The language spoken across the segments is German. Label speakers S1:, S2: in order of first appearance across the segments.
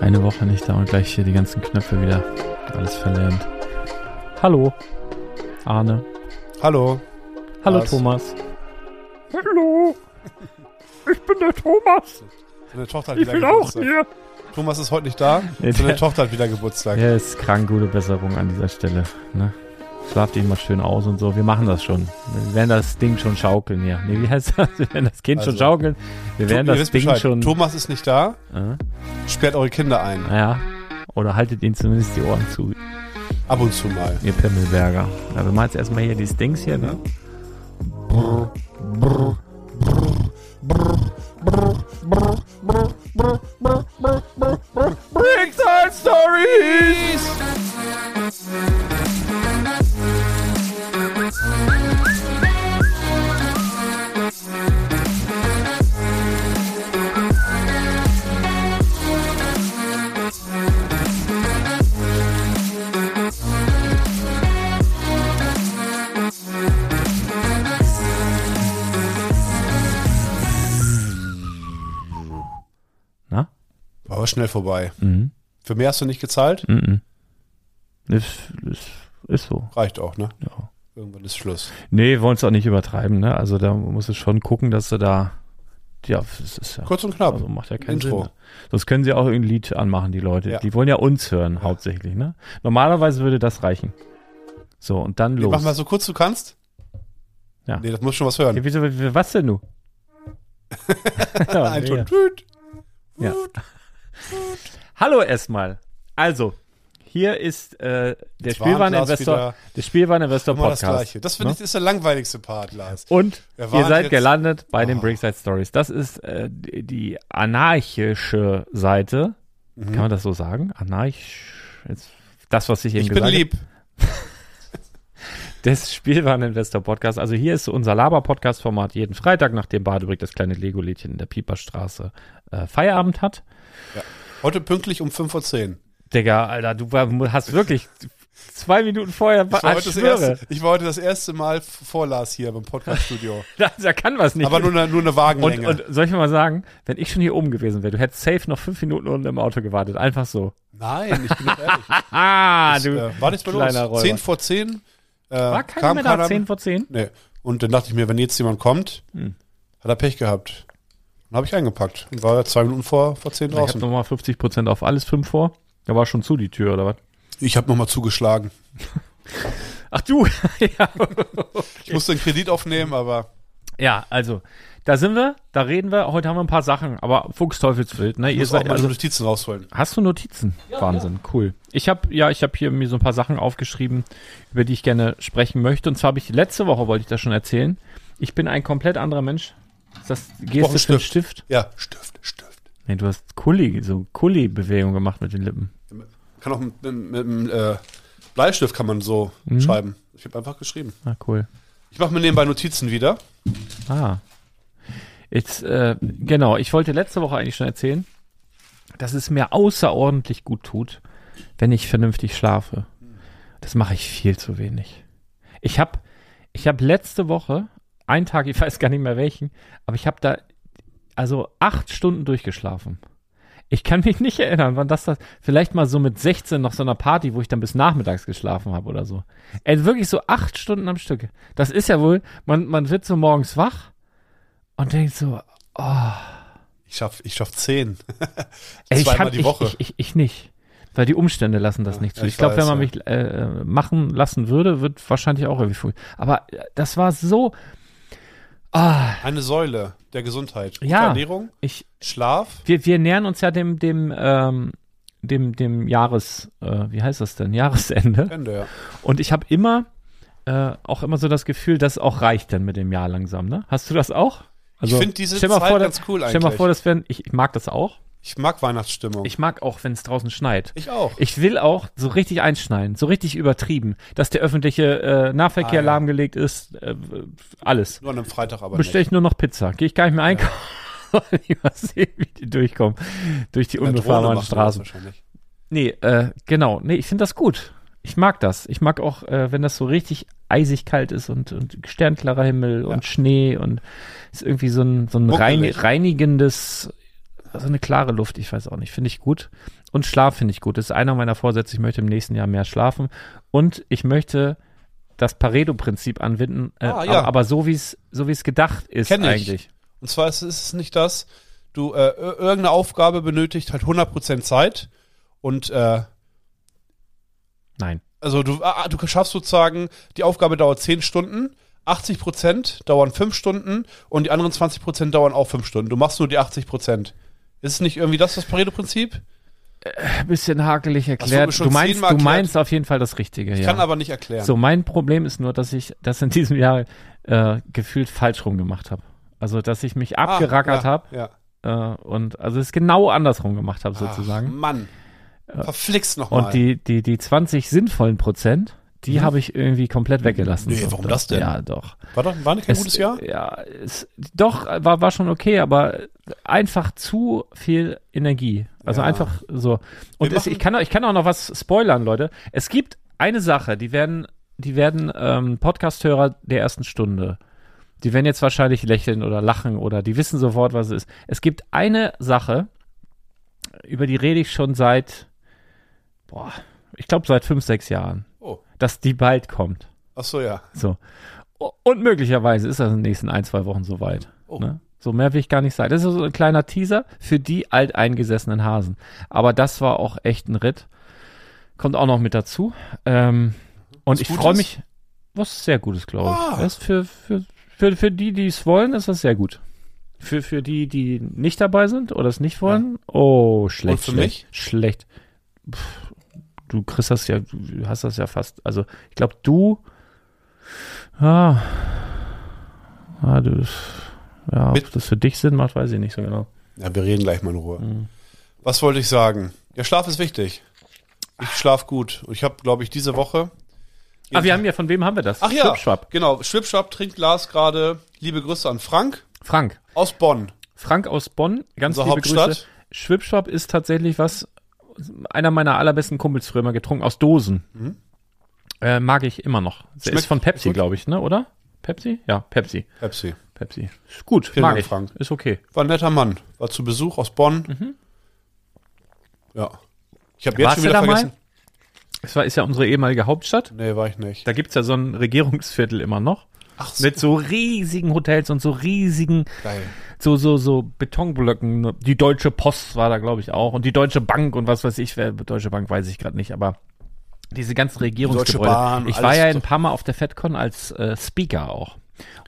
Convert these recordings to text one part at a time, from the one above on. S1: Eine Woche nicht da und gleich hier die ganzen Knöpfe wieder. Alles verlernt. Hallo. Arne.
S2: Hallo.
S1: Hallo
S2: Was?
S1: Thomas.
S3: Hallo, ich bin der Thomas.
S2: Seine Tochter hat
S3: Ich
S2: wieder
S3: will auch
S2: Geburtstag.
S3: hier.
S2: Thomas ist heute nicht da.
S1: Nee,
S2: Seine
S1: der-
S2: Tochter hat wieder Geburtstag.
S1: Er ist krank, gute Besserung an dieser Stelle. Ne? Schlaft ihn mal schön aus und so. Wir machen das schon. Wir werden das Ding schon schaukeln hier. Nee, wie heißt das? Wir werden das Kind schon
S2: Also.
S1: schaukeln. Wir werden
S2: Tu- ihr
S1: das
S2: wisst
S1: Ding
S2: Bescheid.
S1: schon.
S2: Thomas ist nicht da.
S1: Äh,
S2: Sperrt eure Kinder ein.
S1: naja. Oder haltet ihn zumindest die Ohren zu,
S2: Ab und zu mal.
S1: ihr Pimmelberger. Ja, wir machen jetzt erstmal hier dieses Dings hier, ne?
S2: Brr, brr, brr, brr, brr, brr, brr, brr, brr, brr, brr, brr. Brickside Stories!
S1: Na?
S2: War aber schnell vorbei.
S1: Mhm.
S2: Für mehr hast du nicht gezahlt?
S1: Mhm. Ist, ist, ist so.
S2: Reicht auch, ne?
S1: Ja.
S2: Irgendwann ist Schluss.
S1: Nee, wollen es auch nicht übertreiben, ne? Also da musst du schon gucken, dass du da. Ja, es ist ja.
S2: Kurz und knapp.
S1: Also macht ja keinen
S2: Intro.
S1: Sinn. Ne? Sonst können sie auch irgendein Lied anmachen, die Leute.
S2: Ja.
S1: Die wollen ja uns hören, hauptsächlich, ne? Normalerweise würde das reichen. So, und dann
S2: Mach
S1: los.
S2: mal so kurz du kannst.
S1: Ja.
S2: Nee, das muss schon was
S1: ja,
S2: hören.
S1: wieso, was denn du?
S2: Ein Ton. Tüt.
S1: Ja. Hallo erstmal. Also, hier ist äh, der
S2: Das Warnglas
S1: Spielwareninvestor,
S2: wieder.
S1: der Spielwareninvestor
S2: Immer das
S1: Podcast. ne?
S2: Gleiche. Das finde ich ist der langweiligste Part, Lars.
S1: Und
S2: Wir
S1: ihr
S2: waren
S1: seid
S2: jetzt-
S1: gelandet bei den
S2: Oh.
S1: Brickside Stories. Das ist äh, die die anarchische Seite.
S2: Mhm.
S1: Kann man das so sagen? Anarchisch. Jetzt, das, was ich eben
S2: Ich bin
S1: gesagt habe.
S2: lieb.
S1: des Spielwareninvestor Podcast. Also hier ist unser Laber Podcast Format jeden Freitag, nachdem Badebrick das kleine Lego Lädchen in der Pieperstraße äh, Feierabend hat.
S2: Heute pünktlich um 5.10 Uhr.
S1: Digga, Alter, du war, hast wirklich zwei Minuten vorher
S2: Ich war, heute das
S1: Ah, ich
S2: erste, ich war heute das erste Mal vor Lars hier beim Podcast-Studio.
S1: Da, da kann was nicht.
S2: Aber nur eine, nur eine Wagenlänge.
S1: und, und soll ich mal sagen, wenn ich schon hier oben gewesen wäre, du hättest safe noch fünf Minuten unten im Auto gewartet. Einfach so.
S2: Nein, ich bin doch ehrlich.
S1: Ah,
S2: Ich,
S1: du.
S2: äh, war nichts mehr
S1: kleiner
S2: los.
S1: Räuber.
S2: 10 vor 10. Äh,
S1: war keiner mehr da, 10 vor 10?
S2: Nee. Und dann dachte ich mir, wenn jetzt jemand kommt,
S1: Hm.
S2: hat er Pech gehabt. Dann habe ich eingepackt und war zwei Minuten vor, vor 10
S1: Ich hab
S2: draußen.
S1: nochmal 50% auf alles 5 vor. Da war schon zu die Tür, oder was?
S2: Ich habe nochmal zugeschlagen.
S1: Ach du, ja,
S2: Ich musste einen Kredit aufnehmen, aber
S1: Ja, also, da sind wir, da reden wir. Heute haben wir ein paar Sachen, aber Fuchsteufelswild, ne?
S2: ich
S1: Ihr
S2: muss auch
S1: seid,
S2: meine
S1: also,
S2: Notizen rausholen.
S1: hast du Notizen? Wahnsinn, cool. Ich habe ja, ich habe hier mir so ein paar Sachen aufgeschrieben, über die ich gerne sprechen möchte. Und zwar habe ich letzte Woche, wollte ich das schon erzählen, ich bin ein komplett anderer Mensch. Ist das Geste für einen Stift?
S2: Ja, Stift, Stift.
S1: Nee, du hast Kulli, so Kulli-Bewegung gemacht mit den Lippen.
S2: Kann auch mit, mit, mit dem äh, Bleistift kann man so
S1: Mhm.
S2: schreiben. Ich habe einfach geschrieben.
S1: Ah, cool.
S2: Ich mache mir nebenbei Notizen wieder.
S1: Ah. Jetzt, äh, genau, ich wollte letzte Woche eigentlich schon erzählen, dass es mir außerordentlich gut tut, wenn ich vernünftig schlafe. Das mache ich viel zu wenig. Ich habe ich hab letzte Woche, einen Tag, ich weiß gar nicht mehr welchen, aber ich habe da also acht Stunden durchgeschlafen. Ich kann mich nicht erinnern, wann das das. Vielleicht mal so mit 16 noch so einer Party, wo ich dann bis nachmittags geschlafen habe oder so. Ey, wirklich so acht Stunden am Stück. Das ist ja wohl, man, man wird so morgens wach und denkt so, oh,
S2: Ich schaff, ich schaff zehn.
S1: ey, ich,
S2: Zweimal
S1: kann,
S2: die
S1: ich,
S2: Woche.
S1: ich, ich, ich nicht. Weil die Umstände lassen das nicht zu.
S2: ja,
S1: ich
S2: ich
S1: glaube, wenn
S2: weiß,
S1: man
S2: ja.
S1: mich äh, machen lassen würde, wird wahrscheinlich auch irgendwie früh. Aber äh, das war so,
S2: Eine Säule der Gesundheit. Gute
S1: Ja.
S2: Ernährung,
S1: ich,
S2: Schlaf.
S1: wir, wir nähern uns ja dem, dem, ähm, dem, dem Jahres, äh, wie heißt das denn? Jahresende.
S2: Ende, ja.
S1: Und ich habe immer, äh, auch immer so das Gefühl, dass auch reicht dann mit dem Jahr langsam, ne? Hast du das auch? Also
S2: Ich find diese
S1: stell mal
S2: Zeit
S1: vor,
S2: ganz
S1: dass-
S2: cool
S1: Stell mal
S2: eigentlich.
S1: vor, das werden, ich, ich mag das auch.
S2: Ich mag Weihnachtsstimmung.
S1: Ich mag auch, wenn es draußen schneit.
S2: Ich auch.
S1: Ich will auch so richtig einschneiden, so richtig übertrieben, dass der öffentliche äh, Nahverkehr
S2: Ah, ja.
S1: lahmgelegt ist, äh, alles.
S2: Nur an einem Freitag aber
S1: Bestelle
S2: nicht.
S1: ich nur noch Pizza, gehe ich gar nicht mehr einkaufen. Ich mal sehen, wie die durchkommen durch die
S2: Eine Drohne
S1: unbefahrenen
S2: macht man
S1: Straßen.
S2: das wahrscheinlich.
S1: Nee, äh, genau. Nee, ich finde das gut. Ich mag das. Ich mag auch, äh, wenn das so richtig eisig kalt ist und, und sternklarer Himmel und Schnee und ist irgendwie so ein, so ein reini
S2: Muckelig.
S1: reinigendes so eine klare Luft, ich weiß auch nicht, finde ich gut. Und Schlaf finde ich gut. Das ist einer meiner Vorsätze. Ich möchte im nächsten Jahr mehr schlafen. Und ich möchte das Pareto-Prinzip anwenden, äh,
S2: Ah, ja.
S1: aber, aber so wie es so wie es gedacht ist
S2: Kenn ich.
S1: eigentlich.
S2: Und zwar ist ist es nicht das, du, äh, ir- irgendeine Aufgabe benötigt halt 100% Zeit und, äh,
S1: Nein.
S2: also du, ah, du schaffst sozusagen, die Aufgabe dauert 10 Stunden, 80% dauern 5 Stunden und die anderen 20% dauern auch 5 Stunden. Du machst nur die 80%. Ist es nicht irgendwie das, das Pareto-Prinzip?
S1: Ein bisschen hakelig
S2: mir
S1: erklärt.
S2: schon
S1: Du meinst,
S2: zehnmal
S1: du
S2: erklärt.
S1: meinst auf jeden Fall das Richtige.
S2: Ich
S1: ja.
S2: kann aber nicht erklären.
S1: So, mein Problem ist nur, dass ich das in diesem Jahr äh, gefühlt falsch rum gemacht habe. Also, dass ich mich
S2: Ah,
S1: abgerackert
S2: ja,
S1: habe
S2: Ja.
S1: äh, und also es genau andersrum gemacht habe,
S2: Ach,
S1: sozusagen.
S2: Mann. Verflixt nochmal.
S1: und die, die, die 20 sinnvollen Prozent, die
S2: Mhm.
S1: habe ich irgendwie komplett weggelassen.
S2: Nee, warum das denn?
S1: Ja, doch.
S2: War, doch, war nicht kein
S1: Es- äh,
S2: gutes Jahr?
S1: Ja, es, doch, war, war schon okay, aber einfach zu viel Energie. Also
S2: Ja.
S1: einfach so. Und
S2: Wir
S1: es, ich,
S2: machen-
S1: kann, auch- ich kann auch noch was spoilern, Leute. Es gibt eine Sache, die werden, die werden ähm, Podcast-Hörer der ersten Stunde. Die werden jetzt wahrscheinlich lächeln oder lachen oder die wissen sofort, was es ist. Es gibt eine Sache, über die rede ich schon seit, boah, ich glaube seit fünf, sechs Jahren,
S2: Oh.
S1: dass die bald kommt.
S2: Ach so, ja.
S1: So. O- Und möglicherweise ist das in den nächsten ein, zwei Wochen soweit.
S2: Oh.
S1: Ne? So mehr will ich gar nicht sagen. Das ist so ein kleiner Teaser für die alteingesessenen Hasen. Aber das war auch echt ein Ritt. Kommt auch noch mit dazu. Ähm, und
S2: Was
S1: ich
S2: Gutes?
S1: freue mich. Was sehr Gutes, glaube ich.
S2: Ah.
S1: Das ist für, für, für, für die, die es wollen, ist das sehr gut. Für, für die, die nicht dabei sind oder es nicht wollen, oh, schlecht.
S2: für
S1: schlecht, Schlecht. Pff, du kriegst das ja, du hast das ja fast. Also, ich glaube, du. Ah, ah du. Ja, ob
S2: Mit-
S1: das für dich Sinn macht, weiß ich nicht so genau.
S2: Ja, wir reden gleich mal in Ruhe.
S1: Mhm.
S2: Was wollte ich sagen? Ja, Schlaf ist wichtig. Ich schlaf gut. Und Ich habe, glaube ich, diese Woche.
S1: Ah, wir haben ja, von wem haben wir das?
S2: Ach ja,
S1: Schwab.
S2: genau. Schwipschwapp trinkt Glas gerade. Liebe Grüße an Frank
S1: Frank.
S2: aus Bonn.
S1: Frank aus Bonn, ganz
S2: Unsere
S1: liebe
S2: Hauptstadt.
S1: Grüße. Schwipschwapp ist tatsächlich was, einer meiner allerbesten Kumpels früher immer getrunken, aus Dosen. Äh, mag ich immer noch. Der
S2: Mhm. Schmeckt
S1: ist von Pepsi,
S2: gut.
S1: glaube ich, ne, oder? Pepsi? Ja, Pepsi.
S2: Pepsi.
S1: Pepsi. Ist gut,
S2: Vielen
S1: mag
S2: Dank,
S1: ich.
S2: Frank.
S1: Ist okay.
S2: War ein netter Mann. War zu Besuch aus Bonn. Ja. Ich habe jetzt
S1: Mhm. Warst
S2: schon
S1: du
S2: wieder
S1: da mal?
S2: vergessen.
S1: Es war, ist ja unsere ehemalige Hauptstadt.
S2: Nee, war ich nicht.
S1: Da gibt es ja so ein Regierungsviertel immer noch.
S2: Ach so,
S1: Mit so riesigen Hotels und so riesigen,
S2: geil.
S1: so, so, so Betonblöcken. Die Deutsche Post war da, glaube ich, auch. Und die Deutsche Bank und was weiß ich, wer, Deutsche Bank weiß ich gerade nicht, aber diese ganzen Regierungsgebäude.
S2: Bahn,
S1: ich
S2: alles
S1: war ja ein
S2: so.
S1: paar Mal auf der FedCon als äh, Speaker auch.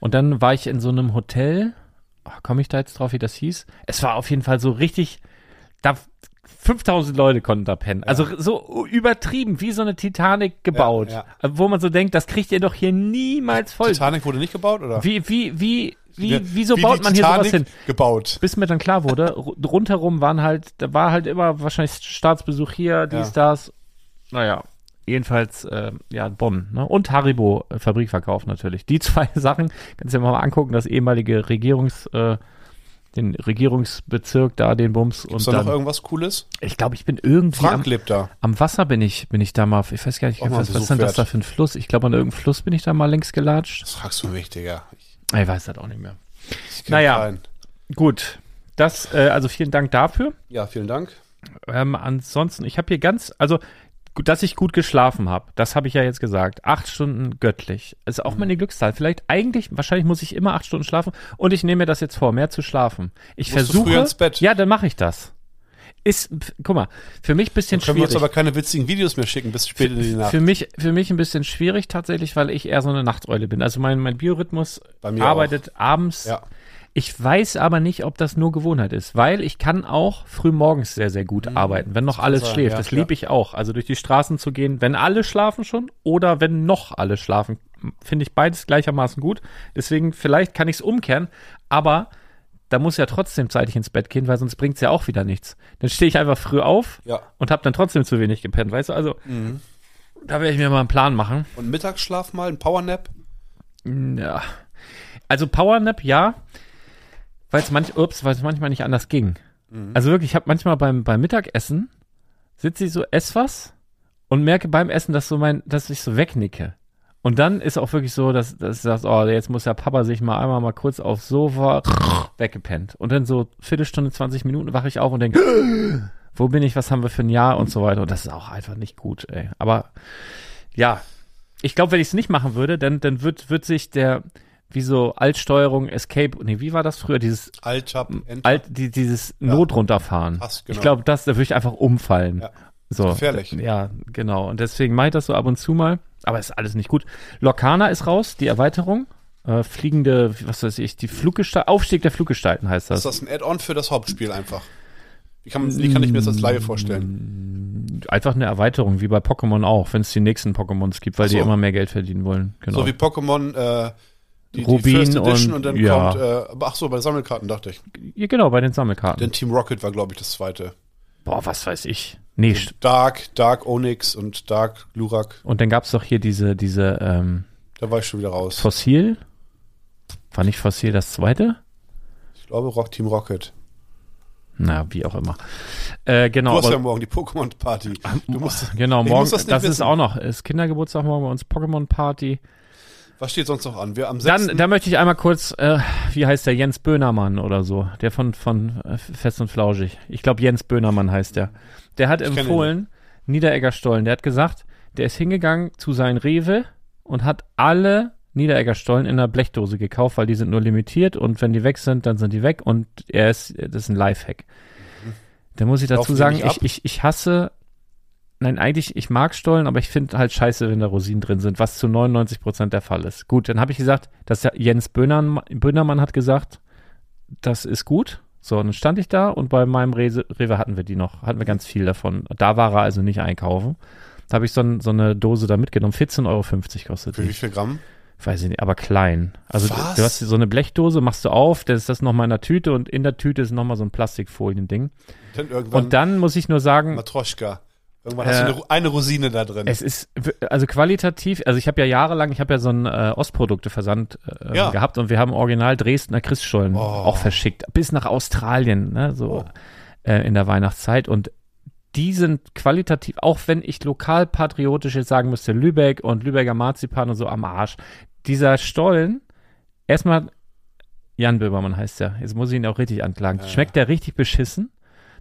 S1: Und dann war ich in so einem Hotel. Komme ich da jetzt drauf, wie das hieß? Es war auf jeden Fall so richtig, da 5000 Leute konnten da pennen. Also so übertrieben, wie so eine Titanic gebaut.
S2: Ja,
S1: Wo man so denkt, das kriegt ihr doch hier niemals voll.
S2: Titanic wurde nicht gebaut, oder?
S1: Wie, wie, wie, wie,
S2: Die-
S1: wieso
S2: wie
S1: baut
S2: die
S1: man hier sowas hin?
S2: Titanic Gebaut.
S1: Bis mir dann klar wurde, ru- rundherum waren halt, da war halt immer wahrscheinlich Staatsbesuch hier, dies,
S2: Ja.
S1: das. Naja, jedenfalls, äh, ja, Bonn. Ne? Und Haribo äh, Fabrikverkauf natürlich. Die zwei Sachen kannst du dir mal angucken, das ehemalige Regierungs, äh, den Regierungsbezirk da, den Bums.
S2: Ist
S1: und
S2: da noch
S1: dann,
S2: irgendwas Cooles?
S1: ich glaube, ich bin irgendwie am,
S2: Frank lebt da.
S1: am Wasser bin ich, bin ich da mal, ich weiß gar nicht,
S2: Auch mal
S1: was, was
S2: Besuch
S1: ist denn das
S2: wert.
S1: da für ein Fluss? Ich glaube, an irgendeinem Fluss bin ich da mal links gelatscht.
S2: Das fragst du mich, Digga. Ich,
S1: Ich weiß das auch nicht mehr.
S2: ich kenn
S1: Naja.
S2: keinen.
S1: Gut. Das, äh, also vielen Dank dafür.
S2: Ja, vielen Dank.
S1: Ähm, ansonsten, ich habe hier ganz, also, gu- dass ich gut geschlafen habe, das habe ich ja jetzt gesagt. Acht Stunden göttlich. Ist
S2: Mhm.
S1: auch meine Glückszahl. Vielleicht eigentlich, wahrscheinlich muss ich immer acht Stunden schlafen und ich nehme mir das jetzt vor, mehr zu schlafen. Ich
S2: Musst du
S1: versuche.
S2: früher ins Bett.
S1: Ja, dann mache ich das. Ist, pf- guck mal, für mich bisschen
S2: Können wir uns
S1: schwierig.
S2: aber keine witzigen Videos mehr schicken bis spät in die Nacht.
S1: Für mich, für mich ein bisschen schwierig tatsächlich, weil ich eher so eine Nachteule bin. Also mein, mein Biorhythmus
S2: Bei mir
S1: arbeitet abends.
S2: Ja.
S1: Ich weiß aber nicht, ob das nur Gewohnheit ist, weil ich kann auch früh morgens sehr, sehr gut arbeiten, wenn noch alles
S2: Mhm. sein,
S1: schläft.
S2: ja,
S1: das
S2: ja.
S1: liebe ich auch. Also durch die Straßen zu gehen, wenn alle schlafen schon oder wenn noch alle schlafen, finde ich beides gleichermaßen gut. Deswegen, vielleicht kann ich es umkehren, aber da muss ja trotzdem zeitig ins Bett gehen, weil sonst bringt es ja auch wieder nichts. Dann stehe ich einfach früh auf
S2: Ja.
S1: und habe dann trotzdem zu wenig gepennt, weißt du? Also,
S2: Mhm.
S1: da werde ich mir mal einen Plan machen.
S2: Und Mittagsschlaf mal, ein Powernap?
S1: Ja. Also Powernap, ja. Weil es manch, ups, weil's manchmal nicht anders ging. Also wirklich, ich habe manchmal beim, beim Mittagessen, sitze ich so, ess was und merke beim Essen, dass, so mein, dass ich so wegnicke. Und dann ist auch wirklich so, dass, dass du sagst, oh, jetzt muss der Papa sich mal einmal mal kurz aufs Sofa weggepennt. Und dann so Viertelstunde, 20 Minuten wache ich auf und denke, wo bin ich, was haben wir für ein Jahr und so weiter. Und das ist auch einfach nicht gut, ey. Aber ja, ich glaube, wenn ich es nicht machen würde, dann, dann wird, wird sich der, wie so Altsteuerung, Escape, nee, wie war das früher? Dieses
S2: Altschap, Enter.
S1: Alt, die, dieses Not runterfahren.
S2: Fast, genau.
S1: Ich glaube, das, da würde ich einfach umfallen.
S2: Ja.
S1: So.
S2: gefährlich.
S1: Ja, genau. Und deswegen mache ich das so ab und zu mal. Aber ist alles nicht gut. Lorcana ist raus, die Erweiterung. Äh, fliegende, was weiß ich, die Fluggestalten, Aufstieg der Fluggestalten heißt das.
S2: Ist das ein Add-on für das Hauptspiel einfach? Wie kann, man- wie kann ich mir das als Laie vorstellen?
S1: Einfach eine Erweiterung, wie bei Pokémon auch, wenn es die nächsten Pokémons gibt, weil
S2: Ach so.
S1: die immer mehr Geld verdienen wollen. Genau.
S2: So wie Pokémon, äh, die,
S1: Rubin
S2: die First Edition und,
S1: und-
S2: dann
S1: ja.
S2: kommt, äh, ach so, bei Sammelkarten dachte ich.
S1: ja, genau, bei den Sammelkarten.
S2: Denn Team Rocket war, glaube ich, das zweite.
S1: Boah, was weiß ich. Nee, st-
S2: Dark, Dark Onyx und Dark Lurak.
S1: und dann gab's doch hier diese, diese, ähm,
S2: Da war ich schon wieder raus.
S1: Fossil. War nicht Fossil das zweite?
S2: Ich glaube, Rock Team Rocket.
S1: Na, wie auch immer. Äh,
S2: Du
S1: genau,
S2: hast ja
S1: aber,
S2: morgen die Pokémon-Party. Du musst,
S1: genau,
S2: ich
S1: morgen,
S2: muss das
S1: das,
S2: nicht
S1: ist
S2: wissen.
S1: auch noch, ist Kindergeburtstag morgen bei uns, Pokémon-Party.
S2: was steht sonst noch an? Wir am 6.
S1: Dann, da möchte ich einmal kurz, äh, wie heißt der, Jens Böhnermann oder so, der von, von äh, Fest und Flauschig. Ich glaube, Jens Böhnermann heißt der. Der hat
S2: kenn ihn
S1: empfohlen, Niederegger Stollen, der hat gesagt, der ist hingegangen zu seinen Rewe und hat alle Niederegger Stollen in einer Blechdose gekauft, weil die sind nur limitiert und wenn die weg sind, dann sind die weg und er ist, das ist ein Lifehack. Da muss ich
S2: Laufen
S1: dazu
S2: Mhm. die
S1: sagen,
S2: nicht ab?
S1: ich, ich, ich hasse, nein, eigentlich, ich mag Stollen, aber ich finde halt scheiße, wenn da Rosinen drin sind, was zu 99 Prozent der Fall ist. Gut, dann habe ich gesagt, dass der Jens Böhnern, Böhnermann hat gesagt, das ist gut. So, dann stand ich da und bei meinem Rewe, Rewe hatten wir die noch, hatten wir ganz viel davon. Da war er also nicht einkaufen. Da habe ich so, ein, so eine Dose da mitgenommen. 14,50 Euro kostet
S2: Für
S1: die.
S2: wie viel Gramm?
S1: Weiß ich nicht, aber klein. Also du,
S2: Was?
S1: du hast so eine Blechdose, machst du auf, dann ist das nochmal in der Tüte und in der Tüte ist nochmal so ein Plastikfolien-Ding.
S2: Dann irgendwann
S1: Und dann muss ich nur sagen,
S2: Matroschka. Irgendwann hast du
S1: Äh,
S2: eine, Ru- eine Rosine da drin.
S1: es ist w- also qualitativ, also ich habe ja jahrelang, ich habe ja so einen äh, Ostprodukteversand äh,
S2: Ja.
S1: gehabt und wir haben original Dresdner Christstollen
S2: Oh.
S1: auch verschickt, bis nach Australien, ne, so äh, in der Weihnachtszeit und die sind qualitativ, auch wenn ich lokal patriotisch jetzt sagen müsste, Lübeck und Lübecker Marzipan und so am Arsch. Dieser Stollen, erstmal, Jan Böhmermann heißt der, jetzt muss ich ihn auch richtig anklagen,
S2: Ja.
S1: schmeckt der richtig beschissen.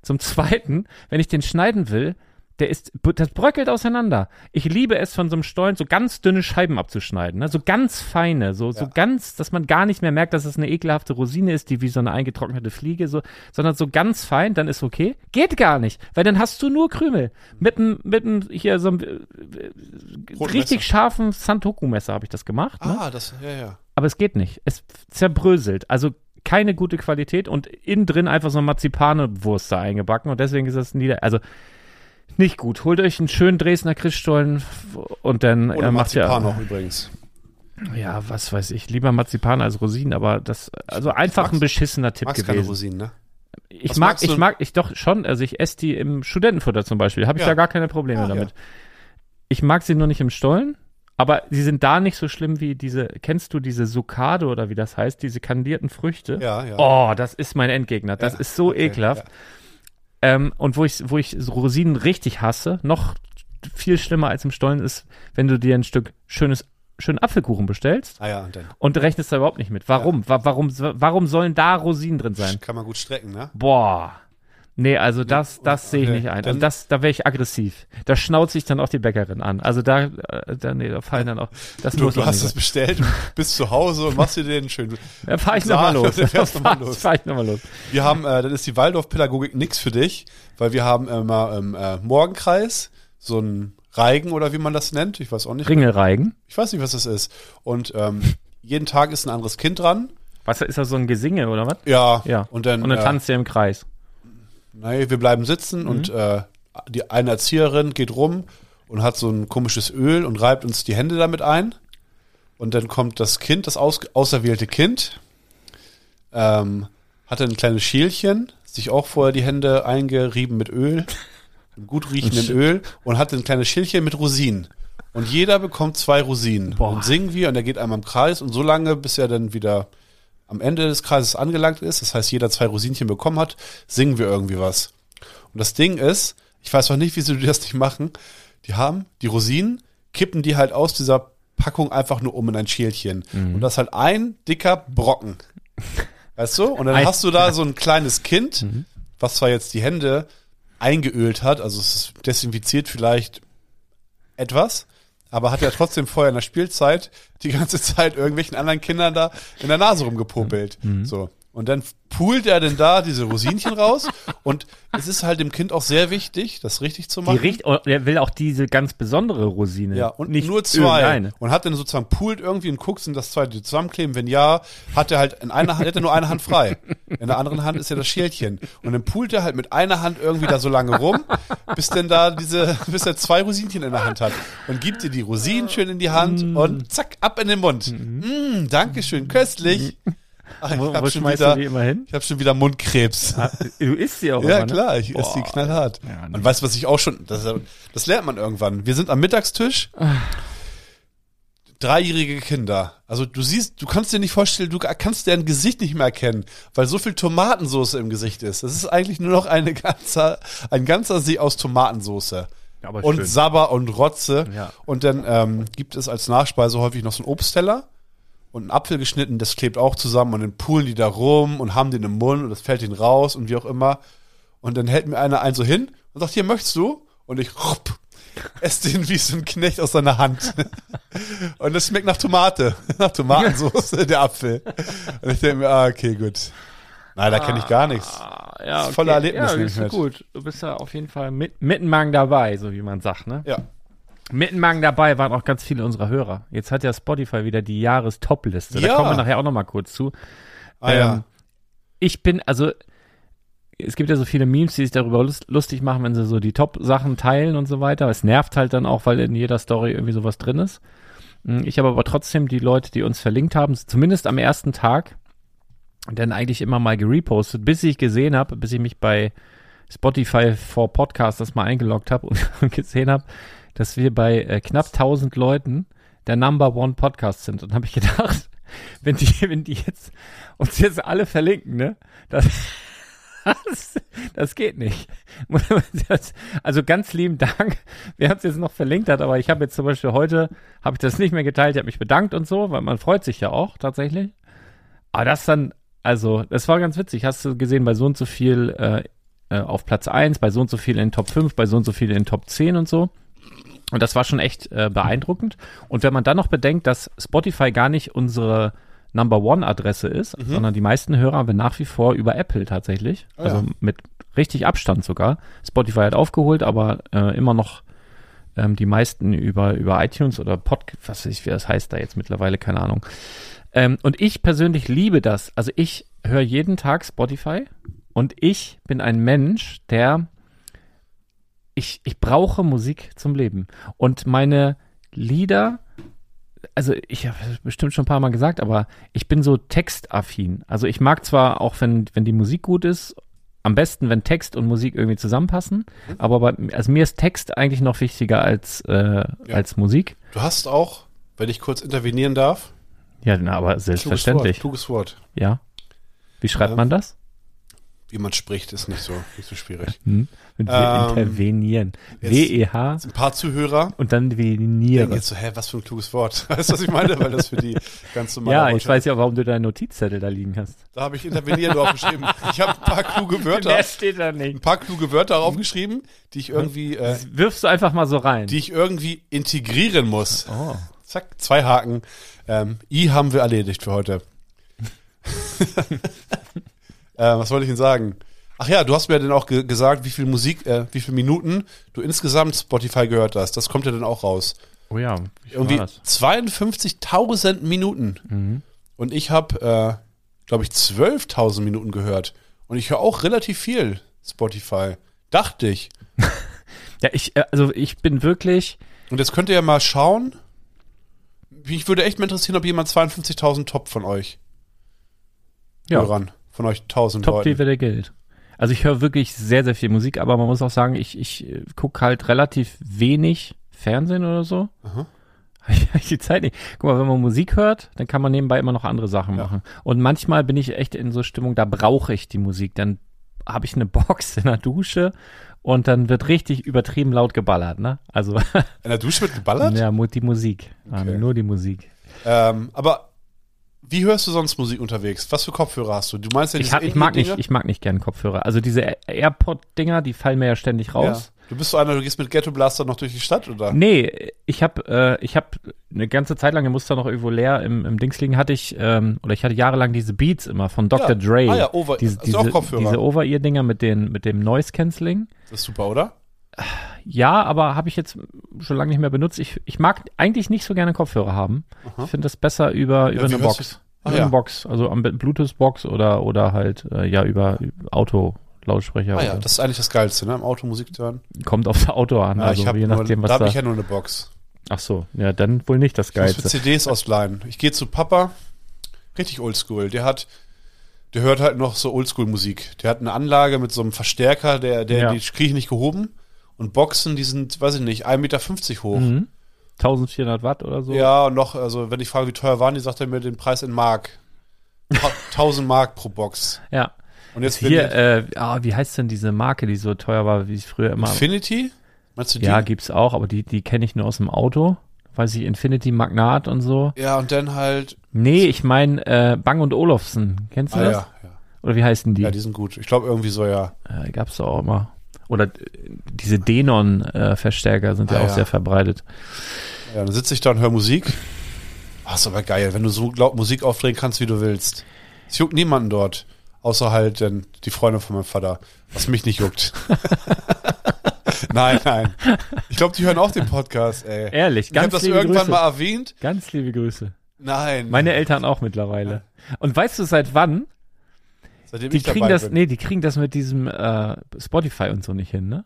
S1: Zum Zweiten, wenn ich den schneiden will, der ist, das bröckelt auseinander. Ich liebe es, von so einem Stollen so ganz dünne Scheiben abzuschneiden, ne? so ganz feine, so, so
S2: Ja.
S1: ganz, dass man gar nicht mehr merkt, dass es eine ekelhafte Rosine ist, die wie so eine eingetrocknete Fliege, so, sondern so ganz fein, dann ist okay. Geht gar nicht, weil dann hast du nur Krümel. Mit einem, mit einem, hier so einem äh,
S2: Rotmesser.
S1: richtig scharfen Santoku-Messer habe ich das gemacht. Ne?
S2: ah, das, ja, ja.
S1: Aber es geht nicht. Es zerbröselt. Also keine gute Qualität und innen drin einfach so eine Marzipane-Wurst da eingebacken und deswegen ist das nieder. Also nicht gut. Holt euch einen schönen Dresdner Christstollen und dann
S2: Ohne
S1: äh, macht
S2: Marzipan
S1: ihr.
S2: noch übrigens.
S1: Ja, was weiß ich. Lieber Marzipan als Rosinen, aber das. Also einfach
S2: magst-
S1: ein beschissener Tipp
S2: Magst keine
S1: gewesen.
S2: Rosinen, ne?
S1: Ich
S2: Was
S1: mag,
S2: magst du?
S1: ich mag, ich doch schon. Also ich esse die im Studentenfutter zum Beispiel. Habe ich
S2: Ja.
S1: da gar keine Probleme
S2: Ah, ja.
S1: damit. Ich mag sie nur nicht im Stollen. Aber sie sind da nicht so schlimm wie diese, kennst du diese Sukade oder wie das heißt, diese kandierten Früchte?
S2: Ja, ja.
S1: Oh, das ist mein Endgegner. Das
S2: Ja,
S1: ist so
S2: okay,
S1: ekelhaft. Ähm, und wo ich, wo ich so Rosinen richtig hasse, noch viel schlimmer als im Stollen ist, wenn du dir ein Stück schönes, schönen Apfelkuchen bestellst
S2: Ah ja, und dann
S1: und rechnest da überhaupt nicht mit. Warum? Wa warum, warum sollen da Rosinen drin sein?
S2: kann man gut strecken, ne?
S1: Boah. Nee, also das, das sehe ich
S2: okay,
S1: nicht ein.
S2: dann-
S1: Also das, da wäre ich aggressiv. Da schnauze ich dann auch die Bäckerin an. Also da, äh, da, nee, da fallen dann auch. Das
S2: Du,
S1: muss
S2: du
S1: auch
S2: hast es
S1: nicht
S2: bestellt, bist zu Hause und machst dir den schön.
S1: sein. Da fahre ich nochmal
S2: Saat,
S1: los.
S2: dann
S1: Da
S2: fährst du mal
S1: fahre
S2: los.
S1: fahr ich nochmal los.
S2: Wir haben, äh, dann ist die Waldorfpädagogik nix für dich, weil wir haben immer im äh, Morgenkreis so einen Reigen oder wie man das nennt. Ich weiß auch nicht.
S1: Ringelreigen.
S2: Ich weiß nicht, was das ist. Und ähm, jeden Tag ist ein anderes Kind dran.
S1: Was ist das so ein Gesinge oder was?
S2: Ja.
S1: Ja.
S2: Und dann,
S1: Und dann
S2: äh,
S1: tanzt ihr im Kreis.
S2: Nein, wir bleiben sitzen und äh, die eine Erzieherin geht rum und hat so ein komisches Öl und reibt uns die Hände damit ein. Und dann kommt das Kind, das aus, auserwählte Kind, ähm, hat ein kleines Schälchen, sich auch vorher die Hände eingerieben mit Öl, mit gut riechendem Öl und hat ein kleines Schälchen mit Rosinen. Und jeder bekommt zwei Rosinen.
S1: Boah.
S2: Und singen wir und er geht einmal im Kreis und so lange, bis er dann wieder am Ende des Kreises angelangt ist, das heißt, jeder zwei Rosinchen bekommen hat, singen wir irgendwie was. Und das Ding ist, ich weiß auch nicht, wieso die das nicht machen, die haben die Rosinen, kippen die halt aus dieser Packung einfach nur um in ein Schälchen. Und das ist halt ein dicker Brocken. Weißt du? Und dann
S1: Ei.
S2: hast du da so ein kleines Kind, was zwar jetzt die Hände eingeölt hat, also es ist desinfiziert vielleicht etwas, aber hat ja trotzdem vorher in der Spielzeit die ganze Zeit irgendwelchen anderen Kindern da in der Nase rumgepopelt. So. Und dann poolt er denn da diese Rosinchen raus und es ist halt dem Kind auch sehr wichtig, das richtig zu
S1: Die
S2: machen.
S1: riecht, oh, der will auch diese ganz besondere Rosine.
S2: Ja, und
S1: nicht
S2: nur zwei.
S1: irgendeine.
S2: Und hat dann sozusagen poolt irgendwie und guckt, sind das zwei, die zusammenkleben. Wenn ja, hat er halt in einer Hand, hätte nur eine Hand frei. In der anderen Hand ist ja das Schälchen. Und dann poolt er halt mit einer Hand irgendwie da so lange rum, bis denn da diese, bis er zwei Rosinchen in der Hand hat. Und gibt dir die Rosinen schön in die Hand
S1: Mm.
S2: und zack, ab in den Mund. Mm, Dankeschön, köstlich. Ach, ich
S1: Mhm. Wo,
S2: hab
S1: wo
S2: schon
S1: schmeißt
S2: wieder,
S1: du die immer hin?
S2: ich hab schon wieder Mundkrebs.
S1: Ah, Du isst sie auch
S2: Ja,
S1: immer, ne?
S2: klar, ich esse
S1: Boah.
S2: die knallhart.
S1: Ja, nee.
S2: Und weißt du, was ich auch schon, das, das lernt man irgendwann. Wir sind am Mittagstisch. Dreijährige Kinder. Also du siehst, du kannst dir nicht vorstellen, du kannst deren Gesicht nicht mehr erkennen, weil so viel Tomatensoße im Gesicht ist. Das ist eigentlich nur noch eine ganze, ein ganzer See aus Tomatensoße.
S1: Ja, aber
S2: und
S1: schön.
S2: Sabber und Rotze.
S1: Ja.
S2: Und dann ähm, gibt es als Nachspeise häufig noch so einen Obstteller und einen Apfel geschnitten, das klebt auch zusammen und dann poolen die da rum und haben den im Mund und das fällt ihnen raus und wie auch immer. Und dann hält mir einer einen so hin und sagt, hier möchtest du? Und ich rupp, esse den wie so ein Knecht aus seiner Hand. Und das schmeckt nach Tomate, nach Tomatensoße, der Apfel. Und ich denke mir, ah, okay, gut. Nein, da kenne ich gar nichts.
S1: Ah, ja,
S2: Das volle Erlebnis
S1: Ja,
S2: nehme
S1: ist
S2: ich mit.
S1: gut. Du bist ja auf jeden Fall mit, mit dem Magen dabei, so wie man sagt, ne?
S2: Ja.
S1: Mit dem Magen dabei waren auch ganz viele unserer Hörer. Jetzt hat ja Spotify wieder die Jahres-Top-Liste. Da
S2: Ja.
S1: kommen wir nachher auch nochmal kurz zu.
S2: Ah,
S1: Ähm,
S2: ja.
S1: Ich bin, also, es gibt ja so viele Memes, die sich darüber lust- lustig machen, wenn sie so die Top-Sachen teilen und so weiter. Es nervt halt dann auch, weil in jeder Story irgendwie sowas drin ist. Mm, Ich habe aber trotzdem die Leute, die uns verlinkt haben, zumindest am ersten Tag, dann eigentlich immer mal gerepostet, bis ich gesehen habe, bis ich mich bei Spotify for Podcast das mal eingeloggt habe und, und gesehen habe, dass wir bei äh, knapp 1000 Leuten der Number One Podcast sind. Und habe ich gedacht, wenn die, wenn die jetzt uns jetzt alle verlinken, ne? Das, das, das geht nicht. Das, also ganz lieben Dank, wer uns jetzt noch verlinkt hat, aber ich habe jetzt zum Beispiel heute, habe ich das nicht mehr geteilt, ich habe mich bedankt und so, weil man freut sich ja auch tatsächlich. Aber das dann, also, das war ganz witzig. Hast du gesehen, bei so und so viel äh, äh, auf Platz 1, bei so und so viel in Top 5, bei so und so viel in Top 10 und so. Und das war schon echt äh, beeindruckend. Und wenn man dann noch bedenkt, dass Spotify gar nicht unsere Number One-Adresse ist, sondern die meisten Hörer haben wir nach wie vor über Apple tatsächlich.
S2: Mhm. Oh ja.
S1: also mit richtig Abstand sogar. Spotify hat aufgeholt, aber äh, immer noch ähm, die meisten über, über iTunes oder Pod, was weiß ich, wie das heißt da jetzt mittlerweile, keine Ahnung. Ähm, und ich persönlich liebe das. Also ich höre jeden Tag Spotify und ich bin ein Mensch, der ich, ich brauche Musik zum Leben. Und meine Lieder, also ich habe es bestimmt schon ein paar Mal gesagt, aber ich bin so textaffin. Also ich mag zwar auch, wenn, wenn die Musik gut ist, am besten, wenn Text und Musik irgendwie zusammenpassen, aber bei, also mir ist Text eigentlich noch wichtiger als, äh, als Musik.
S2: Du hast auch, wenn ich kurz intervenieren darf,
S1: Ja, na, aber
S2: kluges Wort,
S1: selbstverständlich.
S2: kluges Wort.
S1: Ja. Wie schreibt
S2: Ähm,
S1: man das?
S2: Wie man spricht, ist nicht so, nicht so schwierig.
S1: Hm? Mit
S2: ähm,
S1: intervenieren.
S2: jetzt-
S1: W-E-H
S2: Ein paar Zuhörer
S1: und dann
S2: denken
S1: veniere.
S2: jetzt so, hä, was für ein kluges Wort. Weißt du, was ich meine? Weil das für die ganz normale
S1: Ja,
S2: Worte-
S1: ich weiß ja, warum du deinen Notizzettel da liegen hast.
S2: Da habe ich intervenieren drauf geschrieben. Ich habe ein paar kluge Wörter,
S1: steht da
S2: ein
S1: nicht.
S2: paar kluge Wörter aufgeschrieben, die ich irgendwie, äh,
S1: Wirfst du einfach mal so rein.
S2: die ich irgendwie integrieren muss.
S1: oh.
S2: Zack, zwei Haken. Ähm, I haben wir erledigt für heute. äh, was wollte ich denn sagen? Ach ja, du hast mir dann auch ge gesagt, wie viel Musik, äh, wie viele Minuten du insgesamt Spotify gehört hast. Das kommt ja dann auch raus.
S1: oh ja, ich
S2: Irgendwie
S1: war das. Mhm.
S2: 52.000 Minuten. Und ich habe, äh, glaube ich, 12.000 Minuten gehört. Und ich höre auch relativ viel Spotify. Dachte ich.
S1: Ja, ich, äh, also ich bin wirklich,
S2: Und jetzt könnt ihr ja mal schauen. Mich würde echt mal interessieren, ob jemand 52.000 Top von euch
S1: ja,
S2: Hörern, von euch 1.000
S1: top
S2: Leuten.
S1: der Geld. Also ich höre wirklich sehr, sehr viel Musik, aber man muss auch sagen, ich, ich gucke halt relativ wenig Fernsehen oder so.
S2: Aha.
S1: Ich hab die Zeit nicht. Guck mal, wenn man Musik hört, dann kann man nebenbei immer noch andere Sachen
S2: Ja.
S1: machen. Und manchmal bin ich echt in so Stimmung, da brauche ich die Musik. Dann habe ich eine Box in der Dusche und dann wird richtig übertrieben laut geballert, ne? Also
S2: In der Dusche wird geballert?
S1: ja, mu- die Musik, Arne,
S2: Okay.
S1: nur die Musik.
S2: Ähm, aber wie hörst du sonst Musik unterwegs? Was für Kopfhörer hast du? Du meinst ja
S1: Ich,
S2: diese
S1: hab, ich mag nicht,
S2: Indie-Dinger?
S1: ich mag nicht gern Kopfhörer. Also diese Air- AirPod-Dinger, die fallen mir ja ständig raus.
S2: Ja. Du bist so einer, du gehst mit Ghetto Blaster noch durch die Stadt, oder?
S1: Nee, ich habe äh, ich habe eine ganze Zeit lang, der musste noch irgendwo leer im, im Dings liegen, hatte ich ähm, oder ich hatte jahrelang diese Beats immer von Dr.
S2: Ja.
S1: Dre.
S2: Ah ja, Over-
S1: diese,
S2: ist auch
S1: diese,
S2: Kopfhörer.
S1: diese Over-Ear Dinger mit den mit dem Noise Cancelling.
S2: Das ist super, oder?
S1: Ja, aber habe ich jetzt schon lange nicht mehr benutzt. Ich, ich mag eigentlich nicht so gerne Kopfhörer haben. Ich finde das besser über über
S2: wie
S1: eine
S2: hörst
S1: Box.
S2: Ah,
S1: über
S2: ja.
S1: eine Box, also am Be- Bluetooth-Box oder oder halt äh, ja über Auto. Lautsprecher
S2: Ah ja,
S1: oder-
S2: das ist eigentlich das Geilste, ne? Im Auto Musik hören.
S1: kommt aufs Auto an,
S2: Ja,
S1: also
S2: Ah, ich hab
S1: je
S2: nur-
S1: nachdem was
S2: da
S1: da.
S2: habe ich ja nur eine Box.
S1: Ach so, ja, dann wohl nicht das
S2: Ich muss mir
S1: geilste.
S2: CDs ausleihen. Ich gehe zu Papa, richtig oldschool. Der hat, der hört halt noch so Oldschool-Musik. Der hat eine Anlage mit so einem Verstärker, der, der
S1: Ja.
S2: die kriege ich nicht gehoben. Und Boxen, die sind, weiß ich nicht, 1,50 Meter hoch.
S1: Mhm. 1400 Watt oder so.
S2: Ja, und noch, also wenn ich frage, wie teuer waren die, sagt er mir den Preis in Mark. Ta- 1000 Mark pro Box.
S1: Ja.
S2: Und jetzt bin
S1: Hier,
S2: ich-
S1: äh, ah, wie heißt denn diese Marke, die so teuer war, wie es früher immer.
S2: Infinity? Meinst du die?
S1: äh, ja, gibt's auch, aber die, die kenne ich nur aus dem Auto. Weiß ich, Infinity Magnat und so.
S2: Ja, und dann halt.
S1: Nee, ich meine äh, Bang und Olufsen. Kennst du
S2: Ah,
S1: das?
S2: ja, ja.
S1: Oder wie heißen die?
S2: ja, die sind gut. Ich glaube, irgendwie so, ja.
S1: Äh, gab's doch auch immer. Oder äh, diese Denon-Verstärker sind ja
S2: Ah,
S1: auch
S2: ja.
S1: sehr verbreitet.
S2: ja dann sitze ich da und höre Musik. Ach, ist aber geil, wenn du so laut Musik aufdrehen kannst, wie du willst. Es juckt niemanden dort. Außer halt dann die Freundin von meinem Vater, was mich nicht juckt. nein, nein. Ich glaube, die hören auch den Podcast, ey.
S1: Ehrlich,
S2: ich habe
S1: ganz
S2: das
S1: liebe
S2: irgendwann
S1: Grüße.
S2: mal erwähnt.
S1: Ganz liebe Grüße.
S2: Nein.
S1: Meine Eltern auch mittlerweile. Und weißt du seit wann?
S2: Seitdem
S1: die
S2: ich
S1: kriegen
S2: dabei
S1: das,
S2: bin.
S1: nee, die kriegen das mit diesem äh, Spotify und so nicht hin, ne?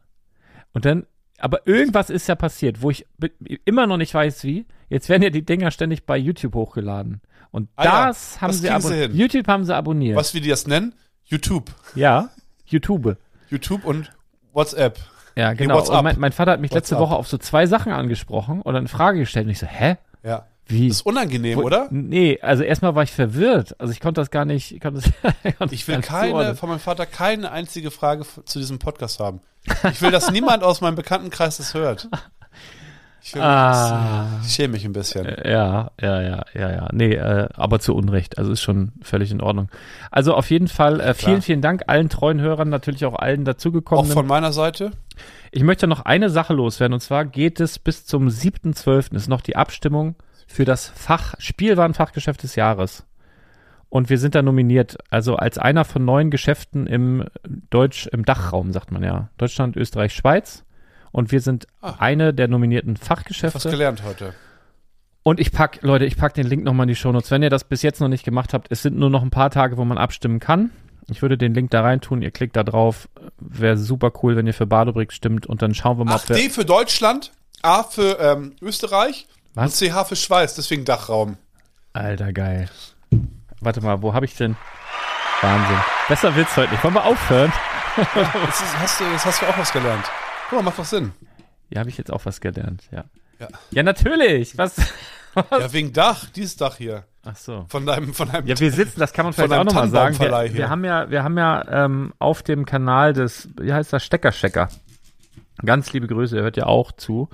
S1: Und dann, aber irgendwas ist ja passiert, wo ich bi- immer noch nicht weiß, wie. Jetzt werden ja die Dinger ständig bei YouTube hochgeladen. Und
S2: Ah ja,
S1: das haben
S2: das
S1: sie,
S2: kriegen
S1: abon-
S2: sie hin.
S1: YouTube haben sie abonniert.
S2: Was wir die das nennen? YouTube.
S1: Ja, YouTube.
S2: YouTube und WhatsApp.
S1: Ja, genau.
S2: WhatsApp.
S1: Und mein, mein Vater hat mich letzte
S2: WhatsApp.
S1: Woche auf so zwei Sachen angesprochen oder in Frage gestellt. Und ich so, hä?
S2: Ja.
S1: Wie?
S2: Das ist unangenehm,
S1: Wo-
S2: oder?
S1: Nee, also erstmal war ich verwirrt. Also ich konnte das gar nicht. Ich, konnte das, konnte gar
S2: Ich will
S1: nicht
S2: keine,
S1: zuordnen.
S2: von meinem Vater keine einzige Frage f- zu diesem Podcast haben. Ich will, dass niemand aus meinem Bekanntenkreis das hört. Ich, will,
S1: Ah.
S2: ich schäme mich ein bisschen.
S1: Ja, ja, ja, ja, ja. Nee, äh, aber zu Unrecht. Also ist schon völlig in Ordnung. Also auf jeden Fall äh, vielen,
S2: Klar.
S1: vielen Dank allen treuen Hörern, natürlich auch allen
S2: Auch
S1: dazugekommenen.
S2: von meiner Seite.
S1: ich möchte noch eine Sache loswerden und zwar geht es bis zum 7.12. ist noch die Abstimmung für das Fach Spielwarenfachgeschäft des Jahres. Und wir sind da nominiert, also als einer von neun Geschäften im Deutsch, im Dachraum, sagt man ja. Deutschland, Österreich, Schweiz. Und wir sind
S2: Ah.
S1: eine der nominierten
S2: Was
S1: Fachgeschäfte.
S2: gelernt heute.
S1: Und ich pack, Leute, ich pack den Link nochmal in die Shownotes. Wenn ihr das bis jetzt noch nicht gemacht habt, es sind nur noch ein paar Tage, wo man abstimmen kann. Ich würde den Link da rein tun, ihr klickt da drauf. Wäre super cool, wenn ihr für Badobrick stimmt und dann schauen wir mal,
S2: Ach,
S1: ob wir.
S2: D für Deutschland, A für ähm, Österreich
S1: Was?
S2: und CH für Schweiz, deswegen Dachraum.
S1: Alter, geil. Warte mal, wo habe ich denn? Wahnsinn. Besser wird's heute nicht. Wollen wir aufhören?
S2: Jetzt ist, hast, du, jetzt hast du auch was gelernt. Guck mal, macht doch Sinn.
S1: Ja, habe ich jetzt auch was gelernt, ja.
S2: Ja.
S1: Ja, natürlich. Was?
S2: Ja, wegen Dach, dieses Dach hier.
S1: Ach so.
S2: Von deinem, von deinem
S1: Ja, wir sitzen, das kann man
S2: Von
S1: vielleicht auch
S2: einem
S1: nochmal sagen.
S2: Tannenbaumverleih
S1: Wir,
S2: hier.
S1: wir haben ja, wir haben ja ähm, auf dem Kanal des, wie heißt das, Steckerchecker. Ganz liebe Grüße, ihr hört ja auch zu.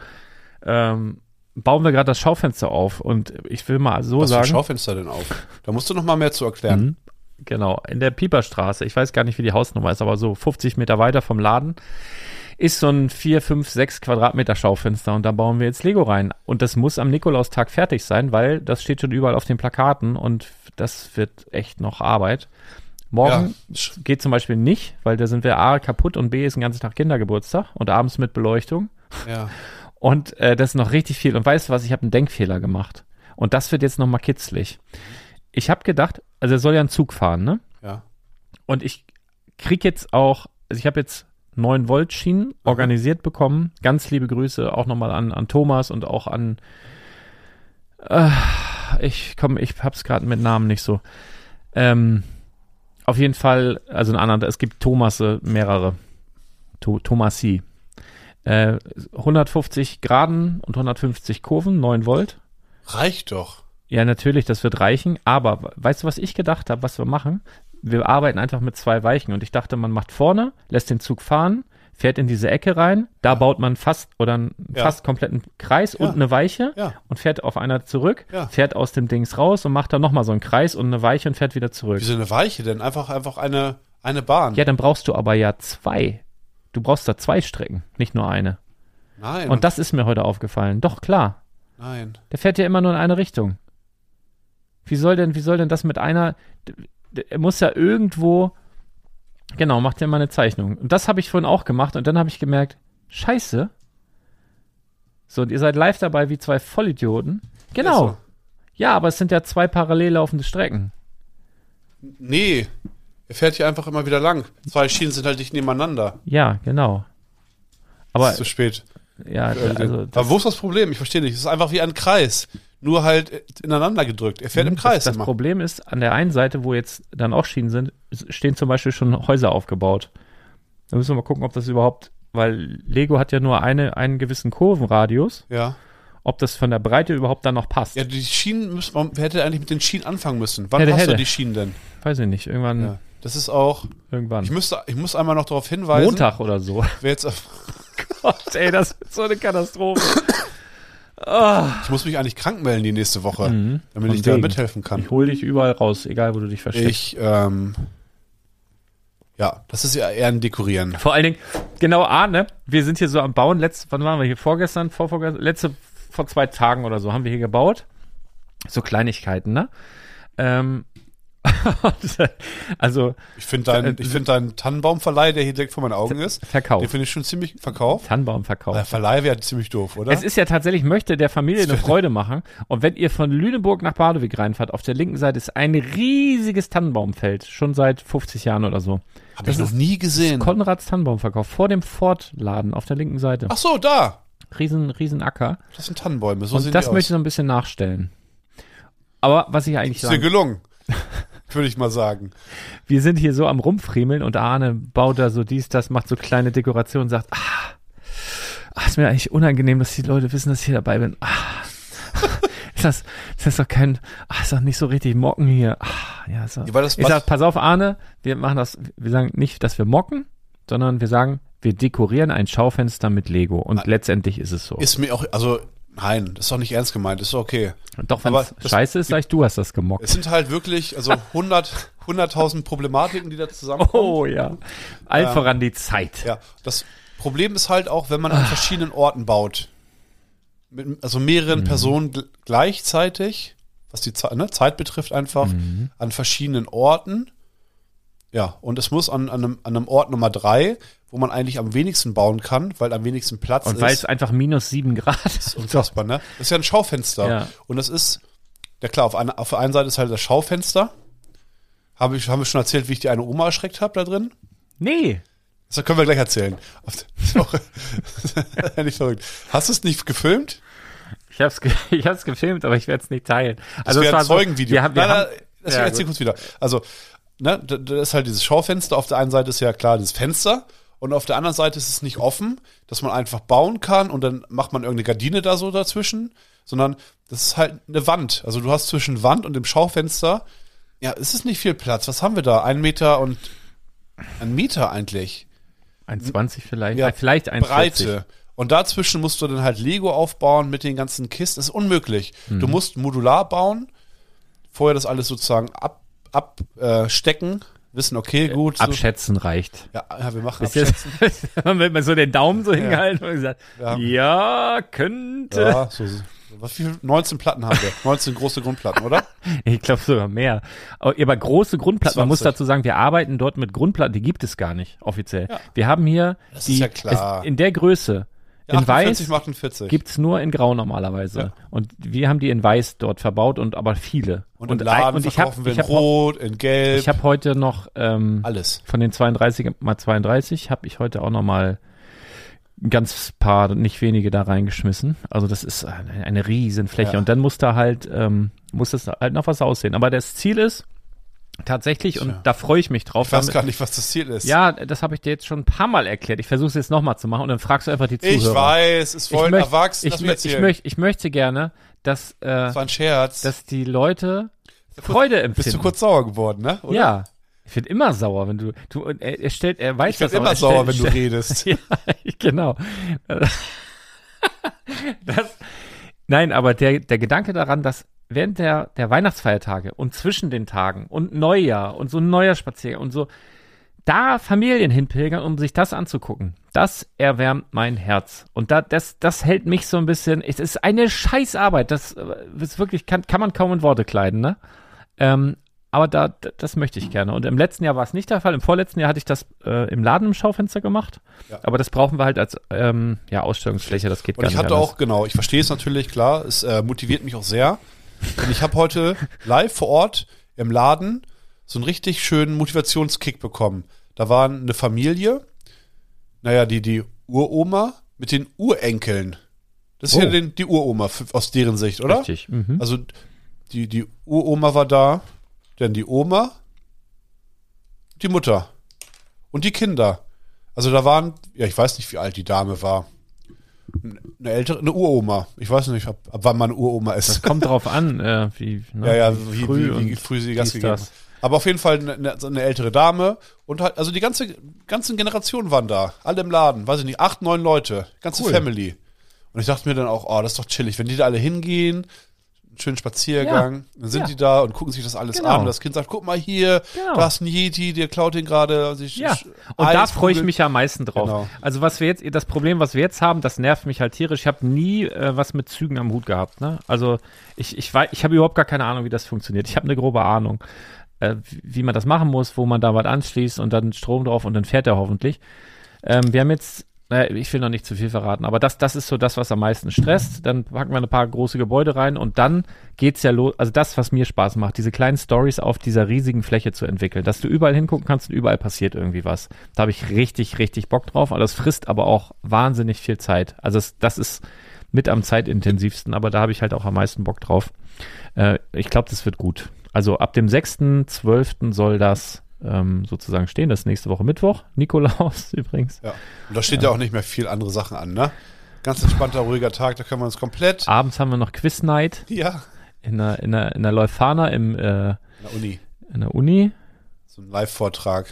S1: Ähm, bauen wir gerade das Schaufenster auf und ich will mal so
S2: Was für ein
S1: sagen,
S2: Schaufenster denn auf? Da musst du noch mal mehr zu erklären.
S1: genau, in der Pieperstraße, ich weiß gar nicht, wie die Hausnummer ist, aber so 50 Meter weiter vom Laden ist so ein 4, 5, 6 Quadratmeter Schaufenster und da bauen wir jetzt Lego rein. Und das muss am Nikolaustag fertig sein, weil das steht schon überall auf den Plakaten und das wird echt noch Arbeit. Morgen
S2: Ja.
S1: geht zum Beispiel nicht, weil da sind wir A kaputt und B ist den ganzen Tag Kindergeburtstag und abends mit Beleuchtung.
S2: Ja.
S1: Und äh, das ist noch richtig viel. Und weißt du was, ich habe einen Denkfehler gemacht. Und das wird jetzt nochmal kitzlig. Ich habe gedacht, also er soll ja einen Zug fahren, ne?
S2: ja.
S1: Und ich krieg jetzt auch, also ich habe jetzt 9 Volt Schienen organisiert bekommen. Ganz liebe Grüße auch nochmal an, an Thomas und auch an äh, ich komme, ich hab's gerade mit Namen nicht so. Ähm, auf jeden Fall, also ein anderer, es gibt Thomasse mehrere. To, Thomasi. Äh, 150 Graden und 150 Kurven, 9 Volt.
S2: Reicht doch.
S1: Ja, natürlich, das wird reichen. Aber we- weißt du, was ich gedacht habe, was wir machen? Wir arbeiten einfach mit zwei Weichen. Und ich dachte, man macht vorne, lässt den Zug fahren, fährt in diese Ecke rein, da baut man fast oder einen
S2: Ja.
S1: fast kompletten Kreis
S2: Ja.
S1: und eine Weiche
S2: Ja.
S1: und fährt auf einer zurück,
S2: Ja.
S1: fährt aus dem Dings raus und macht dann nochmal so einen Kreis und eine Weiche und fährt wieder zurück.
S2: Wieso eine Weiche denn? Einfach, einfach eine, eine Bahn.
S1: Ja, dann brauchst du aber ja zwei. Du brauchst da zwei Strecken, nicht nur eine.
S2: Nein.
S1: Und das ist mir heute aufgefallen. Doch, klar.
S2: nein.
S1: Der fährt ja immer nur in eine Richtung. Wie soll denn, wie soll denn das mit einer. d- d- Er muss ja irgendwo. Genau, macht ja mal eine Zeichnung. Und das habe ich vorhin auch gemacht und dann habe ich gemerkt, scheiße. So, und ihr seid live dabei wie zwei Vollidioten. Genau.
S2: Ist
S1: Ja, aber es sind ja zwei parallel laufende Strecken.
S2: so. Nee. Er fährt hier einfach immer wieder lang. Zwei Schienen sind halt nicht nebeneinander.
S1: Ja, genau. Aber
S2: ist zu spät. Äh,
S1: ja, also
S2: Aber wo ist das Problem? Ich verstehe nicht. Es ist einfach wie ein Kreis. Nur halt äh, ineinander gedrückt. Er fährt im Kreis
S1: Hm, Das, das
S2: immer.
S1: Problem ist, an der einen Seite, wo jetzt dann auch Schienen sind, s- stehen zum Beispiel schon Häuser aufgebaut. Da müssen wir mal gucken, ob das überhaupt, weil Lego hat ja nur eine, einen gewissen Kurvenradius,
S2: Ja.
S1: ob das von der Breite überhaupt dann noch passt.
S2: Ja, die Schienen müssen, man hätte eigentlich mit den Schienen anfangen müssen. Wann
S1: Hätte,
S2: hast du
S1: hätte.
S2: die Schienen denn?
S1: Weiß ich nicht, irgendwann,
S2: Ja. Das ist auch, ich
S1: irgendwann.
S2: müsste, ich muss einmal noch darauf hinweisen.
S1: Montag oder so.
S2: Wer jetzt, ich
S1: Gott, ey, das ist so eine Katastrophe.
S2: muss mich eigentlich krank melden die nächste Woche,
S1: Mhm.
S2: damit ich
S1: Von
S2: da
S1: wegen.
S2: mithelfen kann.
S1: Ich hol dich überall raus, egal wo du dich versteckst.
S2: Ich, ähm, ja, das ist ja eher ein Dekorieren.
S1: Vor allen Dingen, genau, A, ne? Wir sind hier so am Bauen. Letzte, wann waren wir hier? Vorgestern, vorvorgestern, letzte, vor zwei Tagen oder so haben wir hier gebaut. So Kleinigkeiten, ne? Ähm, also,
S2: Ich finde deinen,
S1: Äh,
S2: ich find deinen Tannenbaumverleih, der hier direkt vor meinen Augen ist, den
S1: Verkauf.
S2: finde ich schon ziemlich verkauft.
S1: Tannenbaumverkauf.
S2: Der Verleih wäre ziemlich doof, oder?
S1: Es ist ja tatsächlich, möchte der Familie eine Freude machen. Und wenn ihr von Lüneburg nach Badewig reinfahrt, auf der linken Seite ist ein riesiges Tannenbaumfeld. Schon seit 50 Jahren oder so.
S2: Habe ich noch nie gesehen.
S1: Konrads Tannenbaumverkauf vor dem Ford-Laden auf der linken Seite.
S2: Ach so, da.
S1: Riesen, riesen Acker.
S2: Das sind Tannenbäume, so sehen
S1: und das
S2: die
S1: möchte ich
S2: aus.
S1: so ein bisschen nachstellen. Aber was ich eigentlich
S2: Ist dir
S1: sagen,
S2: gelungen, würde ich mal sagen.
S1: wir sind hier so am Rumfriemeln und Arne baut da so dies, das, macht so kleine Dekorationen, sagt, ah, ah, ist mir eigentlich unangenehm, dass die Leute wissen, dass ich hier dabei bin. Ah, ist das, ist das doch kein, ah, ist doch nicht so richtig mocken hier. Ah, ja, so.
S2: Ja, weil das-
S1: ich
S2: was-
S1: sag, pass auf, Arne, wir machen das, wir sagen nicht, dass wir mocken, sondern wir sagen, wir dekorieren ein Schaufenster mit Lego und letztendlich ist es so.
S2: Ah. Ist mir auch, also, nein, das ist doch nicht ernst gemeint, das ist doch okay.
S1: Und Doch wenn
S2: aber
S1: es
S2: das-
S1: scheiße ist, sag ich, du hast das gemockt.
S2: Es sind halt wirklich, also 100, 100.000 Problematiken, die da zusammenkommen.
S1: Oh ja. Allen voran die Zeit.
S2: Ja, das Problem ist halt auch, wenn man
S1: Ah.
S2: an verschiedenen Orten baut. Mit, also mehreren
S1: Mhm.
S2: Personen gl gleichzeitig, was die Ze ne, Zeit betrifft, einfach
S1: Mhm.
S2: an verschiedenen Orten. Ja, und es muss an, an, einem, an einem Ort Nummer drei, wo man eigentlich am wenigsten bauen kann, weil am wenigsten Platz
S1: und
S2: ist.
S1: weil es einfach minus sieben Grad ist.
S2: ist unfassbar, ne? Das ist ja ein Schaufenster.
S1: Ja.
S2: Und das ist, ja klar, auf, einer auf der einen Seite ist halt das Schaufenster. Habe ich, haben wir schon erzählt, wie ich die eine Oma erschreckt habe da drin?
S1: Nee.
S2: Das können wir gleich erzählen. Auf- nicht verrückt. Hast du es nicht gefilmt?
S1: Ich hab's, ge ich hab's gefilmt, aber ich werde es nicht teilen.
S2: Das
S1: Also es
S2: wäre
S1: war
S2: ein Zeugenvideo.
S1: So, wir haben, wir
S2: nein, nein,
S1: haben,
S2: das
S1: Ja,
S2: erzähl
S1: gut.
S2: kurz wieder. Also, ne, da, da ist halt dieses Schaufenster. Auf der einen Seite ist ja klar das Fenster. Und auf der anderen Seite ist es nicht offen, dass man einfach bauen kann und dann macht man irgendeine Gardine da so dazwischen, sondern das ist halt eine Wand. Also du hast zwischen Wand und dem Schaufenster, ja, es ist nicht viel Platz. Was haben wir da? Ein Meter und ein Meter eigentlich.
S1: 1,20 vielleicht.
S2: Ja,
S1: Ja, vielleicht 1,40.
S2: Breite. Und dazwischen musst du dann halt Lego aufbauen mit den ganzen Kisten. Das ist unmöglich.
S1: Mhm.
S2: Du musst modular bauen, vorher das alles sozusagen abstecken, ab, äh, stecken, wissen, okay, gut. So,
S1: Abschätzen reicht.
S2: ja, ja, wir machen
S1: Ist Äh, jetzt, wenn man so den Daumen so hingehalten und gesagt,
S2: Ja.
S1: ja, könnte.
S2: Ja, so, so. Was, wie viel? 19 Platten haben wir. 19 große Grundplatten, oder?
S1: Ich glaube sogar mehr. Aber aber große Grundplatten, man muss
S2: 20.
S1: dazu sagen, wir arbeiten dort mit Grundplatten, die gibt es gar nicht offiziell. Wir haben hier
S2: Das
S1: die
S2: ist ja klar.
S1: es- in der Größe. In weiß
S2: 48.
S1: Gibt's nur in Grau normalerweise.
S2: Ja.
S1: Und wir haben die in Weiß dort verbaut und aber viele.
S2: und im Laden
S1: und ich habe
S2: verkaufen wir
S1: ich
S2: in
S1: hab, ho-
S2: Rot, in Gelb,
S1: ich hab heute noch ähm,
S2: alles.
S1: von den 32 mal 32 habe ich heute auch noch mal ein ganz paar, nicht wenige da reingeschmissen. Also das ist eine, eine riesen Fläche.
S2: Ja.
S1: Und dann muss da halt, ähm, muss das halt noch was aussehen. Aber das Ziel ist tatsächlich, und
S2: Tja.
S1: da freue ich mich drauf.
S2: Ich weiß
S1: damit-
S2: gar nicht, was das Ziel ist.
S1: ja, das habe ich dir jetzt schon ein paar Mal erklärt. Ich versuche es jetzt noch mal zu machen und dann fragst du einfach die Zuhörer.
S2: ich weiß, es
S1: Ich
S2: wollen
S1: möcht-
S2: Erwachsene
S1: ich,
S2: das
S1: mö- ich, möcht, ich möchte gerne, dass, äh,
S2: Das war ein Scherz.
S1: dass die Leute Freude empfinden.
S2: Bist du kurz sauer geworden, ne? Oder?
S1: Ja. Ich werd immer sauer, wenn du, du er, er stellt, er weiß
S2: Ich werde
S1: das aber,
S2: immer
S1: er stellt-
S2: sauer, wenn du
S1: stellt-
S2: redest.
S1: Ja, genau. Das, nein, aber der, der Gedanke daran, dass während der, der Weihnachtsfeiertage und zwischen den Tagen und Neujahr und so ein Neujahrspaziergang und so, da Familien hinpilgern, um sich das anzugucken, das erwärmt mein Herz. Und da, das, das hält mich so ein bisschen, es ist eine Scheißarbeit, das äh, ist wirklich, kann, kann man kaum in Worte kleiden, ne? Ähm, aber da, d- das möchte ich gerne. Und im letzten Jahr war es nicht der Fall. Im vorletzten Jahr hatte ich das äh, im Laden im Schaufenster gemacht.
S2: Ja.
S1: Aber das brauchen wir halt als ähm, ja, Ausstellungsfläche. Das geht
S2: Und
S1: gar
S2: ich
S1: nicht
S2: hatte
S1: anders.
S2: auch, genau, ich verstehe es natürlich, klar, es äh, motiviert mich auch sehr. Und ich habe heute live vor Ort im Laden so einen richtig schönen Motivationskick bekommen. Da waren eine Familie, naja, die, die Uroma mit den Urenkeln. Das ist
S1: Oh.
S2: ja den, die Uroma f- aus deren Sicht, oder?
S1: Richtig. Mhm.
S2: Also die, die Uroma war da, dann die Oma, die Mutter und die Kinder. Also da waren, ja, ich weiß nicht, wie alt die Dame war. Eine ältere, eine Uroma. Ich weiß nicht, ab, ab wann man Uroma ist.
S1: Kommt drauf an, äh, wie, ne,
S2: Ja, ja,
S1: wie früh
S2: wie, früh, wie, wie
S1: und
S2: früh sie Gas
S1: dies,
S2: gegeben
S1: das.
S2: hat. Aber auf jeden Fall eine, eine, so eine ältere Dame und halt, also die ganze, ganzen Generationen waren da, alle im Laden, weiß ich nicht, acht, neun Leute, ganze
S1: Cool.
S2: Family. Und ich dachte mir dann auch, oh, das ist doch chillig, wenn die da alle hingehen, einen schönen Spaziergang, dann sind
S1: Ja.
S2: die da und gucken sich das alles
S1: Genau.
S2: an. Und das Kind sagt, guck mal hier,
S1: Genau.
S2: da ist ein Yeti, der klaut den gerade. sich-
S1: Ja,
S2: sch-
S1: und da
S2: Eis
S1: freue ich
S2: kugelt.
S1: mich am meisten drauf.
S2: Genau.
S1: Also was wir jetzt, das Problem, was wir jetzt haben, das nervt mich halt tierisch. Ich habe nie äh, was mit Zügen am Hut gehabt. Ne? Also ich, ich, wei- ich habe überhaupt gar keine Ahnung, wie das funktioniert. Ich habe eine grobe Ahnung, äh, wie- wie man das machen muss, wo man da was anschließt und dann Strom drauf und dann fährt er hoffentlich. Ähm, wir haben jetzt, naja, ich will noch nicht zu viel verraten, aber das, das ist so das, was am meisten stresst. Dann packen wir ein paar große Gebäude rein und dann geht's ja los. Also das, was mir Spaß macht, diese kleinen Stories auf dieser riesigen Fläche zu entwickeln, dass du überall hingucken kannst und überall passiert irgendwie was. Da habe ich richtig, richtig Bock drauf. Aber das frisst aber auch wahnsinnig viel Zeit. Also das, das ist mit am zeitintensivsten, aber da habe ich halt auch am meisten Bock drauf. Äh, ich glaube, das wird gut. Also ab dem 6.12. soll das ähm, sozusagen stehen. Das ist nächste Woche Mittwoch. Nikolaus übrigens.
S2: Ja. Und da steht ja. auch nicht mehr viel andere Sachen an, ne? Ganz entspannter, ruhiger Tag, da können wir uns komplett.
S1: Abends haben wir noch Quiz Night
S2: Ja,
S1: in der, in der, in der Leuphana im, äh,
S2: in der Uni.
S1: in der Uni.
S2: So ein Live-Vortrag.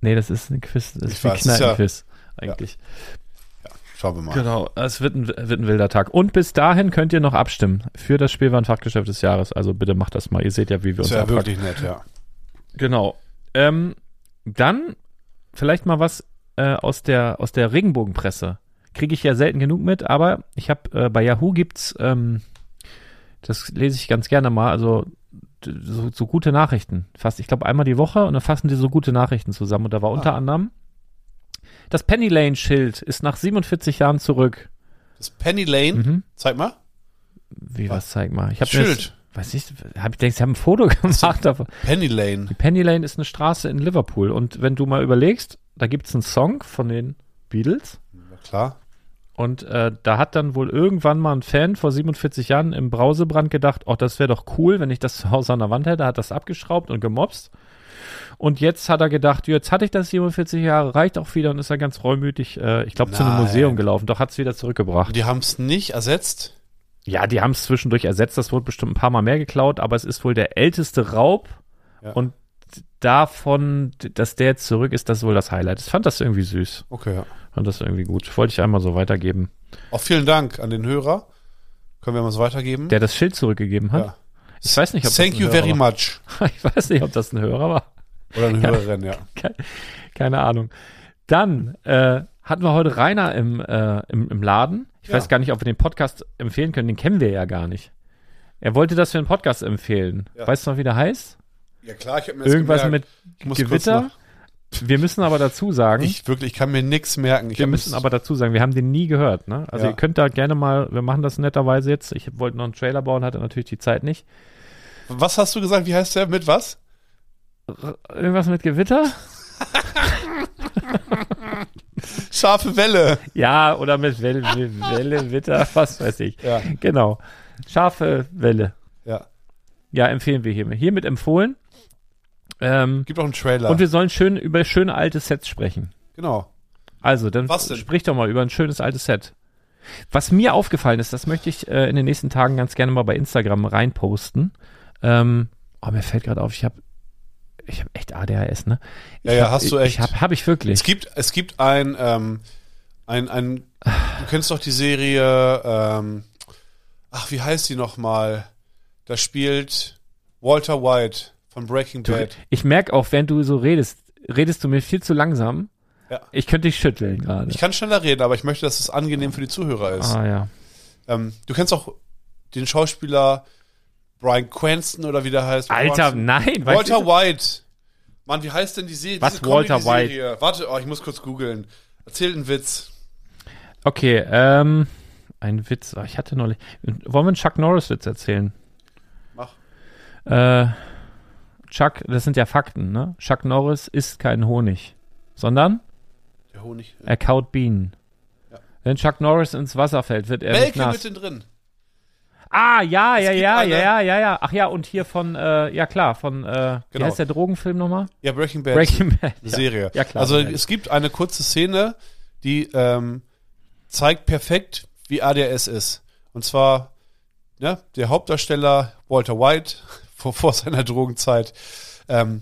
S1: Nee, das ist ein Quiz, das
S2: Ich
S1: ist ein
S2: weiß, das ist ja-
S1: Kneipenquiz eigentlich.
S2: Schauen wir mal.
S1: Genau, es wird ein, wird ein wilder Tag. Und bis dahin könnt ihr noch abstimmen für das Spielwarenfachgeschäft des Jahres. Also bitte macht das mal. Ihr seht ja, wie wir
S2: Das
S1: uns
S2: ist ja
S1: abfacken.
S2: wirklich nett, ja.
S1: Genau. Ähm, dann vielleicht mal was äh, aus der, aus der Regenbogenpresse. Kriege ich ja selten genug mit, aber ich habe äh, bei Yahoo gibt's, ähm, das lese ich ganz gerne mal, also d- so, so gute Nachrichten. Fast, ich glaube, einmal die Woche und dann fassen die so gute Nachrichten zusammen. Und da war unter anderem das Penny Lane Schild ist nach 47 Jahren zurück.
S2: Das Penny Lane,
S1: Mhm.
S2: zeig mal.
S1: Wie was? Zeig mal. Ich habe
S2: Das Hm? Schild.
S1: Weiß nicht, hab ich denkst, sie haben ein Foto gemacht davon.
S2: Penny Lane.
S1: Die Penny Lane ist eine Straße in Liverpool. Und wenn du mal überlegst, da gibt es einen Song von den Beatles.
S2: Na klar.
S1: Und äh, da hat dann wohl irgendwann mal ein Fan vor 47 Jahren im Brausebrand gedacht, oh, das wäre doch cool, wenn ich das zu Hause an der Wand hätte, hat das abgeschraubt und gemobst. Und jetzt hat er gedacht, jetzt hatte ich das 47 Jahre, reicht auch wieder und ist er ganz reumütig, äh, ich glaube, zu einem
S2: Nein.
S1: Museum gelaufen. Doch hat es wieder
S2: Und
S1: zurückgebracht.
S2: die haben es nicht ersetzt.
S1: Ja, die haben es zwischendurch ersetzt, das wurde bestimmt ein paar Mal mehr geklaut, aber es ist wohl der älteste Raub
S2: Ja.
S1: und davon, dass der jetzt zurück ist, das ist wohl das Highlight. Ich fand das irgendwie süß,
S2: Okay, ja.
S1: fand das irgendwie gut. Wollte ich einmal so weitergeben.
S2: Auch vielen Dank an den Hörer. Können wir mal so weitergeben?
S1: Der das Schild zurückgegeben hat.
S2: Ja.
S1: Ich weiß nicht, ob
S2: Thank
S1: das ein
S2: you
S1: Hörer
S2: very
S1: war.
S2: much.
S1: Ich weiß nicht, ob das ein Hörer war.
S2: Oder eine Hörerin, ja.
S1: Keine Ahnung. Dann äh, hatten wir heute Rainer im, äh, im, im Laden. Ich
S2: Ja.
S1: weiß gar nicht, ob wir den Podcast empfehlen können. Den kennen wir ja gar nicht. Er wollte, dass wir einen Podcast empfehlen.
S2: Ja.
S1: Weißt du noch, wie der heißt?
S2: Ja klar, ich habe mir
S1: Irgendwas mit
S2: ich muss kurz
S1: Gewitter. Wir müssen aber dazu sagen,
S2: Ich wirklich, ich kann mir nichts merken. Ich
S1: wir
S2: hab
S1: müssen
S2: es-
S1: aber dazu sagen, wir haben den nie gehört. Ne? Also
S2: Ja.
S1: ihr könnt da gerne mal, wir machen das netterweise jetzt. Ich wollte noch einen Trailer bauen, hatte natürlich die Zeit nicht.
S2: Was hast du gesagt? Wie heißt der? Mit was?
S1: Irgendwas mit Gewitter?
S2: Scharfe Welle.
S1: Ja, oder mit Welle, Welle, Welle Witter, was weiß ich.
S2: Ja,
S1: Genau. Scharfe Welle.
S2: ja.
S1: Ja, empfehlen wir hiermit. Hiermit empfohlen. Ähm,
S2: Gibt auch einen Trailer.
S1: und wir sollen schön über schöne alte Sets sprechen.
S2: genau.
S1: Also, dann
S2: Was denn?
S1: sprich doch mal über ein schönes altes Set. Was mir aufgefallen ist, das möchte ich äh, in den nächsten Tagen ganz gerne mal bei Instagram reinposten. Ähm, oh, mir fällt gerade auf, ich habe ich habe echt ADHS, ne? Ich
S2: Ja, ja,
S1: hab-
S2: hast du
S1: Ich
S2: echt.
S1: habe hab ich wirklich.
S2: Es gibt, es gibt ein, ähm, ein, ein, du kennst doch die Serie, ähm, ach, wie heißt die nochmal? Da spielt Walter White von Breaking
S1: Du,
S2: Bad.
S1: ich merke auch, während du so redest, redest du mir viel zu langsam.
S2: Ja.
S1: Ich könnte dich schütteln gerade.
S2: Ich kann schneller reden, aber ich möchte, dass es angenehm für die Zuhörer ist.
S1: Ah ja.
S2: Ähm, du kennst auch den Schauspieler Brian Cranston oder wie der heißt.
S1: Alter, nein. weißt
S2: Walter
S1: du-
S2: White. Mann, wie heißt denn die Serie?
S1: Was,
S2: diese
S1: Walter
S2: Comedy-Serie? Warte, oh, ich muss kurz googeln. Erzähl einen Witz.
S1: Okay, ähm, ein Witz. Ah, Ich hatte neulich. Wollen wir einen Chuck Norris-Witz erzählen?
S2: Mach.
S1: Äh, Chuck, das sind ja Fakten, ne? Chuck Norris isst keinen Honig, sondern
S2: Der Honig.
S1: er kaut Bienen.
S2: Ja.
S1: Wenn Chuck Norris ins Wasser fällt, wird er nicht
S2: Welke
S1: nass.
S2: mit denn drin?
S1: Ah, ja, ja,
S2: gibt
S1: ja,
S2: eine-
S1: ja, ja, ja, ja. Ach ja, und hier von, äh, ja klar, von, äh, wie
S2: Genau.
S1: heißt der Drogenfilm nochmal?
S2: Ja, Breaking Bad.
S1: Breaking Bad.
S2: Eine Serie.
S1: Ja, klar.
S2: Also
S1: Ja.
S2: es gibt eine kurze Szene, die ähm, zeigt perfekt, wie ADS ist. Und zwar ne, der Hauptdarsteller Walter White vor, vor seiner Drogenzeit ähm,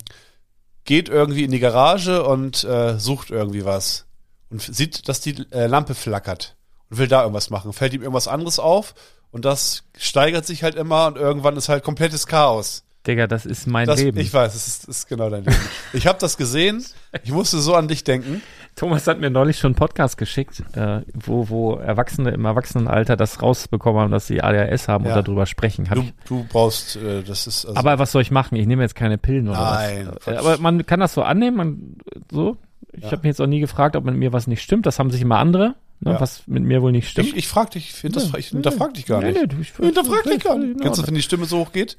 S2: geht irgendwie in die Garage und äh, sucht irgendwie was und f- sieht, dass die äh, Lampe flackert und will da irgendwas machen. Fällt ihm irgendwas anderes auf und das steigert sich halt immer und irgendwann ist halt komplettes Chaos.
S1: Digga, das ist mein
S2: Das,
S1: Leben.
S2: ich weiß, es ist, ist genau dein Leben. Ich habe das gesehen. Ich musste so an dich denken.
S1: Thomas hat mir neulich schon einen Podcast geschickt, äh, wo, wo Erwachsene im Erwachsenenalter das rausbekommen haben, dass sie ADHS haben
S2: Ja.
S1: und darüber sprechen. Hab
S2: Du,
S1: ich,
S2: du brauchst, äh, das ist also,
S1: aber was soll ich machen? Ich nehme jetzt keine Pillen oder
S2: Nein,
S1: was.
S2: Quatsch.
S1: Äh, Aber man kann das so annehmen, man, so. Ich
S2: Ja.
S1: habe mich jetzt auch nie gefragt, ob mit mir was nicht stimmt. Das haben sich immer andere, ne,
S2: Ja.
S1: was mit mir wohl nicht
S2: ich,
S1: stimmt.
S2: ich frag dich, ich find das, ich hinterfrag dich gar
S1: Nee,
S2: nicht.
S1: nee, du- ich-
S2: Ich hinterfrag dich gar nicht.
S1: Genau.
S2: Kennst du, wenn die Stimme so hoch geht?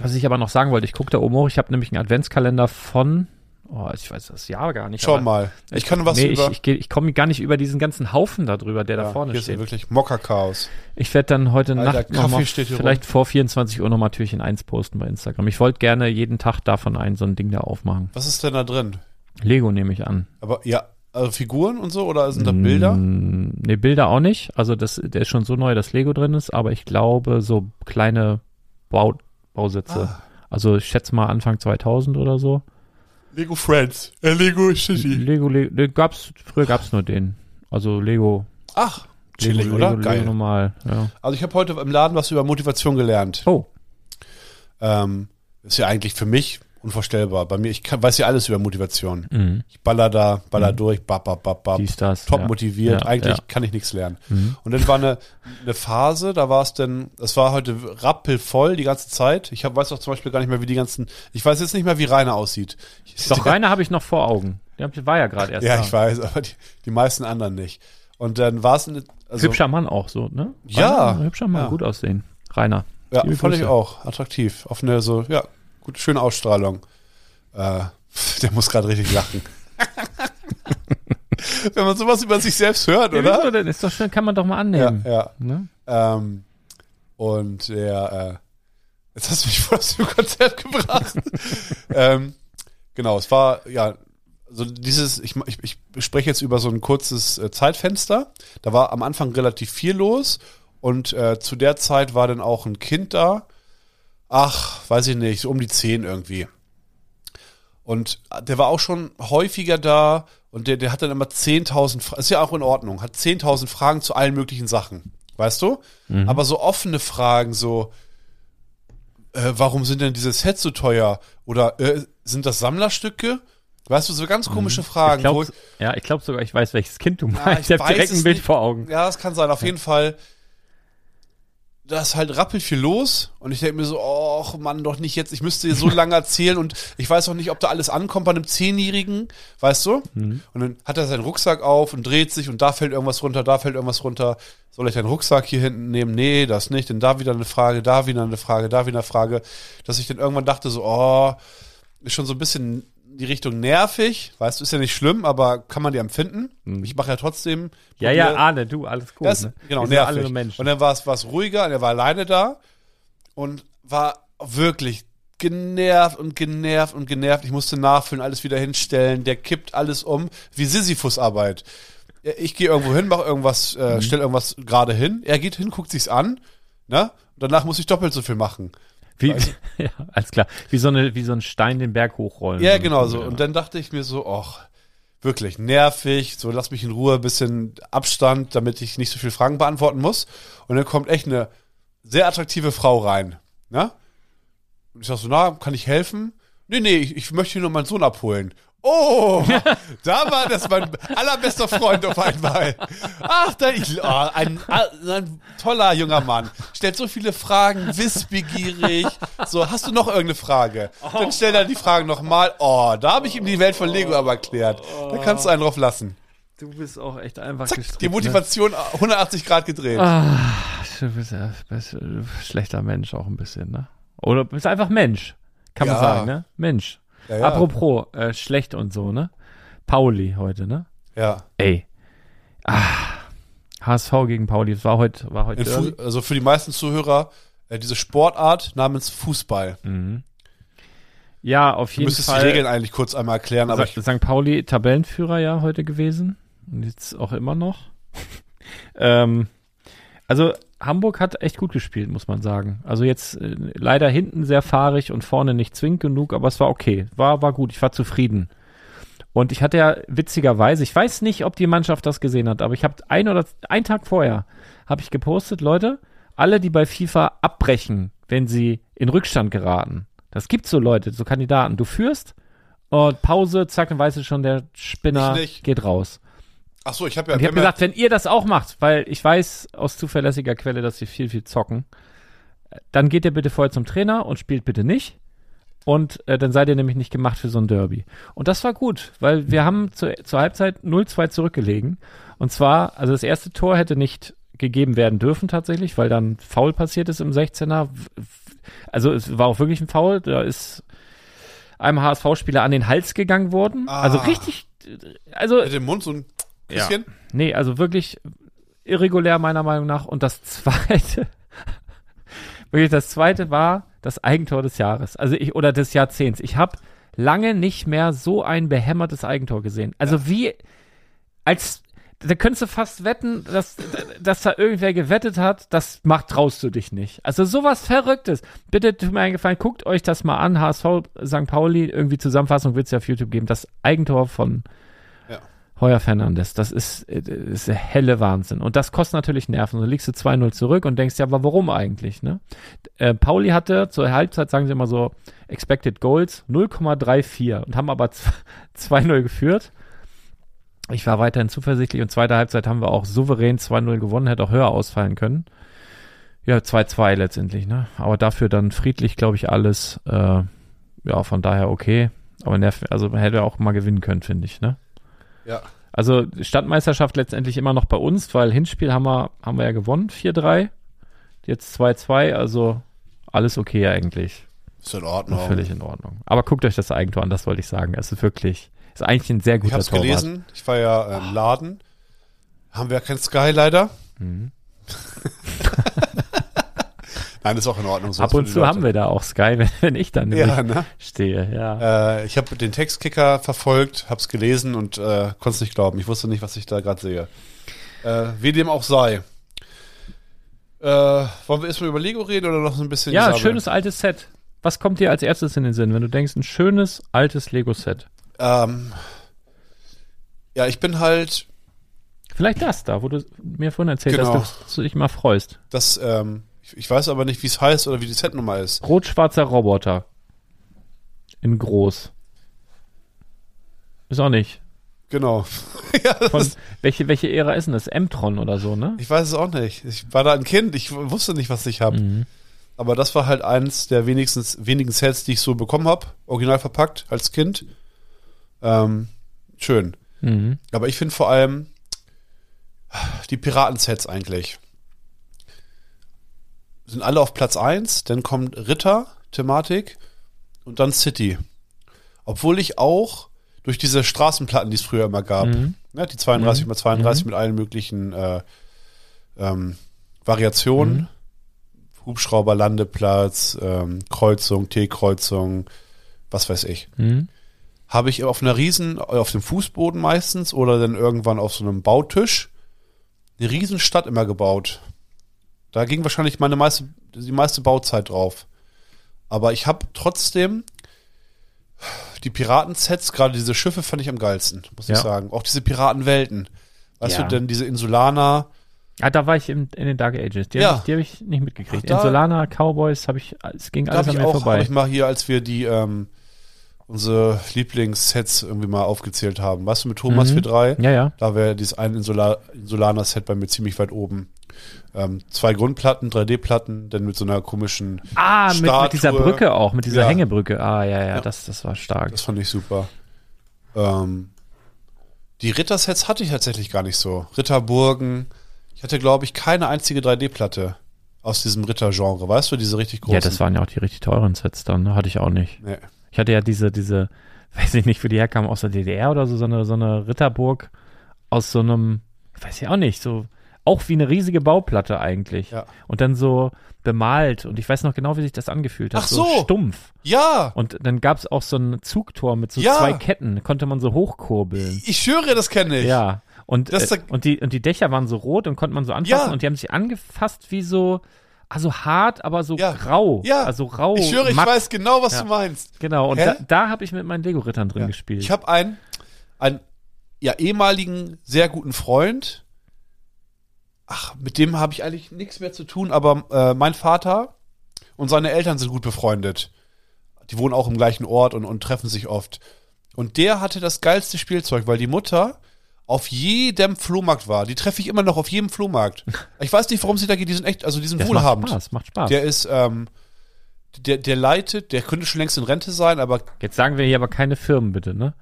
S1: Was ich aber noch sagen wollte, ich gucke da oben hoch, ich habe nämlich einen Adventskalender von, oh, ich weiß das Jahr gar nicht.
S2: Schau
S1: aber-
S2: mal. Ich kann was
S1: nee,
S2: über.
S1: Ich, ich, geh- ich komme gar nicht über diesen ganzen Haufen da drüber, der da
S2: Ja,
S1: vorne
S2: hier ist ja
S1: steht.
S2: wirklich Mokka-Chaos.
S1: Ich werde dann heute
S2: Alter,
S1: Nacht
S2: Kaffee
S1: noch mal,
S2: steht hier
S1: vielleicht vor 24 Uhr nochmal Türchen 1 posten bei Instagram. Ich wollte gerne jeden Tag davon ein, so ein Ding da aufmachen.
S2: Was ist denn da drin?
S1: Lego nehme ich an.
S2: Aber ja, also Figuren und so oder sind da Bilder?
S1: Mm, nee, Bilder auch nicht. Also das, der ist schon so neu, dass Lego drin ist, aber ich glaube so kleine Bau, Bausätze.
S2: Ah.
S1: Also ich schätze mal Anfang 2000 oder so.
S2: Lego Friends, äh, Lego City.
S1: Lego, Lego, Lego gab's, früher gab's nur den. Also Lego,
S2: Ach,
S1: Lego,
S2: chillig, oder?
S1: Lego, Lego
S2: Geil.
S1: normal. Ja.
S2: Also ich habe heute im Laden was über Motivation gelernt.
S1: Oh,
S2: Ähm, ist ja eigentlich für mich unvorstellbar. Bei mir, ich kann, weiß ja alles über Motivation.
S1: mhm.
S2: Ich baller da, baller durch, bap, bap, bap, bap.
S1: dies, das.
S2: Top
S1: Mhm. ja.
S2: motiviert.
S1: Ja,
S2: eigentlich
S1: ja.
S2: kann ich nichts lernen.
S1: Mhm.
S2: Und dann war eine, eine Phase, da war es denn, es war heute rappelvoll die ganze Zeit. Ich hab, weiß auch zum Beispiel gar nicht mehr, wie die ganzen, ich weiß jetzt nicht mehr, wie Rainer aussieht. Ich,
S1: Doch, Rainer habe ich noch vor Augen. Der war ja gerade erst
S2: Ja,
S1: da.
S2: ich weiß, aber die, die meisten anderen nicht. Und dann war es, eine- also,
S1: hübscher Mann auch so, ne?
S2: Ja.
S1: Rainer, Hübscher Mann,
S2: Ja.
S1: gut aussehen. Rainer.
S2: ja,
S1: Liebe
S2: fand ich
S1: Grüße.
S2: auch attraktiv. Auf eine so, ja, gut, schöne Ausstrahlung. Äh, der muss gerade richtig lachen. Wenn man sowas über sich selbst hört,
S1: Ja, wieso
S2: oder?
S1: denn? Ist doch schön, kann man doch mal
S2: Ja,
S1: annehmen.
S2: ja.
S1: Ne?
S2: Ähm, und der, äh, jetzt hast du mich voll aus dem Konzept gebracht. ähm, genau, es war, ja, so dieses, ich, ich, ich spreche jetzt über so ein kurzes äh, Zeitfenster. Da war am Anfang relativ viel los und äh, zu der Zeit war dann auch ein Kind da. Ach, weiß ich nicht, so um die 10 irgendwie. Und der war auch schon häufiger da und der, der hat dann immer 10.000, Fra- ist ja auch in Ordnung, hat 10.000 Fragen zu allen möglichen Sachen, weißt du?
S1: Mhm.
S2: Aber so offene Fragen, so, äh, warum sind denn diese Sets so teuer? Oder äh, sind das Sammlerstücke? Weißt du, so ganz komische Fragen.
S1: Mhm. Ich
S2: wo
S1: glaub, ja, ich glaube sogar, ich weiß, welches Kind du meinst.
S2: Ja,
S1: ich habe
S2: weiß
S1: direkt
S2: es
S1: ein Bild
S2: nicht.
S1: vor Augen.
S2: Ja, das kann sein. Auf jeden Fall. Da ist halt rappelt viel los und ich denke mir so, och Mann, doch nicht jetzt. Ich müsste hier so lange erzählen und ich weiß auch nicht, ob da alles ankommt bei einem Zehnjährigen, weißt du?
S1: Hm.
S2: Und dann hat er seinen Rucksack auf und dreht sich und da fällt irgendwas runter, da fällt irgendwas runter. Soll ich deinen Rucksack hier hinten nehmen? Nee, das nicht. Denn da wieder eine Frage, da wieder eine Frage, da wieder eine Frage. Dass ich dann irgendwann dachte so, oh, ist schon so ein bisschen in die Richtung nervig, weißt du, ist ja nicht schlimm, aber kann man die empfinden. Ich mache ja trotzdem.
S1: Mhm. Ja, ja,
S2: probier-
S1: Arne, du, alles cool.
S2: das,
S1: ne?
S2: Genau,
S1: Wir sind
S2: nervig.
S1: alle nur
S2: Und
S1: Menschen.
S2: dann war es war's ruhiger und er war alleine da und war wirklich genervt und genervt und genervt. Ich musste nachfüllen, alles wieder hinstellen. Der kippt alles um, wie Sisyphusarbeit. Ja, Ich gehe irgendwo hin, mache irgendwas,
S1: Mhm.
S2: äh, stell irgendwas gerade hin. Er geht hin, guckt sich's an, ne? Und danach muss ich doppelt so viel machen.
S1: Wie,
S2: Also-
S1: ja, alles klar. Wie so, eine, wie so ein Stein den Berg hochrollen.
S2: Ja, genau so.
S1: Ja.
S2: Und dann dachte ich mir so, ach, wirklich nervig, so lass mich in Ruhe, bisschen Abstand, damit ich nicht so viele Fragen beantworten muss. Und dann kommt echt eine sehr attraktive Frau rein. Ne? Und ich sag so, na, kann ich helfen? Nee, nee, ich, ich möchte hier nur meinen Sohn abholen. Oh, da war das mein allerbester Freund auf einmal. Ach, da, ich, oh, ein, ein toller junger Mann. Stellt so viele Fragen, wissbegierig. So, hast du noch irgendeine Frage? Dann stellt er die Fragen nochmal. Oh, da habe ich ihm die Welt von Lego aber erklärt. Da kannst du einen drauf lassen.
S1: Du bist auch echt einfach ne?
S2: Die Motivation 180 Grad gedreht.
S1: Du bist ja bist, äh, schlechter Mensch auch ein bisschen, ne? Oder bist einfach Mensch, kann
S2: Ja.
S1: man sagen, ne? Mensch.
S2: Ja, ja.
S1: Apropos äh, schlecht und so, ne? Pauli heute, ne?
S2: Ja.
S1: Ey. Ah. HSV gegen Pauli, das war heute war heute
S2: In Fu
S1: Derby.
S2: also für die meisten Zuhörer äh, diese Sportart namens Fußball.
S1: Ja, auf
S2: Mhm. Du
S1: jeden
S2: müsstest
S1: Fall.
S2: die Regeln eigentlich kurz einmal erklären, aber ich,
S1: Sa- St. Pauli Tabellenführer ja heute gewesen und jetzt auch immer noch. ähm, also Hamburg hat echt gut gespielt, muss man sagen. Also jetzt äh, leider hinten sehr fahrig und vorne nicht zwingend genug, aber es war okay. War, war gut, ich war zufrieden. Und ich hatte ja witzigerweise, ich weiß nicht, ob die Mannschaft das gesehen hat, aber ich habe ein oder ein Tag vorher habe ich gepostet, Leute, alle, die bei FIFA abbrechen, wenn sie in Rückstand geraten. Das gibt so Leute, so Kandidaten. Du führst und Pause, zack, dann weißt du schon, der Spinner
S2: Ich nicht.
S1: geht raus.
S2: ach so, ich habe ja,
S1: Und ich habe
S2: wir haben
S1: gesagt, wenn ihr das auch macht, weil ich weiß aus zuverlässiger Quelle, dass sie viel, viel zocken, äh, dann geht ihr bitte vorher zum Trainer und spielt bitte nicht. Und äh, dann seid ihr nämlich nicht gemacht für so ein Derby. Und das war gut, weil wir haben zu, zur Halbzeit 0-2 zurückgelegen. Und zwar, also das erste Tor hätte nicht gegeben werden dürfen tatsächlich, weil dann Foul passiert ist im 16er. W- w- Also es war auch wirklich ein Foul. Da ist einem HSV-Spieler an den Hals gegangen worden. Also
S2: Ah.
S1: richtig, also
S2: mit dem Mund so ein
S1: Ja.
S2: bisschen.
S1: Nee, also wirklich irregulär meiner Meinung nach. Und das zweite, wirklich das zweite war das Eigentor des Jahres. Also ich, oder des Jahrzehnts. Ich habe lange nicht mehr so ein behämmertes Eigentor gesehen. Also wie, als, da könntest du fast wetten, dass, dass da irgendwer gewettet hat, das macht, traust du dich nicht. Also sowas Verrücktes. Bitte tut mir einen Gefallen, guckt euch das mal an. HSV St. Pauli, irgendwie Zusammenfassung wird es ja auf YouTube geben. Das Eigentor von Heuer Fernandes, das ist, äh, das ist der helle Wahnsinn. Und das kostet natürlich Nerven. Dann liegst du 2-0 zurück und denkst, ja, aber warum eigentlich? Ne? Äh, Pauli hatte zur Halbzeit, sagen sie immer so, Expected Goals 0,34 und haben aber z- 2-0 geführt. Ich war weiterhin zuversichtlich und zweite Halbzeit haben wir auch souverän 2-0 gewonnen, hätte auch höher ausfallen können. Ja, 2-2 letztendlich, ne? Aber dafür dann friedlich, glaube ich, alles. Äh, ja, von daher okay. Aber nerv, also man hätte auch mal gewinnen können, finde ich, ne?
S2: Ja.
S1: Also Stadtmeisterschaft letztendlich immer noch bei uns, weil Hinspiel haben wir, haben wir ja gewonnen, 4-3. Jetzt 2-2, also alles okay eigentlich.
S2: Ist in
S1: Noch
S2: Ordnung.
S1: Völlig in Ordnung. Aber guckt euch das Eigentor an, das wollte ich sagen. Es ist wirklich, ist eigentlich ein sehr
S2: Ich
S1: guter
S2: habe es
S1: Torwart.
S2: gelesen. Ich war ja im Laden. Haben wir ja kein Sky leider.
S1: Mhm.
S2: Nein, ist auch in Ordnung. so
S1: Ab
S2: für
S1: und
S2: die
S1: zu
S2: Leute.
S1: haben wir da auch Sky, wenn, wenn ich dann nämlich
S2: Ja, ne?
S1: stehe. Ja.
S2: Äh, ich habe den Textkicker verfolgt, habe es gelesen und äh, konnte es nicht glauben. Ich wusste nicht, was ich da gerade sehe. Äh, wie dem auch sei. Äh, wollen wir erstmal über Lego reden oder noch so ein bisschen?
S1: ja,
S2: gesabbeln?
S1: schönes altes Set. Was kommt dir als erstes in den Sinn, wenn du denkst, ein schönes altes Lego-Set?
S2: Ähm, ja, ich bin halt
S1: Vielleicht das da, wo du mir vorhin erzählt
S2: Genau.
S1: hast, dass du dich mal freust.
S2: das. Ähm, ich, ich weiß aber nicht, wie es heißt oder wie die Setnummer ist.
S1: Rot-schwarzer Roboter. In groß. Ist auch nicht.
S2: Genau. ja, das
S1: Von,
S2: ist,
S1: welche, welche Ära ist denn das? M-Tron oder so, ne?
S2: ich weiß es auch nicht. Ich war da ein Kind. Ich w- wusste nicht, was ich habe.
S1: Mhm.
S2: Aber das war halt eins der wenigstens, wenigen Sets, die ich so bekommen habe. Original verpackt als Kind. Ähm, schön.
S1: Mhm.
S2: Aber ich finde vor allem die Piratensets eigentlich. Sind alle auf Platz 1, dann kommt Ritter, Thematik und dann City. Obwohl ich auch durch diese Straßenplatten, die es früher immer gab,
S1: Mhm.
S2: ne, die 32
S1: Mhm.
S2: mal 32
S1: Mhm.
S2: mit allen möglichen äh, ähm, Variationen,
S1: Mhm.
S2: Hubschrauber, Landeplatz, ähm, Kreuzung, T-Kreuzung, was weiß ich
S1: Mhm.
S2: habe ich auf einer riesen, äh, auf dem Fußboden meistens oder dann irgendwann auf so einem Bautisch eine riesen Stadt immer gebaut. Da ging wahrscheinlich meine meiste, die meiste Bauzeit drauf. Aber ich habe trotzdem die Piratensets, gerade diese Schiffe, fand ich am geilsten, muss ich
S1: Ja.
S2: sagen. Auch diese Piratenwelten. Weißt
S1: Ja.
S2: du denn, diese Insulaner,
S1: Ah, da war ich in, in den Dark Ages. Die
S2: Ja.
S1: habe ich, die hab ich nicht mitgekriegt.
S2: Ach, da-
S1: Insolana, Cowboys, habe ich, es ging
S2: da
S1: alles
S2: habe
S1: an
S2: ich
S1: mir
S2: auch, habe
S1: vorbei.
S2: ich mal hier, als wir die, ähm, unsere Lieblingssets irgendwie mal aufgezählt haben. Weißt du, mit ne? Thomas
S1: Mhm.
S2: wir drei?
S1: ja, ja.
S2: Da wäre dieses ein Insular Insulaner-Set bei mir ziemlich weit oben. Ähm, zwei Grundplatten, 3D-Platten, dann mit so einer komischen,
S1: Ah, mit,
S2: Statue.
S1: mit dieser Brücke auch, mit dieser
S2: Ja.
S1: Hängebrücke. Ah, ja, ja,
S2: Ja.
S1: Das, das war stark.
S2: das fand ich super. Ähm, die Rittersets hatte ich tatsächlich gar nicht so. Ritterburgen. Ich hatte, glaube ich, keine einzige 3D-Platte aus diesem Ritter-Genre. Weißt du, diese richtig großen?
S1: ja, das waren ja auch die richtig teuren Sets dann. ne? Hatte ich auch nicht.
S2: Nee.
S1: Ich hatte ja diese, diese, weiß ich nicht, wo die herkam, aus der DDR oder so, so eine, so eine Ritterburg aus so einem, weiß ich auch nicht, so, auch wie eine riesige Bauplatte eigentlich.
S2: Ja.
S1: Und dann so bemalt. Und ich weiß noch genau, wie sich das angefühlt hat.
S2: Ach so.
S1: stumpf.
S2: Ja,
S1: Und dann gab es auch so ein Zugtor mit so
S2: Ja.
S1: zwei Ketten, konnte man so hochkurbeln.
S2: ich schwöre, das kenne ich.
S1: Ja. Und,
S2: Das
S1: äh,
S2: ist-
S1: und, die, und die Dächer waren so rot und konnte man so anfassen
S2: Ja.
S1: und die haben sich angefasst wie so, also hart, aber so
S2: Ja.
S1: grau.
S2: Ja.
S1: Also rau.
S2: ich schwöre, ich
S1: matt.
S2: weiß genau, was
S1: Ja.
S2: du meinst.
S1: Genau, und
S2: Hä?
S1: da, da habe ich mit meinen Lego-Rittern drin
S2: Ja.
S1: gespielt.
S2: Ich habe einen, einen ja, ehemaligen sehr guten Freund. Ach, mit dem habe ich eigentlich nichts mehr zu tun, aber äh, mein Vater und seine Eltern sind gut befreundet. Die wohnen auch im gleichen Ort und, und treffen sich oft. Und der hatte das geilste Spielzeug, weil die Mutter auf jedem Flohmarkt war. Die treffe ich immer noch auf jedem Flohmarkt. Ich weiß nicht, warum sie da geht. Die sind echt, also die sind
S1: das macht
S2: wohlhabend.
S1: Spaß, macht Spaß.
S2: Der ist, ähm, der, der leitet, der könnte schon längst in Rente sein, aber
S1: Jetzt sagen wir hier aber keine Firmen, bitte, ne?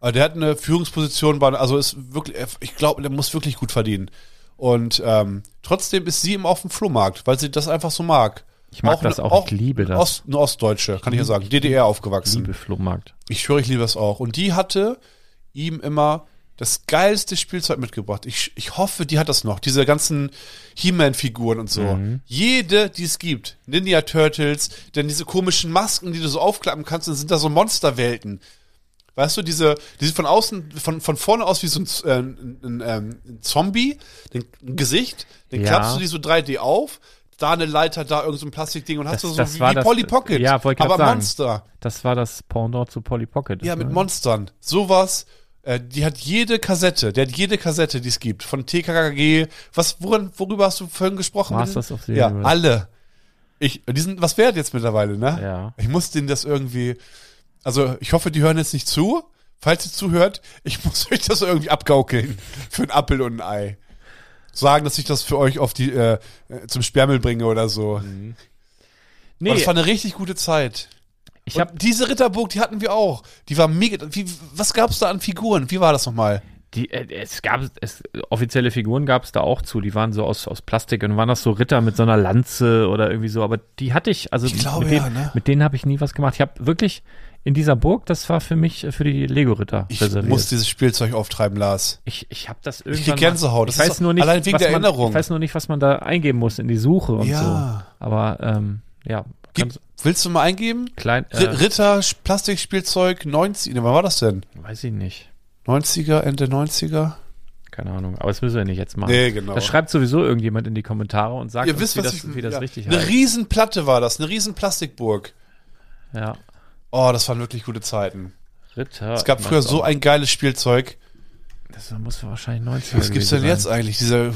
S2: Also der hat eine Führungsposition, war- also ist wirklich, ich glaube, der muss wirklich gut verdienen. Und ähm, trotzdem ist sie eben auf dem Flohmarkt, weil sie das einfach so mag.
S1: Ich mag das
S2: eine-
S1: auch, ich liebe das. Mhm.
S2: Ost, eine Ostdeutsche, kann ich ja sagen. DDR aufgewachsen.
S1: Liebe Flohmarkt.
S2: Ich schwöre, ich liebe es auch. Und die hatte ihm immer das geilste Spielzeug mitgebracht. Ich, ich hoffe, die hat das noch. Diese ganzen He-Man-Figuren und so.
S1: Mhm.
S2: Jede, die es gibt. Ninja Turtles, denn diese komischen Masken, die du so aufklappen kannst, dann sind da so Monsterwelten. Weißt du, diese, die sieht von außen, von, von vorne aus wie so ein, Z- äh, ein, ein, ähm, ein Zombie, ein, ein Gesicht, dann
S1: Ja.
S2: klappst du die so 3D auf, da eine Leiter, da irgendein so ein Plastikding und hast
S1: Das-
S2: du so
S1: das
S2: wie,
S1: war
S2: wie
S1: das-
S2: Polly Pocket.
S1: ja, wollte ich grad
S2: aber
S1: sagen.
S2: Monster.
S1: Das war das Pendant zu Polly Pocket.
S2: Ja, mit
S1: ne?
S2: Monstern. Sowas. Äh, die hat jede Kassette, der hat jede Kassette, die es gibt. Von TKKG. Was, worin, worüber hast du vorhin gesprochen?
S1: Masters of the
S2: Ja,
S1: Universe.
S2: alle. Ich, die sind was wert jetzt mittlerweile, ne?
S1: Ja.
S2: Ich muss denen das irgendwie. Also, ich hoffe, die hören jetzt nicht zu. Falls ihr zuhört, ich muss euch das irgendwie abgaukeln. Für einen Appel und ein Ei. Sagen, dass ich das für euch auf die, äh, äh, zum Sperrmüll bringe oder so.
S1: Nee,
S2: Aber das war eine richtig gute Zeit.
S1: ich
S2: Und
S1: habe
S2: diese Ritterburg, die hatten wir auch. Die war mega. Wie, was gab's da an Figuren? Wie war das nochmal?
S1: Die, äh, es gab es, offizielle Figuren gab es da auch zu, die waren so aus, aus Plastik und waren das so Ritter mit so einer Lanze oder irgendwie so, aber die hatte ich, also
S2: Ich glaube
S1: mit, denen,
S2: ja, ne?
S1: mit denen habe ich nie was gemacht. Ich habe wirklich in dieser Burg, das war für mich, äh, für die Lego-Ritter
S2: Ich
S1: reserviert.
S2: muss dieses Spielzeug auftreiben, Lars.
S1: ich, ich habe das
S2: krieg
S1: irgendwann.
S2: Gänsehaut.
S1: Ich
S2: Das ist
S1: weiß nur nicht,
S2: allein wegen
S1: was
S2: der
S1: man,
S2: Erinnerung.
S1: Ich weiß nur nicht, was man da eingeben muss in die Suche und
S2: Ja.
S1: so. Aber ähm, ja,
S2: Gib,
S1: ganz
S2: willst du mal eingeben?
S1: klein,
S2: R-
S1: äh,
S2: Ritter, Sch- Plastikspielzeug, 90. Ne, wann war das denn?
S1: weiß ich nicht.
S2: 90er, Ende 90er?
S1: Keine Ahnung. Aber das müssen wir nicht jetzt machen.
S2: Nee, genau.
S1: Das schreibt sowieso irgendjemand in die Kommentare und sagt
S2: Ihr
S1: uns,
S2: wisst,
S1: wie
S2: was
S1: das,
S2: ich
S1: wie das
S2: ja.
S1: richtig
S2: Eine
S1: heißt.
S2: Riesenplatte war das, eine riesen Plastikburg.
S1: Ja.
S2: Oh, das waren wirklich gute Zeiten.
S1: Ritter.
S2: Es gab früher so ein geiles Spielzeug.
S1: Das muss wahrscheinlich 90
S2: Was gibt's denn jetzt eigentlich, diese äh,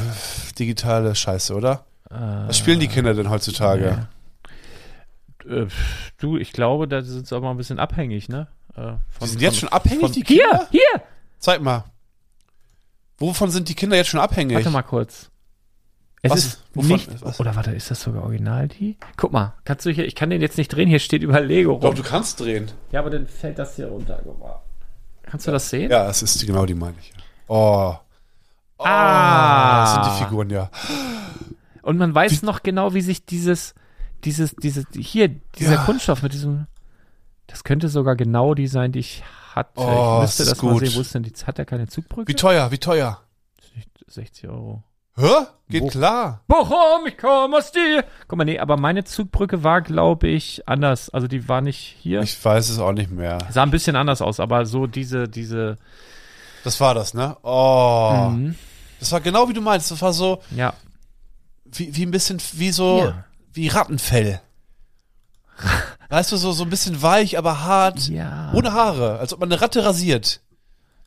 S2: digitale Scheiße, oder? Was spielen die Kinder denn heutzutage?
S1: Äh, pff, du, ich glaube, da sind sie auch mal ein bisschen abhängig, ne? Äh, von,
S2: Die sind jetzt schon abhängig, die Kinder?
S1: Hier, hier!
S2: Zeig mal. Wovon sind die Kinder jetzt schon abhängig?
S1: Warte mal kurz. Es
S2: Was?
S1: ist
S2: Wovon-
S1: nicht.
S2: was?
S1: Oder warte, ist das sogar original die? Guck mal, kannst du hier, ich kann den jetzt nicht drehen, hier steht über Lego
S2: Doch,
S1: rum.
S2: du kannst drehen.
S1: Ja, aber dann fällt das hier runter. guck mal. Kannst du das sehen?
S2: Ja, es ist die- genau die meine ich. Oh. oh
S1: Ah.
S2: Das sind die Figuren, ja.
S1: Und man weiß noch genau, wie sich dieses, dieses, dieses, hier, dieser
S2: Ja.
S1: Kunststoff mit diesem, das könnte sogar genau die sein, die ich hatte.
S2: Oh,
S1: ich müsste
S2: das
S1: das,
S2: ist
S1: mal
S2: gut.
S1: sehen, wo ist denn die, hat er keine Zugbrücke?
S2: Wie teuer, wie teuer.
S1: Ist nicht 60 Euro.
S2: Hä? Geht
S1: Wo?
S2: klar.
S1: Bochum, ich komme aus dir. Guck mal, nee, aber meine Zugbrücke war, glaube ich, anders. Also die war nicht hier.
S2: Ich weiß es auch nicht mehr.
S1: Sah ein bisschen anders aus, aber so diese, diese,
S2: Das war das, ne? Oh.
S1: Mhm.
S2: Das war genau wie du meinst. Das war so,
S1: ja,
S2: wie, wie ein bisschen, wie so,
S1: Ja.
S2: wie Rattenfell. Weißt du, so, so ein bisschen weich, aber hart.
S1: Ja.
S2: Ohne Haare, als ob man eine Ratte rasiert.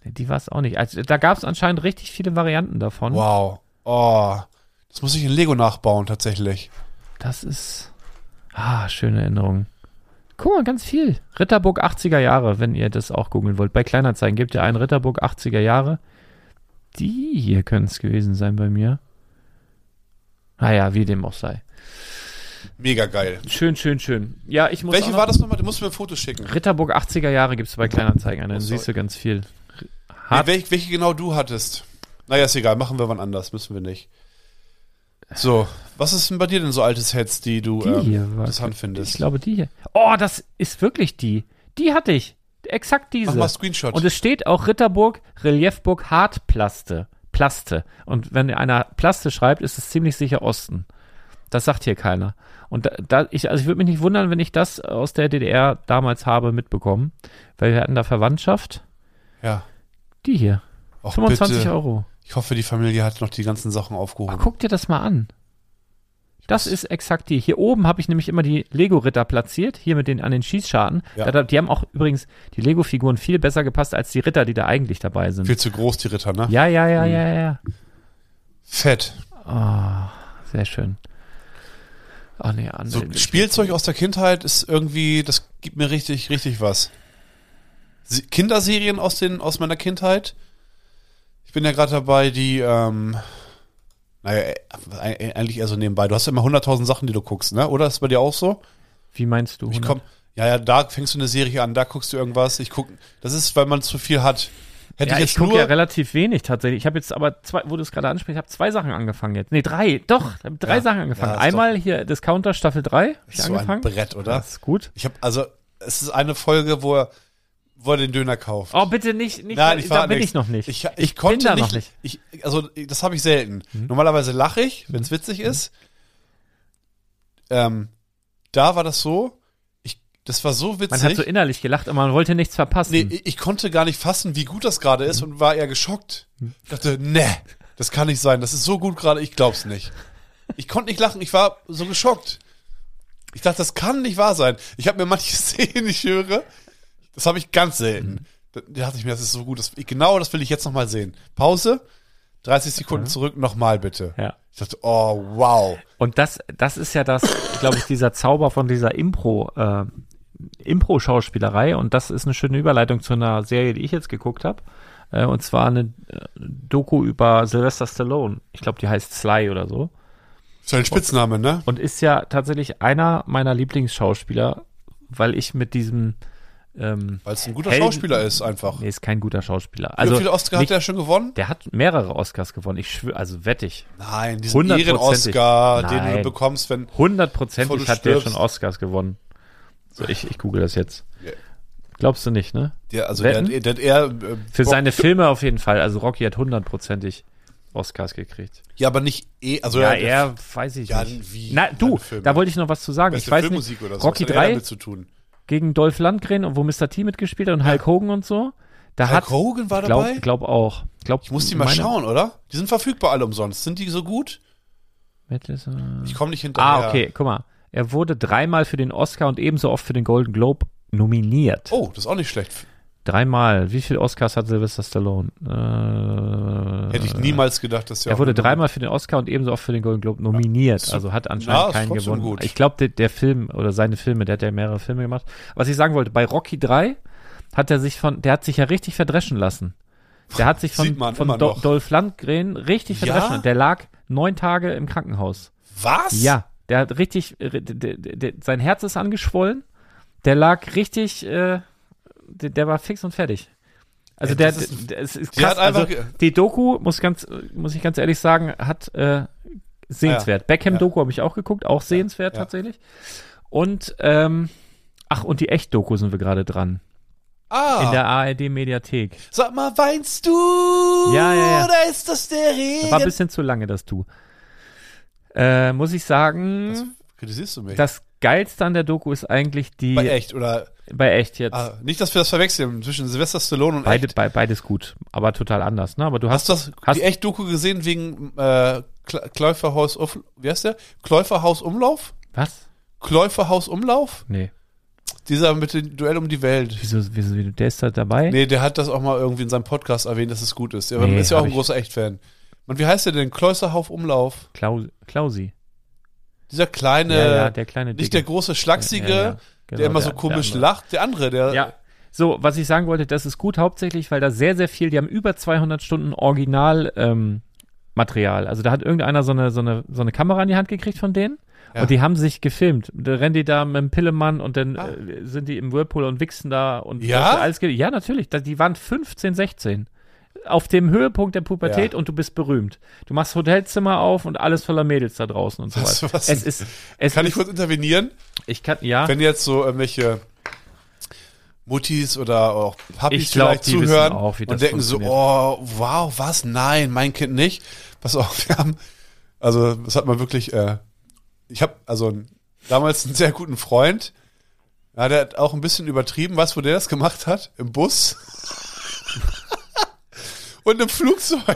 S1: Die war es auch nicht. Also, da gab es anscheinend richtig viele Varianten davon.
S2: Wow. Oh. Das muss ich in Lego nachbauen, tatsächlich.
S1: Das ist. Ah, schöne Erinnerung. Guck mal, ganz viel. Ritterburg 80er Jahre, wenn ihr das auch googeln wollt. Bei Kleinanzeigen gebt ihr ein Ritterburg 80er Jahre. Die hier können es gewesen sein bei mir. Naja, wie dem auch sei.
S2: Mega geil.
S1: Schön, schön, schön. Ja, ich muss. auch
S2: Welche
S1: noch-
S2: war das nochmal? Du musst mir ein Foto schicken.
S1: Ritterburg 80er Jahre gibt es bei Kleinanzeigen an. Dann
S2: Oh, sorry.
S1: siehst du ganz viel.
S2: Nee,
S1: Hart,
S2: welche, welche genau du hattest. Naja, ist egal, machen wir wann anders, müssen wir nicht. So, was ist denn bei dir denn so altes Heads, die du
S1: die hier
S2: ähm,
S1: war.
S2: interessant findest?
S1: Ich glaube, die hier. Oh, das ist wirklich die. Die hatte ich. Exakt diese.
S2: Mach mal Screenshot.
S1: Und es steht auch Ritterburg, Reliefburg, Hartplaste. Plaste. Und wenn einer Plaste schreibt, ist es ziemlich sicher Osten. Das sagt hier keiner. Und da, da ich, also ich würde mich nicht wundern, wenn ich das aus der DDR damals habe mitbekommen, weil wir hatten da Verwandtschaft.
S2: ja.
S1: Die hier.
S2: Och,
S1: 25
S2: bitte.
S1: Euro.
S2: Ich hoffe, die Familie hat noch die ganzen Sachen
S1: Ach,
S2: aufgehoben.
S1: guck dir das mal an. Das ist exakt die. Hier oben habe ich nämlich immer die Lego-Ritter platziert, hier mit den an den Schießscharten.
S2: Ja.
S1: Da, die haben auch übrigens die Lego-Figuren viel besser gepasst als die Ritter, die da eigentlich dabei sind.
S2: Viel zu groß, die Ritter, ne?
S1: Ja, ja, ja, ja, ja.
S2: Fett.
S1: Sehr schön. Ach nee, an
S2: So, Spielzeug aus der Kindheit ist irgendwie, das gibt mir richtig, richtig was. Se- Kinderserien aus, den, aus meiner Kindheit. Ich bin ja gerade dabei, die, ähm, naja, äh, e- eigentlich eher so nebenbei. Du hast ja immer 100.000 Sachen, die du guckst, ne? Oder? Ist bei dir auch so?
S1: Wie meinst du?
S2: Ich komm, ja, ja, da fängst du eine Serie an, da guckst du irgendwas. Ich guck, das ist, weil man zu viel hat. Hätte
S1: Ja,
S2: ich
S1: ich
S2: jetzt
S1: gucke
S2: nur,
S1: ja relativ wenig tatsächlich. Ich habe jetzt aber zwei, wo du es gerade ansprichst, ich habe zwei Sachen angefangen jetzt. Nee, drei, doch, ich habe drei
S2: Ja,
S1: Sachen angefangen.
S2: ja, ist
S1: Einmal hier Discounter Staffel 3 hab ich
S2: so ein
S1: angefangen.
S2: Brett, oder?
S1: Das ist gut.
S2: Ich habe also, es ist eine Folge, wo er, wo er den Döner kauft.
S1: Oh, bitte nicht, nicht
S2: Nein, ich
S1: da
S2: war
S1: bin
S2: nix.
S1: ich noch nicht.
S2: Ich, ich, konnte
S1: da noch
S2: nicht,
S1: nicht. Mhm.
S2: Ich, also ich- das habe ich selten. Normalerweise lache ich, wenn es witzig ist. Ähm, da war das so. Ich, das war so witzig.
S1: man hat so innerlich gelacht, aber man wollte nichts verpassen.
S2: nee, ich, ich konnte gar nicht fassen, wie gut das gerade ist und war eher geschockt.
S1: Hm.
S2: Ich dachte, ne, das kann nicht sein. Das ist so gut gerade. Ich glaub's nicht. Ich konnte nicht lachen. Ich war so geschockt. Ich dachte, das kann nicht wahr sein. Ich habe mir manche Szenen, ich höre, das habe ich ganz
S1: Hm.
S2: selten. Da da dachte ich mir, das ist so gut. Das, ich, genau das will ich jetzt nochmal sehen. Pause, 30 Sekunden zurück, nochmal bitte.
S1: Ja.
S2: Ich dachte, oh, wow.
S1: Und das, das ist ja das, glaube ich, dieser Zauber von dieser Impro, äh, Impro-Schauspielerei. Und das ist eine schöne Überleitung zu einer Serie, die ich jetzt geguckt habe. Äh, und zwar eine äh, Doku über Sylvester Stallone. Ich glaube, die heißt Sly oder so.
S2: Ist ja ein Spitzname, ne?
S1: Und ist ja tatsächlich einer meiner Lieblingsschauspieler, weil ich mit diesem, ähm,
S2: Weil es ein guter
S1: Helden-
S2: Schauspieler ist einfach.
S1: nee, ist kein guter Schauspieler.
S2: Wie
S1: Also,
S2: viele Oscar hat
S1: nicht,
S2: er schon gewonnen?
S1: der hat mehrere Oscars gewonnen. Ich schwöre, also wette ich.
S2: Nein, diesen
S1: Hundertprozentig.
S2: Ehren-Oscar, den du
S1: Nein.
S2: bekommst, wenn Bevor
S1: Hundertprozentig
S2: du
S1: hat der
S2: stirbst.
S1: schon Oscars gewonnen. So, ich, ich google das jetzt.
S2: Ja.
S1: Glaubst du nicht, ne?
S2: der, also der,
S1: Wetten?
S2: der, der, der äh,
S1: Für
S2: Bock-
S1: seine Filme auf jeden Fall. Also Rocky hat hundertprozentig Oscars gekriegt.
S2: Ja, aber nicht eh, also
S1: Ja,
S2: der-
S1: er weiß ich
S2: Ja,
S1: nicht.
S2: wie
S1: Na, du,
S2: seine Filme.
S1: da wollte ich noch was zu sagen.
S2: beste
S1: ich weiß
S2: Filmmusik
S1: nicht,
S2: oder so.
S1: Rocky
S2: Was hat er
S1: 3
S2: damit zu tun?
S1: gegen Dolph Lundgren und wo Mr. T mitgespielt hat und Hulk Hogan und so. Da
S2: Hulk
S1: hat,
S2: Hogan war
S1: glaub,
S2: dabei?
S1: Glaub auch. Glaub,
S2: Ich muss die mal schauen, oder? Die sind verfügbar alle umsonst. Sind die so gut? Ich komme nicht hinterher.
S1: äh, Ah, okay, guck mal. Er wurde dreimal für den Oscar und ebenso oft für den Golden Globe nominiert.
S2: Oh, das ist auch nicht schlecht.
S1: Dreimal. Wie viele Oscars hat Sylvester Stallone? Äh,
S2: Hätte ich niemals gedacht, dass der
S1: er
S2: auch
S1: wurde
S2: eine-
S1: dreimal für den Oscar und ebenso oft für den Golden Globe nominiert.
S2: Ist-
S1: also hat
S2: Ja,
S1: anscheinend
S2: ist
S1: keinen
S2: trotzdem
S1: gewonnen.
S2: gut.
S1: Ich glaube, der, der Film oder seine Filme, der hat ja mehrere Filme gemacht. Was ich sagen wollte, bei Rocky 3 hat er sich von, der hat sich ja richtig verdreschen lassen. Der hat sich von,
S2: Sieht man
S1: von
S2: immer
S1: Do
S2: noch.
S1: Dolph Landgren richtig
S2: Ja?
S1: verdreschen. lassen. Der lag neun Tage im Krankenhaus.
S2: Was?
S1: Ja, der hat richtig, äh, der, der, der, sein Herz ist angeschwollen. Der lag richtig, äh, der, der war fix und fertig. Also
S2: Ey,
S1: der,
S2: das ist-
S1: der, es ist
S2: die
S1: krass.
S2: hat einfach
S1: Also
S2: ge-
S1: die Doku muss ganz, muss ich ganz ehrlich sagen, hat äh, sehenswert. Beckham-Doku habe ich auch geguckt, auch sehenswert
S2: ja.
S1: tatsächlich. Und ähm, ach und die Echt-Doku sind wir gerade dran
S2: Ah,
S1: in der ARD-Mediathek.
S2: sag mal, weinst du?
S1: Ja, ja, ja.
S2: Oder ist das der Regen?
S1: War ein bisschen zu lange das Du. Äh, muss ich sagen, das,
S2: Hm? Kritisierst du mich?
S1: geilste an der Doku ist eigentlich die
S2: Bei echt, oder?
S1: Bei echt jetzt.
S2: Ah, nicht, dass wir das verwechseln zwischen Sylvester Stallone und
S1: Beide,
S2: echt.
S1: bei, beides gut, aber total anders. Ne? Aber du hast,
S2: Hast du das,
S1: hast-
S2: die echt-Doku gesehen wegen äh, Kla- E- Kläuferhaus, Uf- wie heißt der? Kläuferhaus Umlauf?
S1: was?
S2: Kläuferhaus Umlauf?
S1: Nee.
S2: Dieser mit dem Duell um die Welt.
S1: Wieso, wieso, wieso der ist da dabei?
S2: Nee, der hat das auch mal irgendwie in seinem Podcast erwähnt, dass es gut ist. Er
S1: Nee,
S2: ist ja auch
S1: hab
S2: ein
S1: ich-
S2: großer Echt-Fan. Und wie heißt der denn? Klösterhauf Umlauf.
S1: Klaus, Klausi.
S2: Dieser kleine,
S1: ja, ja, der kleine
S2: nicht der
S1: Dicke.
S2: große Schlachsige,
S1: Ja, ja, genau,
S2: der immer so komisch
S1: andere.
S2: lacht. Der andere, der.
S1: Ja. So, was ich sagen wollte, das ist gut, hauptsächlich, weil da sehr, sehr viel, die haben über 200 Stunden Original, ähm, Material. Also da hat irgendeiner so eine, so eine, so eine Kamera in die Hand gekriegt von denen.
S2: Ja.
S1: Und die haben sich gefilmt. Da rennen die da mit dem Pillemann und dann
S2: Ah.
S1: äh, sind die im Whirlpool und wichsen da und
S2: Ja?
S1: alles ge- Ja, natürlich. Da, die waren 15, 16. Auf dem Höhepunkt der Pubertät
S2: Ja.
S1: und du bist berühmt. Du machst Hotelzimmer auf und alles voller Mädels da draußen und so
S2: Was-
S1: weiter.
S2: was-
S1: Es ist, es
S2: Kann ich
S1: ist,
S2: kurz intervenieren?
S1: ich kann, ja.
S2: Wenn jetzt so irgendwelche Muttis oder auch Papis
S1: Ich glaub,
S2: vielleicht
S1: die wissen
S2: zuhören
S1: auch, wie das
S2: und denken so, oh, wow, was? Nein, mein Kind nicht. Pass auf, wir haben, also das hat man wirklich, äh, ich habe also einen- damals einen sehr guten Freund, ja, der hat auch ein bisschen übertrieben, weißt du, wo der das gemacht hat? Im Bus und im Flugzeug.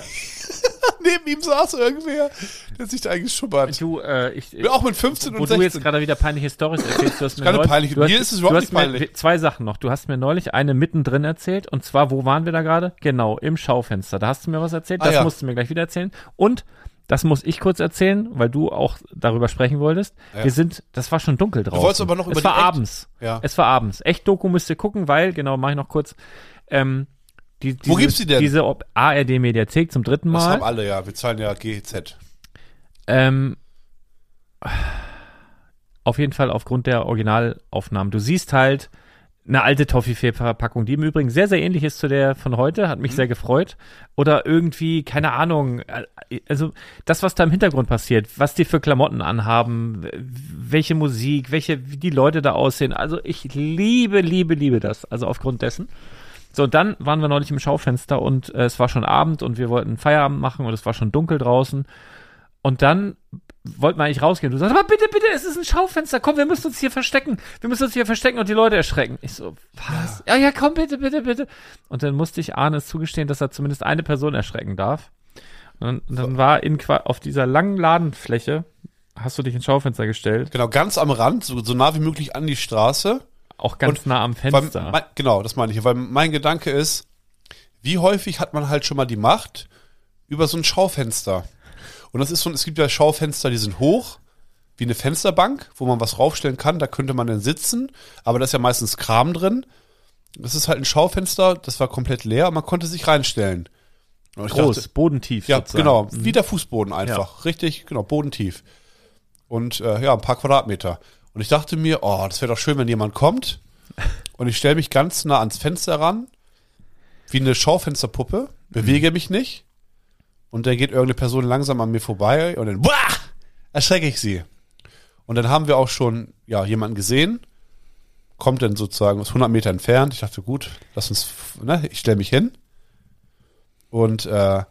S2: Neben ihm saß irgendwer, der hat sich da eingeschubbert.
S1: Du, äh, ich,
S2: Auch mit 15
S1: wo
S2: und
S1: du jetzt
S2: 16.
S1: gerade wieder peinliche Stories erzählst, du hast mir
S2: Keine
S1: neulich,
S2: peinliche.
S1: du hast,
S2: Mir ist es überhaupt
S1: du hast
S2: nicht
S1: mir
S2: peinlich.
S1: zwei Sachen noch. Du hast mir neulich eine mittendrin erzählt und zwar, wo waren wir da gerade? Genau, im Schaufenster. Da hast du mir was erzählt,
S2: Ah,
S1: das
S2: ja.
S1: musst du mir gleich wieder erzählen und das muss ich kurz erzählen, weil du auch darüber sprechen wolltest.
S2: Ja.
S1: Wir sind, das war schon dunkel draußen.
S2: wolltest aber noch über
S1: es
S2: die
S1: war
S2: Echt-
S1: abends.
S2: Ja.
S1: Es war abends. Echt Doku müsst ihr gucken, weil, genau, mache ich noch kurz. Ähm, die,
S2: Wo
S1: diese-
S2: gibt's die denn?
S1: Diese Ob- ARD Mediathek zum dritten
S2: Das
S1: Mal.
S2: haben alle, ja. Wir zahlen ja E GEZ.
S1: Ähm, auf jeden Fall aufgrund der Originalaufnahmen. Du siehst halt eine alte Toffifee-Verpackung, die im Übrigen sehr, sehr ähnlich ist zu der von heute, hat mich sehr gefreut. Oder irgendwie, keine Ahnung, äh, also das, was da im Hintergrund passiert, was die für Klamotten anhaben, w- welche Musik, welche, wie die Leute da aussehen. Also ich liebe, liebe, liebe das. Also aufgrund dessen. So, und dann waren wir neulich im Schaufenster und äh, es war schon Abend und wir wollten Feierabend machen und es war schon dunkel draußen. Und dann wollten wir eigentlich rausgehen. Du sagst, aber bitte, bitte, es ist ein Schaufenster. Komm, wir müssen uns hier verstecken. Wir müssen uns hier verstecken und die Leute erschrecken. Ich so, was? Ja, ja, komm, bitte, bitte, bitte. Und dann musste ich Arne es zugestehen, dass er zumindest eine Person erschrecken darf. Und dann, dann war in, qua- auf dieser langen Ladenfläche, hast du dich ins Schaufenster gestellt,
S2: Genau, ganz am Rand, so, so nah wie möglich an die Straße.
S1: auch ganz
S2: Und
S1: nah am
S2: Weil,
S1: Fenster.
S2: mein, genau, das meine ich. Weil mein Gedanke ist, wie häufig hat man halt schon mal die Macht über so ein Schaufenster? Und das ist so, ein- es gibt ja Schaufenster, die sind hoch, wie eine Fensterbank, wo man was raufstellen kann, da könnte man dann sitzen, aber da ist ja meistens Kram drin. Das ist halt ein Schaufenster, das war komplett leer, und man konnte sich reinstellen. Und ich
S1: Groß,
S2: dachte-
S1: bodentief
S2: Ja,
S1: sozusagen.
S2: genau. Wie der Fußboden einfach. Richtig, genau, bodentief. Und äh, ja, ein paar Quadratmeter. Und ich dachte mir, oh, das wäre doch schön, wenn jemand kommt. Und ich stelle mich ganz nah ans Fenster ran, wie eine Schaufensterpuppe, bewege mich nicht. Und dann geht irgendeine Person langsam an mir vorbei und dann wah, erschrecke ich sie. Und dann haben wir auch schon ja, jemanden gesehen, kommt dann sozusagen ist 100 Meter entfernt. Ich dachte, gut, lass uns, ne, ich stelle mich hin. Und äh, naja,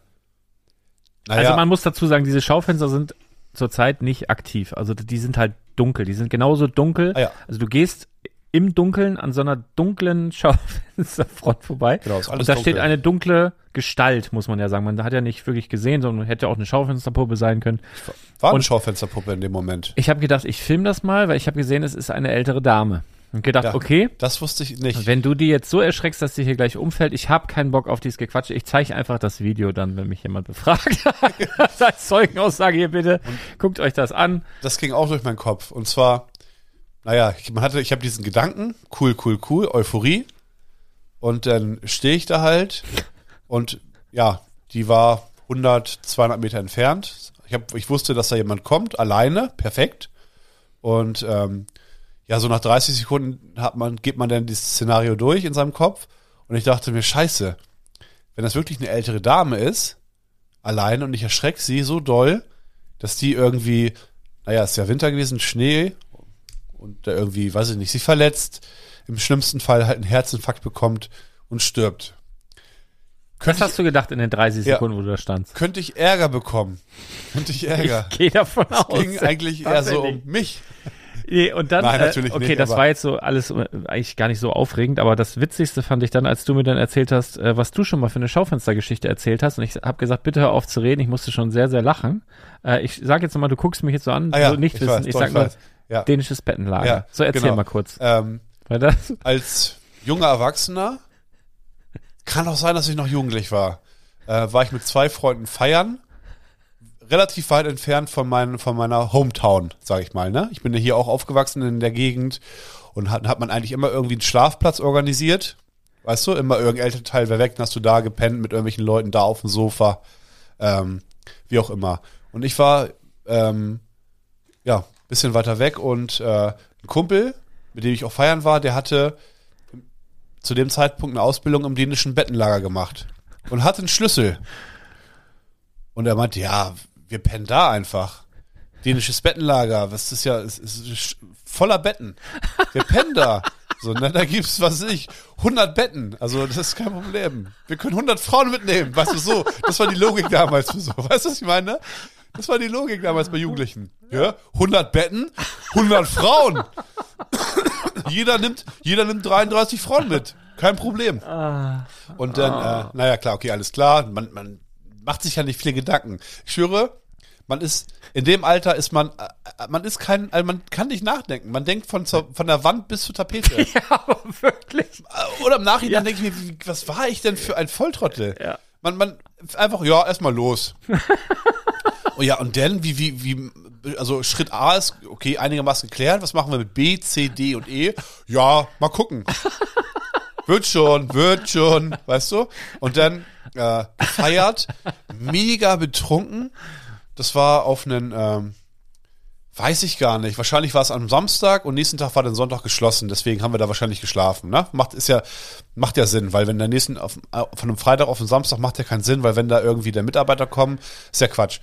S1: Also man muss dazu sagen, diese Schaufenster sind zurzeit nicht aktiv. Also die sind halt dunkel. Die sind genauso dunkel.
S2: Ah ja.
S1: Also du gehst im Dunkeln an so einer dunklen Schaufensterfront vorbei.
S2: Genau, ist alles
S1: und da
S2: dunkel.
S1: steht eine dunkle Gestalt, muss man ja sagen. Man hat ja nicht wirklich gesehen, sondern hätte auch eine Schaufensterpuppe sein können.
S2: war eine
S1: und-
S2: Schaufensterpuppe in dem Moment.
S1: Ich habe gedacht, ich filme das mal, weil ich habe gesehen, es ist eine ältere Dame. Und gedacht,
S2: Ja.
S1: okay, Also
S2: Das wusste ich nicht.
S1: wenn du die jetzt so erschreckst, dass sie hier gleich umfällt, ich habe keinen Bock auf dieses Gequatsche. Ich zeige einfach das Video dann, wenn mich jemand befragt. Als Zeugenaussage hier bitte. Guckt euch das an.
S2: das ging auch durch meinen Kopf. Und zwar, naja, ich, man hatte, ich habe diesen Gedanken, cool, cool, cool, Euphorie. Und dann stehe ich da halt und ja, die war 100, 200 Meter entfernt. Ich, hab, ich wusste, dass da jemand kommt, alleine, perfekt. Und ähm, ja, so nach 30 Sekunden hat man, geht man dann dieses Szenario durch in seinem Kopf. Und ich dachte mir, scheiße, wenn das wirklich eine ältere Dame ist, alleine und ich erschrecke sie so doll, dass die irgendwie, naja, ist ja Winter gewesen, Schnee und da irgendwie, weiß ich nicht, sich verletzt, im schlimmsten Fall halt einen Herzinfarkt bekommt und stirbt.
S1: Was hast du gedacht in den 30
S2: Ja.
S1: Sekunden, wo du da standst?
S2: Könnte ich Ärger bekommen? Könnte ich Ärger?
S1: Ich gehe davon aus.
S2: Ging eigentlich eher so um mich.
S1: Nee, und dann,
S2: Nein, natürlich
S1: äh, okay,
S2: nicht,
S1: das
S2: aber-
S1: war jetzt so alles äh, eigentlich gar nicht so aufregend, aber das Witzigste fand ich dann, als du mir dann erzählt hast, äh, was du schon mal für eine Schaufenstergeschichte erzählt hast. Und ich habe gesagt, bitte hör auf zu reden, ich musste schon sehr, sehr lachen. Äh, ich sage jetzt nochmal, du guckst mich jetzt so an, so Also nicht wissen.
S2: Ah weiß,
S1: ich
S2: doch,
S1: sag nur,
S2: weiß. ja.
S1: dänisches Bettenlager.
S2: Ja,
S1: so, erzähl
S2: genau.
S1: mal kurz.
S2: Ähm,
S1: Weil das,
S2: als junger Erwachsener, kann auch sein, dass ich noch jugendlich war, äh, war ich mit zwei Freunden feiern, relativ weit entfernt von, meinen, von meiner Hometown, sage ich mal. Ne? Ich bin ja hier auch aufgewachsen in der Gegend und hat, hat man eigentlich immer irgendwie einen Schlafplatz organisiert. Weißt du, immer irgendein Elternteil wäre weg, dann hast du da gepennt mit irgendwelchen Leuten da auf dem Sofa, ähm, wie auch immer. Und ich war ähm, ja, ein bisschen weiter weg und äh, ein Kumpel, mit dem ich auch feiern war, der hatte zu dem Zeitpunkt eine Ausbildung im dänischen Bettenlager gemacht und hatte einen Schlüssel. Und er meinte, ja, wir pennen da einfach. Dänisches Bettenlager, was ist ja, es ist voller Betten. Wir pennen da. So, ne, da gibt's, was weiß ich, 100 Betten. Also, das ist kein Problem. Wir können 100 Frauen mitnehmen. Weißt du, so. Das war die Logik damals für so. Weißt du, was ich meine? Das war die Logik damals bei Jugendlichen. Ja, 100 Betten, 100 Frauen. jeder nimmt, jeder nimmt 33 Frauen mit. Kein Problem. Und dann, äh, naja, klar, okay, alles klar. Man, man macht sich ja nicht viele Gedanken. Ich schwöre, man ist, in dem Alter ist man, äh, man ist kein, also man kann nicht nachdenken. Man denkt von, zur, von der Wand bis zur Tapete.
S1: ja, aber wirklich.
S2: Äh, Oder im Nachhinein denke ich mir, wie- was war ich denn für ein Volltrottel?
S1: Ja.
S2: Man, man, einfach, ja, erstmal los. oh ja, und dann, wie, wie, wie, also Schritt A ist, okay, einigermaßen geklärt, was machen wir mit B, C, D und E? Ja, mal gucken. wird schon, wird schon, weißt du? Und dann äh, gefeiert, mega betrunken. Das war auf einen, ähm, weiß ich gar nicht. Wahrscheinlich war es am Samstag und nächsten Tag war dann Sonntag geschlossen. Deswegen haben wir da wahrscheinlich geschlafen. Ne? Macht ist ja macht ja Sinn, weil wenn der nächsten auf, äh, von einem Freitag auf den Samstag macht ja keinen Sinn, weil wenn da irgendwie der Mitarbeiter kommen, ist ja Quatsch.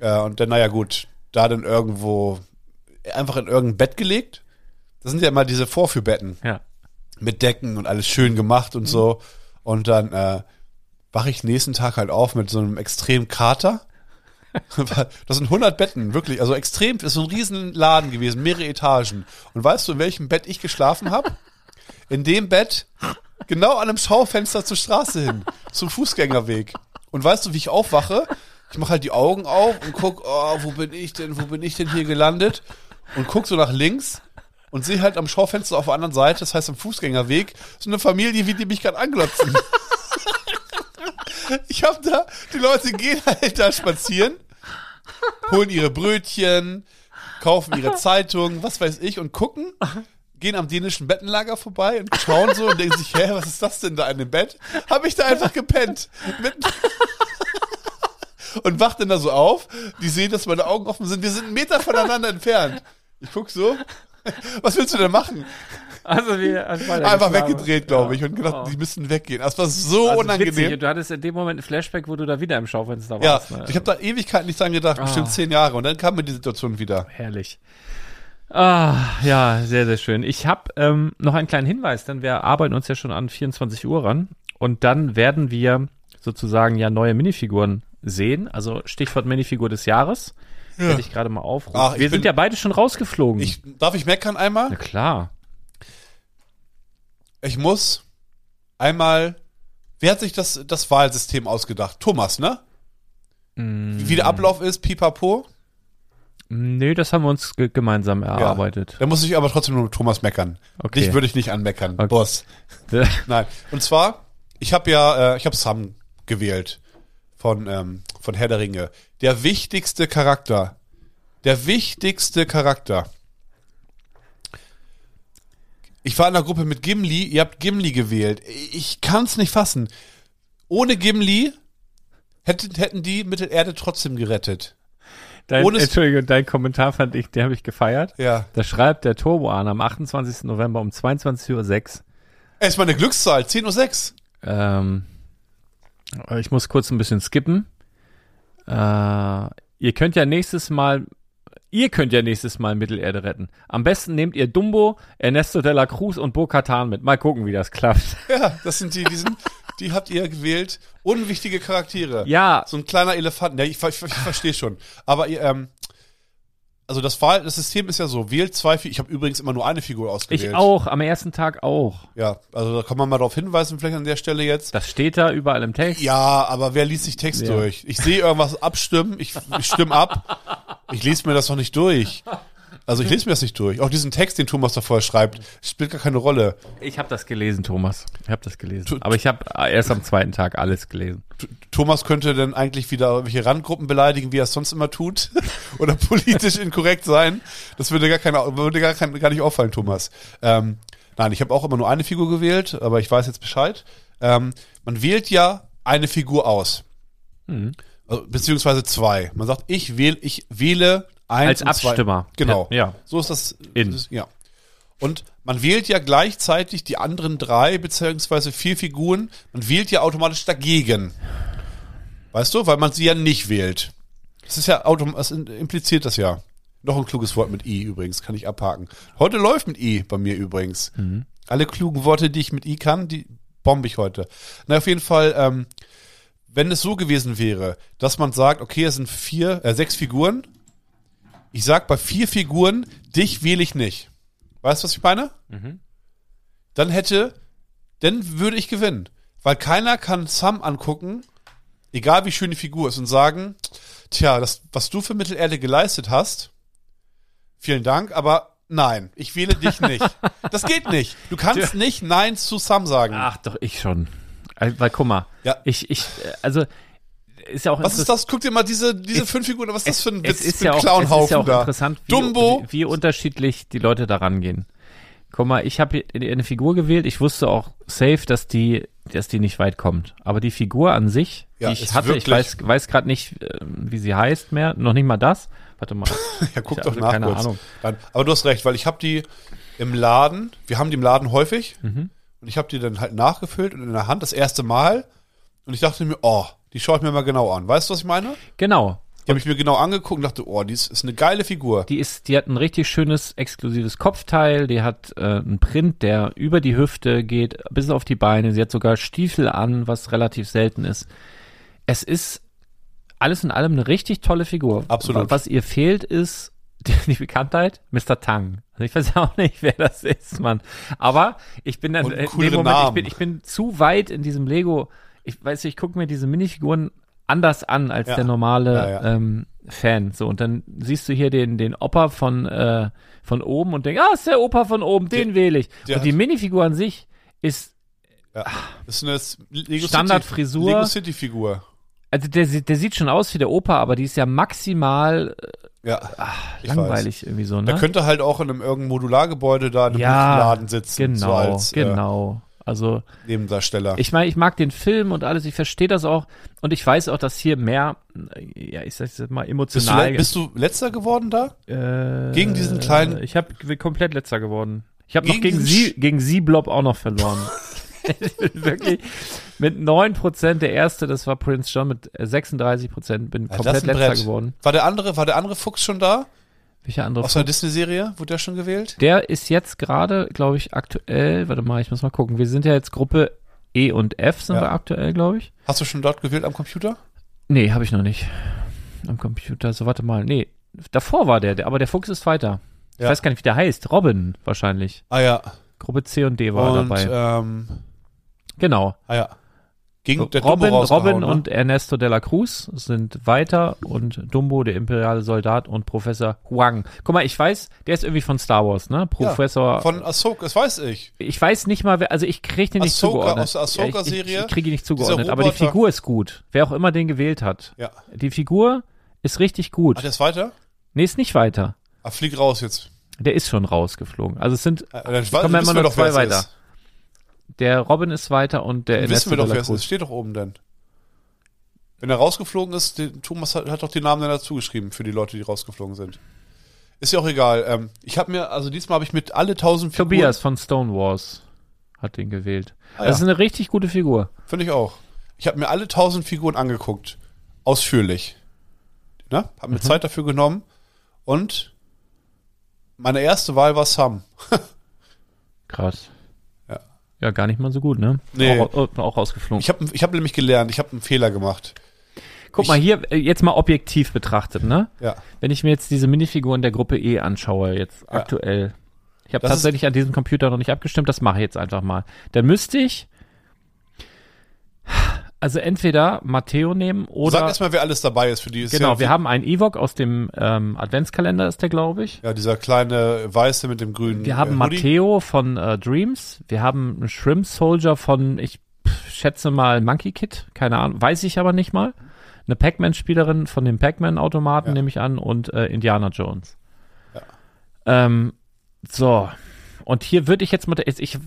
S2: Äh, und dann naja gut, da dann irgendwo einfach in irgendein Bett gelegt. Das sind ja immer diese Vorführbetten
S1: Ja.
S2: mit Decken und alles schön gemacht und so. Und dann äh, wache ich nächsten Tag halt auf mit so einem extremen Kater. Das sind 100 Betten, wirklich. Also extrem, das ist so ein riesen Laden gewesen, mehrere Etagen. Und weißt du, in welchem Bett ich geschlafen habe? In dem Bett, genau an einem Schaufenster zur Straße hin, zum Fußgängerweg. Und weißt du, wie ich aufwache? Ich mache halt die Augen auf und guck, oh, wo bin ich denn, wo bin ich denn hier gelandet? Und guck so nach links und sehe halt am Schaufenster auf der anderen Seite, das heißt am Fußgängerweg, so eine Familie, wie die mich gerade anglotzen. Ich hab da, die Leute gehen halt da spazieren, holen ihre Brötchen, kaufen ihre Zeitung, was weiß ich, und gucken, gehen am dänischen Bettenlager vorbei und schauen so und denken sich, hä, was ist das denn da an dem Bett? Hab ich da einfach gepennt. Mitten und wacht dann da so auf. Die sehen, dass meine Augen offen sind. Wir sind einen Meter voneinander entfernt. Ich guck so. Was willst du denn machen?
S1: Also wir
S2: Einfach weggedreht, glaube ich, und gedacht, die müssen weggehen. Das war so
S1: Oh. Also
S2: unangenehm.
S1: Witzig. Du hattest in dem Moment ein Flashback, wo du da wieder im Schaufenster
S2: Ja,
S1: warst. ne?
S2: ich habe da Ewigkeiten nicht dran gedacht,
S1: Ah.
S2: bestimmt zehn Jahre. Und dann kam mir die Situation wieder.
S1: Herrlich. Ah, ja, sehr, sehr schön. Ich habe ähm, noch einen kleinen Hinweis, denn wir arbeiten uns ja schon an 24 Uhr ran und dann werden wir sozusagen ja neue Minifiguren sehen. Also Stichwort Minifigur des Jahres. Werde ich gerade mal aufrufen.
S2: Ach, ich
S1: wir
S2: bin-
S1: sind ja beide schon rausgeflogen.
S2: Ich, darf ich meckern einmal?
S1: Na klar.
S2: Ich muss einmal. Wer hat sich das, das Wahlsystem ausgedacht? Thomas, ne?
S1: Mhm.
S2: Wie der Ablauf ist, pipapo.
S1: Nee, das haben wir uns ge gemeinsam erarbeitet.
S2: Da muss ich aber trotzdem nur mit Thomas meckern.
S1: Okay.
S2: Dich würde ich nicht anmeckern,
S1: Okay.
S2: Boss. Nein. Und zwar, ich habe ja, äh, ich habe Sam gewählt von, ähm, von Herr der Ringe. Der wichtigste Charakter. Der wichtigste Charakter. Ich war in der Gruppe mit Gimli, ihr habt Gimli gewählt. Ich kann es nicht fassen. Ohne Gimli hätten, hätten die Mittelerde trotzdem gerettet.
S1: Dein,
S2: Ohne-
S1: Entschuldigung, dein Kommentar fand ich, den habe ich gefeiert.
S2: Ja.
S1: Da schreibt der Turbo an am 28. November um 22.06 Uhr.
S2: Erstmal eine Glückszahl, 10.06 Uhr.
S1: Ähm, ich muss kurz ein bisschen skippen. Äh, ihr könnt ja nächstes Mal, ihr könnt ja nächstes Mal Mittelerde retten. Am besten nehmt ihr Dumbo, Ernesto de la Cruz und Bo-Katan mit. Mal gucken, wie das klappt.
S2: Ja, das sind die, die sind, die habt ihr gewählt. Unwichtige Charaktere.
S1: Ja,
S2: So ein kleiner Elefant. Ja, ich, ver- ich, ver- ich verstehe schon. Aber ihr, ähm, also das Wahl, das System ist ja so, wählt zwei Figuren. Ich habe übrigens immer nur eine Figur ausgewählt.
S1: ich auch, am ersten Tag auch.
S2: Ja, also da kann man mal darauf hinweisen, vielleicht an der Stelle jetzt.
S1: Das steht da überall im Text.
S2: Ja, aber wer liest sich Text
S1: Ja.
S2: durch? Ich sehe irgendwas abstimmen, ich, ich stimme ab. Ich lese mir das doch nicht durch. Also ich lese mir das nicht durch. Auch diesen Text, den Thomas da vorher schreibt, spielt gar keine Rolle.
S1: Ich habe das gelesen, Thomas. Ich habe das gelesen.
S2: Tu-
S1: Aber ich habe erst am zweiten Tag alles gelesen.
S2: T Thomas könnte dann eigentlich wieder irgendwelche Randgruppen beleidigen, wie er es sonst immer tut. Oder politisch inkorrekt sein. Das würde gar, keine, würde gar, kein, gar nicht auffallen, Thomas. Ähm, nein, ich habe auch immer nur eine Figur gewählt, aber ich weiß jetzt Bescheid. Ähm, man wählt ja eine Figur aus.
S1: Mhm.
S2: Also, beziehungsweise zwei. Man sagt, ich wähle, ich wähle eins
S1: Als
S2: und zwei.
S1: Abstimmer.
S2: Genau.
S1: Ja.
S2: So ist das.
S1: In.
S2: das- ja. Und man wählt ja gleichzeitig die anderen drei beziehungsweise vier Figuren. Man wählt ja automatisch dagegen. Weißt du, weil man sie ja nicht wählt. Das ist ja autom das in- impliziert das ja. Noch ein kluges Wort mit I übrigens, kann ich abhaken. Heute läuft mit I bei mir übrigens. Alle klugen Worte, die ich mit I kann, die bombe ich heute. Na, auf jeden Fall, ähm, wenn es so gewesen wäre, dass man sagt, okay, es sind vier, äh, sechs Figuren. Ich sag bei vier Figuren, dich wähle ich nicht. Weißt du, was ich meine?
S1: Mhm.
S2: Dann hätte, dann würde ich gewinnen. Weil keiner kann Sam angucken, egal wie schön die Figur ist, und sagen, tja, das, was du für Mittelerde geleistet hast, vielen Dank, aber nein, ich wähle dich nicht. Das geht nicht. Du kannst nicht Nein zu Sam sagen.
S1: Ach doch, ich schon. Also, Weil guck mal,
S2: Ja.
S1: ich, ich, äh, also ist ja auch
S2: Was ist
S1: interessant-
S2: das? Guck dir mal diese, diese fünf Figuren, an. was ist das für ein Witz?
S1: es ist
S2: für ein
S1: ja auch, es ist ja auch
S2: Clownhaufen da.
S1: interessant, wie,
S2: Dumbo.
S1: Wie, wie unterschiedlich die Leute da rangehen. Guck mal, ich habe eine Figur gewählt. Ich wusste auch safe, dass die, dass die nicht weit kommt. Aber die Figur an sich,
S2: Ja,
S1: die ich
S2: ist
S1: hatte, ich
S2: wirklich-
S1: weiß, weiß gerade nicht, ähm, wie sie heißt mehr. Noch nicht mal das. Warte mal.
S2: ja, guck
S1: Ich
S2: doch
S1: habe
S2: nach
S1: keine
S2: kurz.
S1: Ahnung.
S2: Nein, aber du hast recht, weil ich habe die im Laden, wir haben die im Laden häufig
S1: Mhm.
S2: und ich habe die dann halt nachgefüllt und in der Hand das erste Mal und ich dachte mir, oh, die schaue ich mir mal genau an. Weißt du, was ich meine?
S1: Genau.
S2: Die habe ich mir genau angeguckt und dachte, oh, die ist, ist eine geile Figur.
S1: Die ist, die hat ein richtig schönes exklusives Kopfteil. Die hat äh, einen Print, der über die Hüfte geht, bis auf die Beine. Sie hat sogar Stiefel an, was relativ selten ist. Es ist alles in allem eine richtig tolle Figur.
S2: Absolut.
S1: Was ihr fehlt, ist die- die Bekanntheit, Mr. Tang. Also ich weiß auch nicht, wer das ist, Mann. Aber ich bin dann
S2: Und
S1: in
S2: coole
S1: dem Moment, ich
S2: Namen.
S1: bin, ich bin zu weit in diesem Lego. Ich weiß, ich gucke mir diese Minifiguren anders an als
S2: Ja.
S1: der normale
S2: Ja, ja.
S1: ähm, Fan. So, und dann siehst du hier den, den Opa von, äh, von oben und denkst, ah, ist der Opa von oben, den wähle ich.
S2: der
S1: und die
S2: hat-
S1: Minifigur an sich ist,
S2: Das ist eine Lego
S1: Standardfrisur.
S2: City, Lego City Figur.
S1: also der, sieht- der sieht schon aus wie der Opa, aber die ist ja maximal äh,
S2: Ja, ich
S1: langweilig irgendwie so,
S2: Weiß.
S1: ne?
S2: Der könnte halt auch in einem irgendeinem Modulargebäude da in einem Laden sitzen,
S1: Genau,
S2: so als
S1: genau. Also
S2: äh, Nebendarsteller.
S1: ich meine, ich mag den Film und alles, ich verstehe das auch und ich weiß auch, dass hier mehr, äh, ja, ich sag jetzt mal
S2: bist, du,
S1: emotional.
S2: le- bist du letzter geworden da?
S1: äh,
S2: gegen diesen kleinen-
S1: Ich habe komplett letzter geworden. Ich habe noch
S2: Gegen
S1: gegen
S2: diesen
S1: sie
S2: Sch-
S1: gegen sie Blob auch noch verloren. Ich bin Wirklich mit 9% der erste, das war Prince John mit äh, 36%, bin
S2: Ja, das
S1: komplett
S2: ist ein
S1: letzter
S2: Brett.
S1: geworden.
S2: War der andere, war der andere Fuchs schon da?
S1: Welcher andere?
S2: Aus der Disney-Serie? Wurde der schon gewählt?
S1: Der ist jetzt gerade, glaube ich, aktuell, warte mal, ich muss mal gucken. Wir sind ja jetzt Gruppe E und F sind
S2: Ja.
S1: wir aktuell, glaube ich.
S2: Hast du schon dort gewählt am Computer?
S1: Nee, habe ich noch nicht. Am Computer, so warte mal. Nee, davor war der, der aber der Fuchs ist weiter. Ich
S2: Ja.
S1: weiß gar nicht, wie der heißt. Robin wahrscheinlich.
S2: Ah ja.
S1: Gruppe C und D war
S2: und,
S1: dabei.
S2: Ähm,
S1: genau.
S2: ah ja. Gegen der
S1: Robin,
S2: Dumbo rausgehauen,
S1: Robin
S2: ne?
S1: und Ernesto de la Cruz sind weiter und Dumbo, der imperiale Soldat und Professor Huang. Guck mal, ich weiß, der ist irgendwie von Star Wars, ne?
S2: Ja,
S1: Professor.
S2: Von Ahsoka, das weiß ich.
S1: ich weiß nicht mal, wer, also ich kriege den nicht
S2: Ahsoka,
S1: zugeordnet.
S2: aus der Ahsoka-Serie.
S1: Ja, ich ich, ich kriege ihn nicht zugeordnet,
S2: Dieser
S1: aber die
S2: Roboter.
S1: Figur ist gut. Wer auch immer den gewählt hat.
S2: Ja.
S1: Die Figur ist richtig gut.
S2: Ach, der ist weiter?
S1: nee, ist nicht weiter.
S2: Ah, flieg raus jetzt.
S1: Der ist schon rausgeflogen. Also es sind,
S2: Ah, Dann
S1: Kommen wir immer nur zwei
S2: wer es
S1: weiter.
S2: Ist.
S1: der Robin ist weiter und der
S2: Dann
S1: Ernesto
S2: wissen wir doch,
S1: de la
S2: wer es
S1: Cruz.
S2: ist. Steht doch oben dann. Wenn er rausgeflogen ist, den, Thomas hat, hat doch den Namen dann dazu geschrieben für die Leute, die rausgeflogen sind. Ist ja auch egal. Ähm, ich habe mir, also diesmal habe ich mit alle tausend Figuren.
S1: Tobias von Stonewalls hat den gewählt. Das
S2: Ah, ja.
S1: ist eine richtig gute Figur.
S2: Finde ich auch. Ich habe mir alle tausend Figuren angeguckt. Ausführlich. Ne? Hab
S1: Mhm.
S2: mir Zeit dafür genommen. Und meine erste Wahl war Sam.
S1: Krass.
S2: Ja.
S1: Ja, gar nicht mal so gut, ne?
S2: Nee.
S1: Auch, auch, auch rausgeflogen.
S2: Ich habe ich hab nämlich gelernt, ich habe einen Fehler gemacht.
S1: Guck mal, hier, äh, jetzt mal objektiv betrachtet, ne?
S2: Ja.
S1: Wenn ich mir jetzt diese Minifiguren der Gruppe E anschaue, jetzt aktuell. Ich habe
S2: Das ist-
S1: tatsächlich an diesem Computer noch nicht abgestimmt, das mache ich jetzt einfach mal. Dann müsste ich. also entweder Matteo nehmen
S2: Sag
S1: oder
S2: erstmal, wer alles dabei ist für die. Ist
S1: genau,
S2: ja,
S1: wir haben einen Ewok aus dem ähm, Adventskalender ist der, glaube ich.
S2: Ja, dieser kleine Weiße mit dem grünen.
S1: Wir haben
S2: äh, Hoodie.
S1: Matteo von äh, Dreams, wir haben einen Shrimp Soldier von, ich pff, schätze mal Monkey Kid, keine Ahnung, weiß ich aber nicht mal. Eine Pac-Man-Spielerin von dem Pac-Man-Automaten,
S2: Ja.
S1: nehme ich an, und äh, Indiana Jones.
S2: Ja.
S1: Ähm, so. Und hier würde ich jetzt mal, jetzt ich,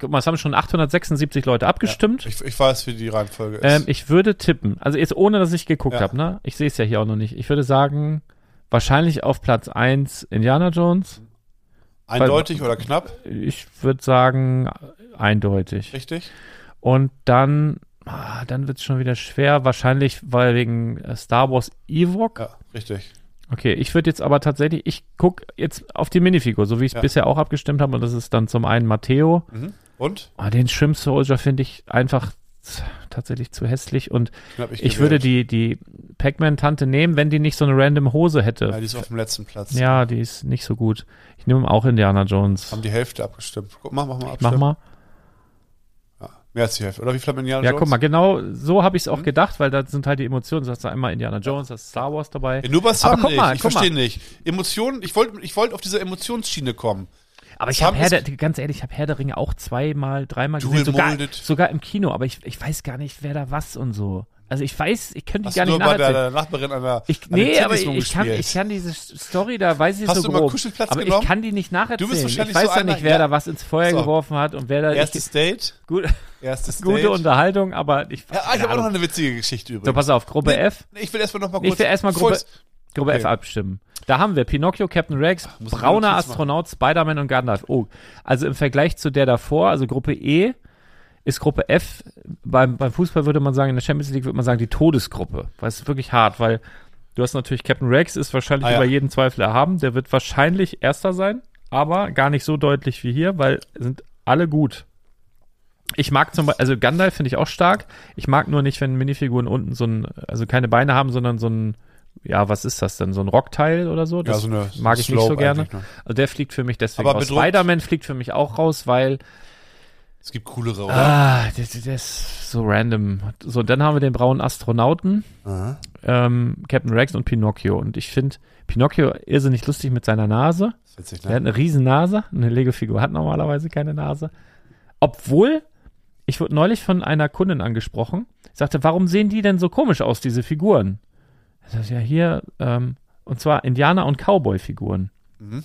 S1: guck mal, es haben schon 876 Leute abgestimmt.
S2: Ich, ich weiß, wie die Reihenfolge ist.
S1: Ähm, ich würde tippen, also jetzt ohne, dass ich geguckt
S2: Ja.
S1: habe, ne? Ich sehe es ja hier auch noch nicht. Ich würde sagen, wahrscheinlich auf Platz 1 Indiana Jones.
S2: Eindeutig oder knapp,
S1: Ich würde sagen, äh, eindeutig.
S2: richtig?
S1: Und dann, ah, dann wird es schon wieder schwer. Wahrscheinlich, weil wegen äh, Star Wars Ewok.
S2: Ja, richtig.
S1: Okay, ich würde jetzt aber tatsächlich, ich gucke jetzt auf die Minifigur, so wie ich es
S2: Ja.
S1: bisher auch abgestimmt habe. Und das ist dann zum einen Matteo.
S2: Mhm. Und?
S1: Ah, den Shrimp Soldier finde ich einfach z- tatsächlich zu hässlich. Und
S2: Knapp ich,
S1: ich
S2: gewählt.
S1: würde die, die Pac-Man-Tante nehmen, wenn die nicht so eine random Hose
S2: Ja,
S1: hätte.
S2: die ist auf dem letzten Platz.
S1: Ja, die ist nicht so gut. Ich nehme auch Indiana Jones.
S2: Haben die Hälfte abgestimmt. Guck, mach, mach mal
S1: Mach
S2: abstimmen.
S1: mal.
S2: Ja, mehr als die Hälfte. Oder wie viel haben Indiana
S1: Ja,
S2: Jones?
S1: guck mal, genau so habe ich es auch
S2: Mhm.
S1: gedacht, weil da sind halt die Emotionen. Du hast da einmal Indiana Jones, hast Star Wars dabei.
S2: Ja, nur bei
S1: Aber
S2: Sam
S1: guck
S2: nicht.
S1: mal,
S2: ich
S1: guck
S2: verstehe nicht. Emotionen, ich wollte ich wollte auf diese Emotionsschiene kommen.
S1: Aber ich
S2: Sam
S1: habe Herr der,
S2: ist-
S1: ganz ehrlich, ich habe Herr der Ringe auch zweimal, dreimal
S2: Dual
S1: gesehen, sogar,
S2: molded.
S1: sogar im Kino, aber ich, ich weiß gar nicht, wer da was und so. Also ich weiß, ich könnte die
S2: Hast
S1: gar
S2: du
S1: nicht
S2: nur bei der,
S1: nachvollziehen.
S2: der Nachbarin an der
S1: Ich,
S2: an den
S1: nee, aber ich,
S2: Tennisball
S1: ich, kann,
S2: gespielt?
S1: ich kann diese Story da, weiß ich
S2: Hast
S1: so
S2: du mal
S1: grob.
S2: Kuschelplatz
S1: aber
S2: genommen?
S1: ich kann die nicht nacherzählen.
S2: wahrscheinlich
S1: ich weiß
S2: so
S1: ja
S2: einer-
S1: nicht, wer
S2: ja.
S1: da was ins Feuer
S2: So.
S1: geworfen hat und wer da ich,
S2: Erstes Date.
S1: gut,
S2: Erstes
S1: gute
S2: Date.
S1: Unterhaltung, aber ich,
S2: ja, ah, ich
S1: keine
S2: habe auch noch
S1: Ahnung.
S2: eine witzige Geschichte übrigens.
S1: So, pass auf, Gruppe
S2: Nee,
S1: F.
S2: Nee, ich will erstmal noch mal
S1: Ich
S2: kurz.
S1: will erst mal
S2: bevor
S1: Gruppe-
S2: ich's-
S1: Gruppe
S2: Okay.
S1: F abstimmen. Da haben wir Pinocchio, Captain Rex,
S2: muss ich
S1: brauner
S2: mal kurz
S1: Astronaut, Spider-Man und Gandalf. Oh, also im Vergleich zu der davor, also Gruppe E, ist Gruppe F, beim, beim Fußball würde man sagen, in der Champions League würde man sagen, die Todesgruppe. Weil es ist wirklich hart, weil du hast natürlich Captain Rex, ist wahrscheinlich
S2: Ah, ja.
S1: über jeden Zweifel erhaben. Der wird wahrscheinlich Erster sein, aber gar nicht so deutlich wie hier, weil sind alle gut. Ich mag zum Beispiel, also Gandalf finde ich auch stark. Ich mag nur nicht, wenn Minifiguren unten so ein, also keine Beine haben, sondern so ein, ja, was ist das denn? So ein Rockteil oder so? Das
S2: Ja, so eine so
S1: mag
S2: eine
S1: ich nicht so
S2: Slope
S1: gerne.
S2: eigentlich, ne?
S1: Also der fliegt für mich deswegen
S2: Aber
S1: raus.
S2: bedruckt-
S1: Spider-Man fliegt für mich auch raus, weil,
S2: Es gibt coolere, oder?
S1: ah, das, das ist so random. So, dann haben wir den braunen Astronauten,
S2: Aha.
S1: ähm, Captain Rex und Pinocchio. Und ich finde Pinocchio irrsinnig lustig mit seiner Nase.
S2: Das ist witzig,
S1: Er hat
S2: ne?
S1: eine riesen Nase. Eine Lego-Figur hat normalerweise keine Nase. Obwohl, ich wurde neulich von einer Kundin angesprochen. Ich sagte, warum sehen die denn so komisch aus, diese Figuren? Ich sagte, ja, hier, ähm, und zwar Indianer- und Cowboy-Figuren.
S2: Mhm.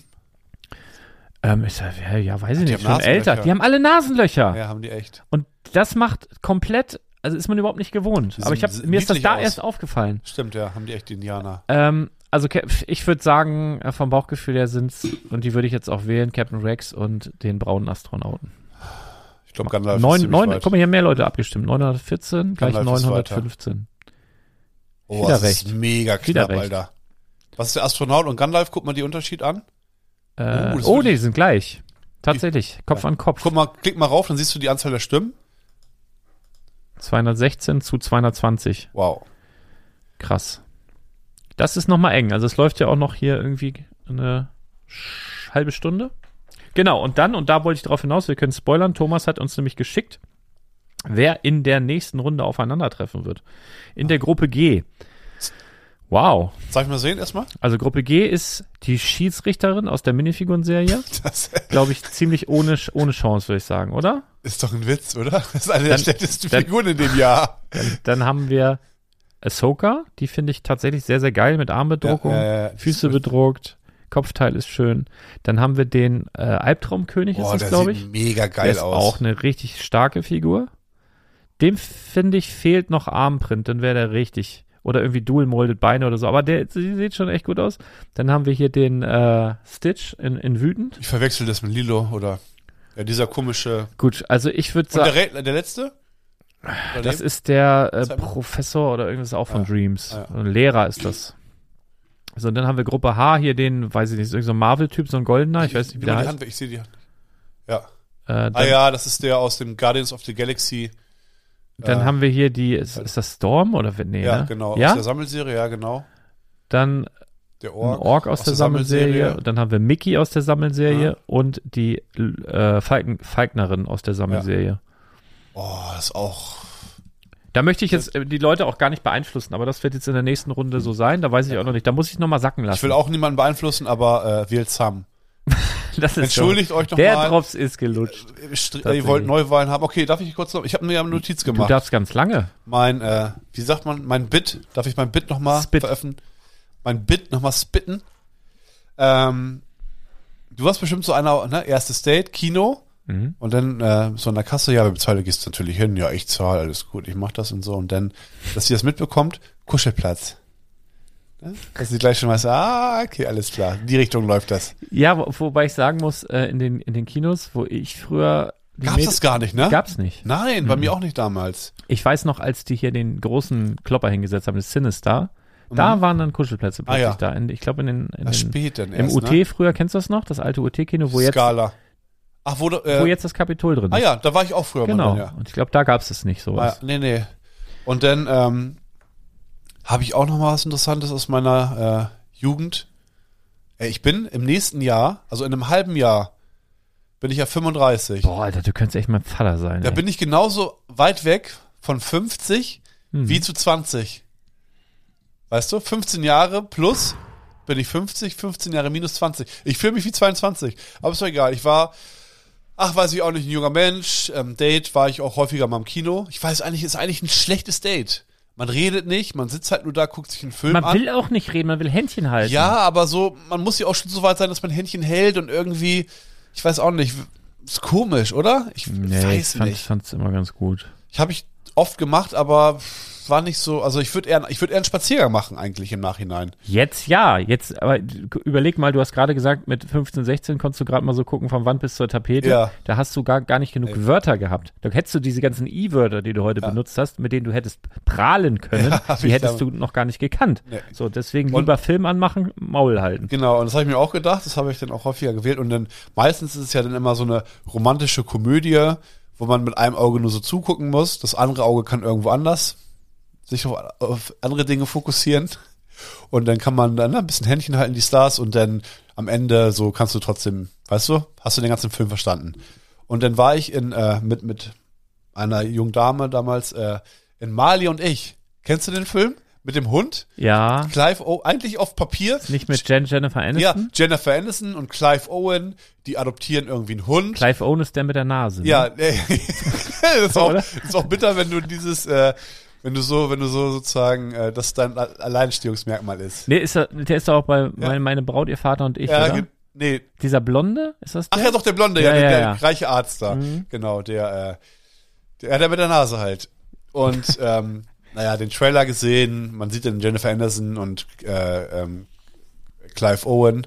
S1: Ähm, ich sage, ja, ja, weiß ich
S2: die
S1: nicht,
S2: haben
S1: schon älter.
S2: Nasenlöcher.
S1: Die haben alle Nasenlöcher.
S2: Ja, haben die echt.
S1: Und das macht komplett, also ist man überhaupt nicht gewohnt.
S2: Die
S1: Aber ich
S2: sehen
S1: hab,
S2: niedlich
S1: mir ist das da
S2: aus.
S1: erst aufgefallen.
S2: Stimmt, ja, haben die echt die Indianer.
S1: Ähm, also Cap- ich würde sagen, äh, vom Bauchgefühl her sind's, und die würde ich jetzt auch wählen, Captain Rex und den braunen Astronauten.
S2: Ich glaube, Gandalf ist
S1: Neun,
S2: ziemlich
S1: neun,
S2: weit.
S1: guck mal, hier haben mehr Leute abgestimmt. 914, gleich Äh,
S2: Gandalf ist
S1: 915.
S2: Oh,
S1: wieder
S2: das ist
S1: recht.
S2: mega knapp,
S1: Wieder recht.
S2: Alter. Was ist der Astronaut und Gandalf? Guck mal die Unterschied an.
S1: Äh,
S2: Oh, das
S1: oh,
S2: würde
S1: nee, die sind gleich. Tatsächlich, Kopf an Kopf.
S2: Guck mal, klick mal rauf, dann siehst du die Anzahl der Stimmen.
S1: 216 zu 220.
S2: Wow.
S1: Krass. Das ist nochmal eng. Also es läuft ja auch noch hier irgendwie eine sch- halbe Stunde. Genau, und dann, und da wollte ich drauf hinaus, wir können spoilern, Thomas hat uns nämlich geschickt, wer in der nächsten Runde aufeinandertreffen wird. In der Gruppe G. Wow.
S2: Soll ich mal sehen erstmal?
S1: Also Gruppe G ist die Schiedsrichterin aus der Minifiguren-Serie.
S2: Das
S1: Glaube ich, ziemlich ohne, Sch- ohne Chance, würde ich sagen, oder?
S2: ist doch ein Witz, oder? Das ist eine der
S1: Dann-
S2: schlechtesten
S1: dann-
S2: Figuren in dem Jahr.
S1: Dann haben wir Ahsoka, die finde ich tatsächlich sehr, sehr geil mit Armbedruckung,
S2: Ja, ja, ja.
S1: Füße bedruckt, Kopfteil ist schön. Dann haben wir den äh, Albtraumkönig,
S2: Boah,
S1: ist das,
S2: der
S1: glaube ich.
S2: sieht mega
S1: der
S2: geil
S1: ist
S2: aus.
S1: auch eine richtig starke Figur. Dem finde ich fehlt noch Armprint, dann wäre der richtig. Oder irgendwie dual molded Beine oder so. Aber der sie- sieht schon echt gut aus. Dann haben wir hier den äh, Stitch in, in wütend.
S2: Ich verwechsel das mit Lilo oder ja, dieser komische.
S1: Gut, also ich würde
S2: Und
S1: sagen,
S2: der, Re- der letzte? Oder
S1: das
S2: dem?
S1: ist der äh,
S2: Zeig mal.
S1: Professor oder irgendwas auch von
S2: Ah,
S1: Dreams.
S2: ah,
S1: Ein Lehrer ist das. So, und dann haben wir Gruppe H hier, den, weiß ich nicht, ist irgend so ein Marvel-Typ, so ein goldener, ah, ich weiß nicht, wie
S2: Nimm
S1: der
S2: mal die
S1: heißt.
S2: Hand weg, ich sehe die Hand. Ja.
S1: Äh, dann
S2: Ah ja, das ist der aus dem Guardians of the Galaxy.
S1: dann
S2: äh,
S1: haben wir hier die, ist, ist das Storm oder? wer- Nee,
S2: ja,
S1: ne?
S2: genau. Aus
S1: Ja,
S2: der Sammelserie, ja, genau.
S1: dann
S2: Der
S1: ein
S2: Ork.
S1: Ork aus, der, Sammelserie, dann haben wir Mickey aus der Sammelserie
S2: Ja.
S1: und die äh, Falken, Falknerin aus der Sammelserie.
S2: Oh, das ist auch.
S1: Da möchte ich jetzt äh, die Leute auch gar nicht beeinflussen, aber das wird jetzt in der nächsten Runde so sein. Da weiß ich auch noch nicht. Da muss ich nochmal sacken lassen.
S2: Ich will auch niemanden beeinflussen, aber äh, wählt Sam.
S1: das ist so.
S2: Entschuldigt euch noch
S1: Der
S2: mal.
S1: Drops ist gelutscht.
S2: Äh, str- äh, Ihr wollt Neuwahlen haben. Okay, darf ich kurz noch? Ich habe mir ja eine Notiz
S1: Du
S2: gemacht.
S1: darfst ganz lange.
S2: mein, äh, wie sagt man, mein Bit, darf ich mein Bit nochmal
S1: Spit.
S2: veröffentlichen? Mein Bit nochmal spitten. Ähm, du warst bestimmt so einer, ne, erstes Date, Kino.
S1: Mhm.
S2: Und dann äh, so an der Kasse, ja, wir bezahlen, gehst du natürlich hin, ja, ich zahle, alles gut, ich mach das und so. Und dann, dass sie das mitbekommt, Kuschelplatz. Ne? Dass sie gleich schon weiß, ah, okay, alles klar, in die Richtung läuft das.
S1: Ja, wo, wobei ich sagen muss, äh, in, den, in den Kinos, wo ich früher. die
S2: Gab's
S1: Mäd-
S2: das gar nicht, ne?
S1: Gab's nicht.
S2: Nein, bei mir
S1: Mhm.
S2: auch nicht damals.
S1: Ich weiß noch, als die hier den großen Klopper hingesetzt haben, das Sinister, da waren dann Kuschelplätze plötzlich
S2: Mhm. Ah, ja.
S1: da. In, ich glaube, in den, in
S2: Das
S1: den
S2: spät dann
S1: im
S2: erst,
S1: UT
S2: ne?
S1: früher, kennst du das noch? Das alte UT-Kino, wo jetzt,
S2: Skala. Ach, wo, du, äh,
S1: wo jetzt das Kapitol drin ist.
S2: Ah ja, da war ich auch früher
S1: Genau.
S2: mal drin, ja.
S1: Und ich glaube, da gab's es nicht
S2: Ah,
S1: sowas.
S2: nee, nee. Und dann ähm, habe ich auch noch mal was Interessantes aus meiner äh, Jugend. Äh, ich bin im nächsten Jahr, also in einem halben Jahr, bin ich ja 35.
S1: Boah, Alter, du könntest echt mein Vater sein.
S2: da
S1: ey.
S2: bin ich genauso weit weg von 50
S1: Hm.
S2: wie zu 20. Weißt du, 15 Jahre plus bin ich 50, 15 Jahre minus 20. Ich fühle mich wie 22, aber ist doch egal. Ich war, ach, weiß ich auch nicht, ein junger Mensch. Ähm, Date war ich auch häufiger mal im Kino. Ich weiß eigentlich, ist eigentlich ein schlechtes Date. Man redet nicht, man sitzt halt nur da, guckt sich einen Film
S1: man
S2: an.
S1: will halt auch nicht reden, man will Händchen halten.
S2: Ja, aber so, man muss ja auch schon so weit sein, dass man Händchen hält und irgendwie, ich weiß auch nicht, ist komisch, oder? Ich
S1: Nee, ich
S2: weiß
S1: fand,
S2: nicht.
S1: fand's immer ganz gut.
S2: Ich habe ich oft gemacht, aber war nicht so. Also ich würde eher, ich würde eher einen Spaziergang machen eigentlich im Nachhinein.
S1: Jetzt ja, jetzt, aber überleg mal, du hast gerade gesagt, mit 15, 16 konntest du gerade mal so gucken vom Wand bis zur Tapete.
S2: Ja.
S1: Da hast du gar, gar nicht genug Wörter gehabt. Da hättest du diese ganzen I-Wörter, die du heute benutzt hast, mit denen du hättest prahlen können,
S2: hab
S1: die
S2: ich
S1: hättest du
S2: damit-
S1: noch gar nicht gekannt.
S2: Nee.
S1: So, deswegen
S2: Und-
S1: lieber Film anmachen, Maul halten.
S2: Genau, und das habe ich mir auch gedacht. Das habe ich dann auch häufiger gewählt. Und dann meistens ist es ja dann immer so eine romantische Komödie, wo man mit einem Auge nur so zugucken muss. Das andere Auge kann irgendwo anders sich auf, auf andere Dinge fokussieren. Und dann kann man dann ne, ein bisschen Händchen halten, die Stars. Und dann am Ende so kannst du trotzdem, weißt du, hast du den ganzen Film verstanden. Und dann war ich in, äh, mit, mit einer jungen Dame damals äh, in Mali und ich. Kennst du den Film? Mit dem Hund?
S1: Ja,
S2: Clive, oh, eigentlich auf Papier.
S1: nicht mit Jen Jennifer
S2: Ja,
S1: Aniston.
S2: Jennifer Aniston und Clive Owen, die adoptieren irgendwie einen Hund.
S1: Clive Owen ist der mit der Nase. ne?
S2: ja, äh, das ist, auch,
S1: Oder?
S2: das ist auch bitter, wenn du dieses, äh, wenn du so, wenn du so sozusagen, äh, das dein A- Alleinstehungsmerkmal ist.
S1: Nee, ist er, der ist doch auch bei meine, meine Braut, ihr Vater und ich,
S2: Ja,
S1: oder?
S2: ge- nee.
S1: Dieser Blonde, ist das der?
S2: Ach ja, doch der Blonde,
S1: Ja,
S2: ja, der,
S1: ja,
S2: der
S1: ja. Mhm.
S2: reiche Arzt da. Genau, der, äh, der, der mit der Nase halt. Und ähm, naja, den Trailer gesehen, man sieht dann Jennifer Anderson und äh, ähm, Clive Owen.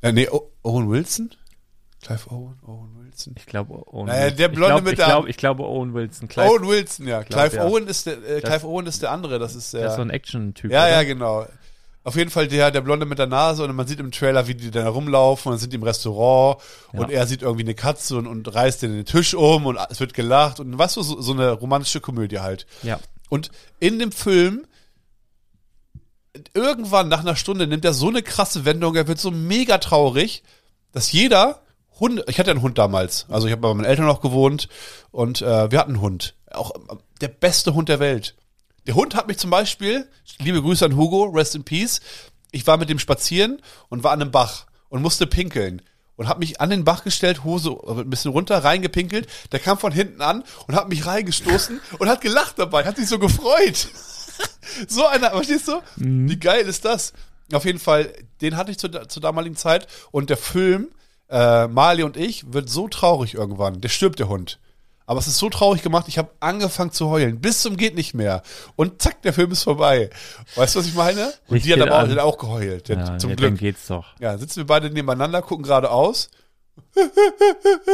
S2: Äh, nee, o Owen Wilson? Clive Owen, Owen Wilson.
S1: Ich glaube, Owen.
S2: Naja,
S1: Wilson.
S2: der Blonde
S1: ich glaub,
S2: mit
S1: ich
S2: der-
S1: glaub, ich glaube, Owen Wilson. Clive,
S2: Owen Wilson, ja.
S1: glaub,
S2: Clive
S1: ja.
S2: Owen ist der, äh,
S1: Das-
S2: Clive Owen ist der andere, das ist der.
S1: der ist so ein Action-Typ.
S2: ja,
S1: oder?
S2: ja, genau. Auf jeden Fall der, der Blonde mit der Nase und man sieht im Trailer, wie die dann herumlaufen und sind die im Restaurant und er sieht irgendwie eine Katze und, und reißt den, den Tisch um und es wird gelacht und was so, so eine romantische Komödie halt.
S1: ja.
S2: Und in dem Film, irgendwann nach einer Stunde, nimmt er so eine krasse Wendung, er wird so mega traurig, dass jeder Hund, ich hatte einen Hund damals, also ich habe bei meinen Eltern noch gewohnt und äh, wir hatten einen Hund. Auch äh, der beste Hund der Welt. Der Hund hat mich zum Beispiel, liebe Grüße an Hugo, rest in peace, ich war mit dem spazieren und war an einem Bach und musste pinkeln. Und hab mich an den Bach gestellt, Hose äh, ein bisschen runter, reingepinkelt. Der kam von hinten an und hat mich reingestoßen und hat gelacht dabei, hat sich so gefreut. So einer, verstehst du?
S1: Mhm.
S2: Wie geil ist das? Auf jeden Fall, den hatte ich zu, zur damaligen Zeit und der Film, äh, Marley und ich, wird so traurig irgendwann. Der stirbt, der Hund. Aber es ist so traurig gemacht, ich habe angefangen zu heulen. Bis zum geht nicht mehr. Und zack, der Film ist vorbei. Weißt du, was ich meine? Und
S1: Licht
S2: die hat
S1: geht
S2: aber auch,
S1: an.
S2: hat auch geheult. Der-
S1: ja
S2: zum
S1: ja,
S2: Glück.
S1: Dann geht's doch.
S2: Ja, sitzen wir beide nebeneinander, gucken geradeaus.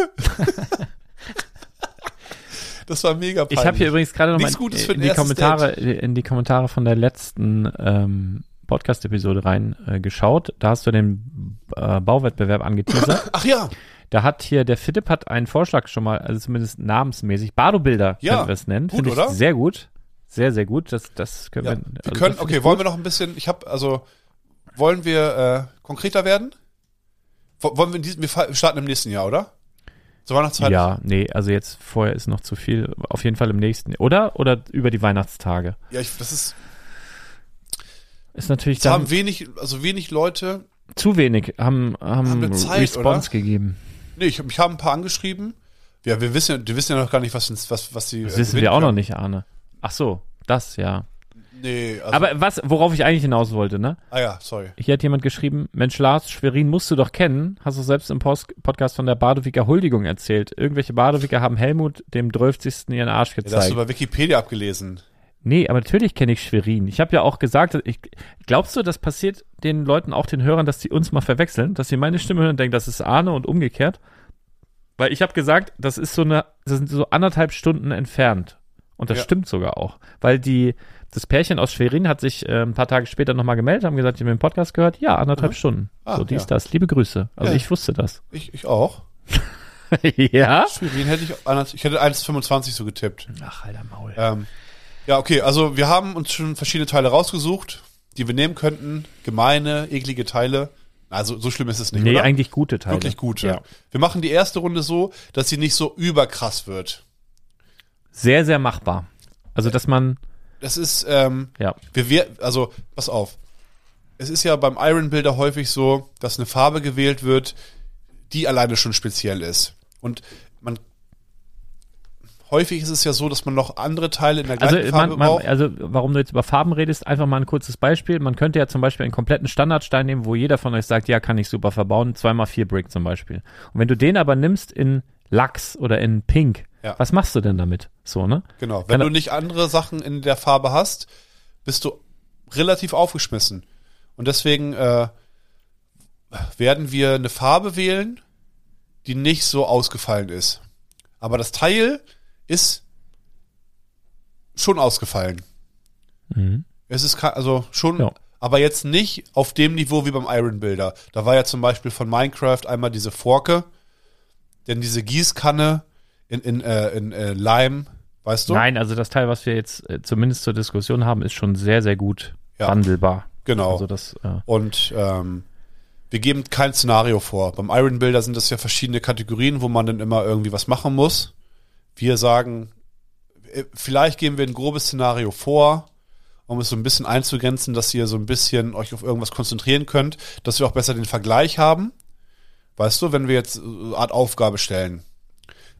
S2: das war mega peinlich.
S1: Ich habe hier übrigens gerade noch mal
S2: Nichts Gutes für
S1: in,
S2: ein
S1: die
S2: erstes
S1: Kommentare, äh, in die Kommentare von der letzten ähm, Podcast-Episode reingeschaut. Äh, geschaut. da hast du den äh, Bauwettbewerb angeteasert.
S2: Ach ja,
S1: da hat hier der Philipp hat einen Vorschlag schon mal, also zumindest namensmäßig. Bardo-Bilder
S2: Ja,
S1: können wir es nennen.
S2: gut,
S1: Finde ich
S2: oder?
S1: sehr gut. Sehr, sehr gut. Das, das können
S2: Ja,
S1: wir.
S2: wir
S1: also das
S2: können,
S1: finde
S2: okay,
S1: ich
S2: wollen
S1: gut.
S2: wir noch ein bisschen, ich habe, also, wollen wir äh, konkreter werden? Wo- Wollen wir in diesem, wir fa- starten im nächsten Jahr, oder? Zur Weihnachtszeit?
S1: Ja, nee, also jetzt vorher ist noch zu viel. Auf jeden Fall im nächsten, oder? Oder über die Weihnachtstage.
S2: Ja, ich, das ist.
S1: Ist natürlich
S2: Es haben
S1: dann
S2: wenig, also wenig Leute.
S1: zu wenig, haben, haben,
S2: Haben wir Zeit,
S1: Response gegeben.
S2: Nee, ich, mich haben ein paar angeschrieben. Ja, wir wissen, ja- die wissen ja noch gar nicht, was, uns- was, äh, was die.
S1: Das wissen wir auch noch nicht, Arne. Ach so, das, ja.
S2: Nee, also,
S1: Aber was, worauf ich eigentlich hinaus wollte, ne?
S2: Ah ja, sorry.
S1: Hier hat jemand geschrieben, Mensch Lars, Schwerin musst du doch kennen. Hast du selbst im Post Podcast von der Badewicker Huldigung erzählt. Irgendwelche Badewicker haben Helmut dem 12. ihren Arsch
S2: Ja, das hast
S1: gezeigt.
S2: du über Wikipedia abgelesen.
S1: nee, aber natürlich kenne ich Schwerin. Ich habe ja auch gesagt, dass ich, glaubst du, das passiert den Leuten, auch den Hörern, dass die uns mal verwechseln? Dass sie meine Stimme hören und denken, das ist Arne und umgekehrt? Weil ich habe gesagt, das ist so eine, das sind so anderthalb Stunden entfernt. Und das
S2: Ja.
S1: stimmt sogar auch. Weil die, das Pärchen aus Schwerin hat sich äh, ein paar Tage später nochmal gemeldet, haben gesagt, die haben den Podcast gehört. Ja, anderthalb Stunden.
S2: Ah,
S1: so, dies,
S2: ja.
S1: das. Liebe Grüße. Also
S2: Ja.
S1: ich wusste das.
S2: Ich, ich auch.
S1: ja?
S2: Schwerin hätte ich, anders- ich hätte 1,25 so getippt.
S1: Ach, alter Maul.
S2: Ähm, ja, okay, also wir haben uns schon verschiedene Teile rausgesucht, die wir nehmen könnten. Gemeine, eklige Teile. Also so schlimm ist es nicht,
S1: nee,
S2: oder?
S1: eigentlich gute Teile.
S2: Wirklich gute.
S1: Ja.
S2: Wir machen die erste Runde so, dass sie nicht so überkrass wird.
S1: Sehr, sehr machbar. Also, dass man,
S2: Das ist, ähm,
S1: ja.
S2: wir, wir, also, pass auf. Es ist ja beim Iron Builder häufig so, dass eine Farbe gewählt wird, die alleine schon speziell ist. Und man, häufig ist es ja so, dass man noch andere Teile in der
S1: Also,
S2: gleichen Farbe
S1: man, man,
S2: braucht.
S1: also, warum du jetzt über Farben redest, einfach mal ein kurzes Beispiel. Man könnte ja zum Beispiel einen kompletten Standardstein nehmen, wo jeder von euch sagt, ja, kann ich super verbauen, 2x4 Brick zum Beispiel. Und wenn du den aber nimmst in Lachs oder in Pink,
S2: Ja.
S1: was machst du denn damit? So, ne?
S2: Genau, wenn
S1: Keine-
S2: du nicht andere Sachen in der Farbe hast, bist du relativ aufgeschmissen. Und deswegen äh, werden wir eine Farbe wählen, die nicht so ausgefallen ist. Aber das Teil ist schon ausgefallen.
S1: Mhm.
S2: Es ist ka- also schon,
S1: Ja.
S2: aber jetzt nicht auf dem Niveau wie beim Iron Builder. Da war ja zum Beispiel von Minecraft einmal diese Forke, denn diese Gießkanne in, in, äh, in äh, Lime, weißt du?
S1: Nein, also das Teil, was wir jetzt äh, zumindest zur Diskussion haben, ist schon sehr, sehr gut
S2: Ja.
S1: wandelbar.
S2: Genau.
S1: Also das, äh,
S2: Und ähm, wir geben kein Szenario vor. Beim Iron Builder sind das ja verschiedene Kategorien, wo man dann immer irgendwie was machen muss. Wir sagen, äh, vielleicht geben wir ein grobes Szenario vor, um es so ein bisschen einzugrenzen, dass ihr so ein bisschen euch auf irgendwas konzentrieren könnt, dass wir auch besser den Vergleich haben. Weißt du, wenn wir jetzt äh, eine Art Aufgabe stellen,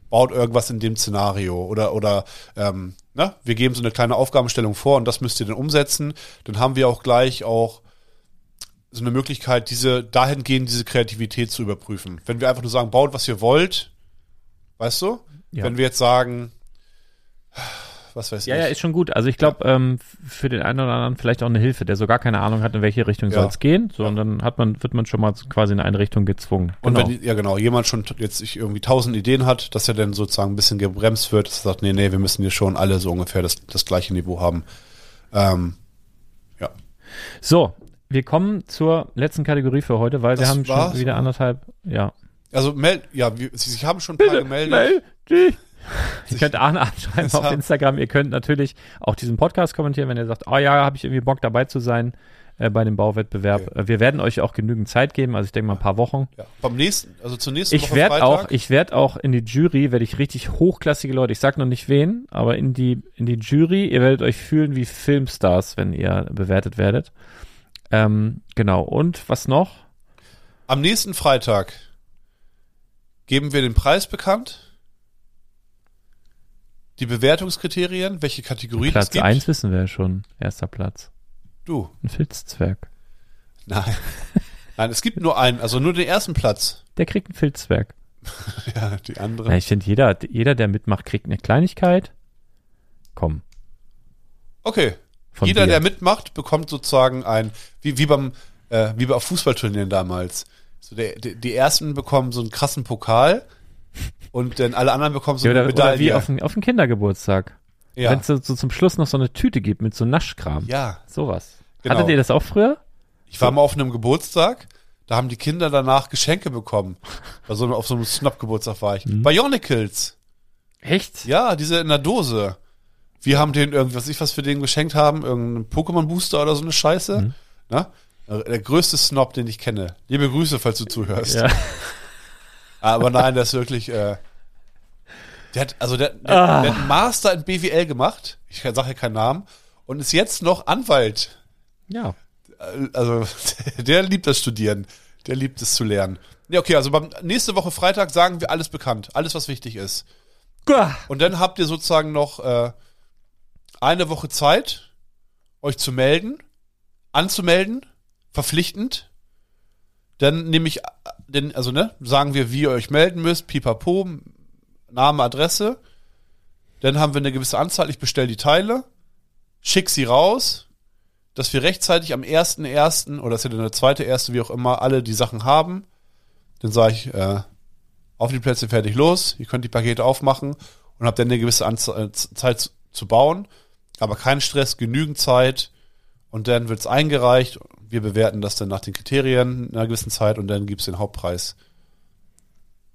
S2: baut irgendwas in dem Szenario oder oder ähm, ne? wir geben so eine kleine Aufgabenstellung vor und das müsst ihr dann umsetzen, dann haben wir auch gleich auch so eine Möglichkeit, diese dahingehend diese Kreativität zu überprüfen. Wenn wir einfach nur sagen, baut, was ihr wollt, weißt du?
S1: Ja.
S2: Wenn wir jetzt sagen, was weiß
S1: ja,
S2: ich.
S1: ja, ist schon gut. Also ich glaube, ähm, f- für den einen oder anderen vielleicht auch eine Hilfe, der so gar keine Ahnung hat, in welche Richtung
S2: Ja.
S1: soll es gehen. So, und dann hat man, wird man schon mal quasi in eine Richtung gezwungen.
S2: Und wenn, ja genau, jemand schon t- jetzt sich irgendwie tausend Ideen hat, dass er dann sozusagen ein bisschen gebremst wird, dass er sagt, nee, nee, wir müssen hier schon alle so ungefähr das, das gleiche Niveau haben. Ähm, ja.
S1: So, wir kommen zur letzten Kategorie für heute, weil wir
S2: Das
S1: haben schon
S2: war's?
S1: wieder anderthalb. Ja.
S2: Also meld, ja, wir, sie, sie haben schon ein paar gemeldet.
S1: Ihr könnt Arne anschreiben auf Instagram. Ihr könnt natürlich auch diesen Podcast kommentieren, wenn ihr sagt, oh ja, habe ich irgendwie Bock dabei zu sein äh, bei dem Bauwettbewerb.
S2: Okay.
S1: Äh, Wir werden euch auch genügend Zeit geben, also ich denke mal ein paar Wochen.
S2: Ja, beim nächsten, also zur nächsten
S1: Ich werde
S2: Freitag.
S1: auch, ich werde auch in die Jury, werde ich richtig hochklassige Leute, ich sag noch nicht wen, aber in die, in die Jury, ihr werdet euch fühlen wie Filmstars, wenn ihr bewertet werdet. Ähm, genau. Und was noch?
S2: am nächsten Freitag geben wir den Preis bekannt, die Bewertungskriterien, welche Kategorien es
S1: Platz
S2: gibt.
S1: 1 wissen wir ja schon. Erster Platz.
S2: Du.
S1: Ein Filzzwerg.
S2: Nein. Nein, es gibt nur einen, also nur den ersten Platz.
S1: Der kriegt einen Filzzwerg.
S2: Ja, die anderen.
S1: Na, ich finde, jeder, jeder, der mitmacht, kriegt eine Kleinigkeit. Komm.
S2: Okay.
S1: Von
S2: Jeder,
S1: dir.
S2: der mitmacht, bekommt sozusagen ein, wie, wie beim, äh, wie bei Fußballturnieren damals. So der, die, die ersten bekommen so einen krassen Pokal und dann alle anderen bekommen so
S1: Ja,
S2: eine
S1: oder, oder
S2: Medaille.
S1: wie auf dem, auf dem Kindergeburtstag.
S2: ja.
S1: Wenn es so, so zum Schluss noch so eine Tüte gibt mit so Naschkram.
S2: ja.
S1: Sowas.
S2: Genau.
S1: Hattet ihr das auch früher?
S2: Ich war mal auf einem Geburtstag, da haben die Kinder danach Geschenke bekommen. Also auf so einem Snap-Geburtstag war ich. Bionicles.
S1: Echt?
S2: Ja, diese in der Dose. Wir haben den irgendwie, was ich was für den geschenkt haben, irgendeinen Pokémon-Booster oder so eine Scheiße. Na? Der größte Snob, den ich kenne. Liebe Grüße, falls du zuhörst. Ah,
S1: Ja.
S2: Aber nein, das ist wirklich, äh, Der hat, also der, der,
S1: Ah.
S2: der hat einen Master in BWL gemacht. Ich sage ja keinen Namen. Und ist jetzt noch Anwalt.
S1: Ja.
S2: Äh, Also, der liebt das Studieren. Der liebt es zu lernen. Ja, okay, also beim, nächste Woche Freitag sagen wir alles bekannt. Alles, was wichtig ist. Und dann habt ihr sozusagen noch äh, eine Woche Zeit, euch zu melden, anzumelden, verpflichtend. Dann nehme ich, äh, denn, also ne, sagen wir, wie ihr euch melden müsst, pipapo, Name, Adresse. Dann haben wir eine gewisse Anzahl, ich bestelle die Teile, schick sie raus, dass wir rechtzeitig am 1.1. oder dass ihr dann der zweite, erste, wie auch immer, alle die Sachen haben. Dann sage ich, äh, auf die Plätze fertig los, ihr könnt die Pakete aufmachen und habt dann eine gewisse Anzahl, äh, Z- Zeit zu- zu bauen, aber kein Stress, genügend Zeit und dann wird's eingereicht. Wir bewerten das dann nach den Kriterien in einer gewissen Zeit und dann gibt's den Hauptpreis.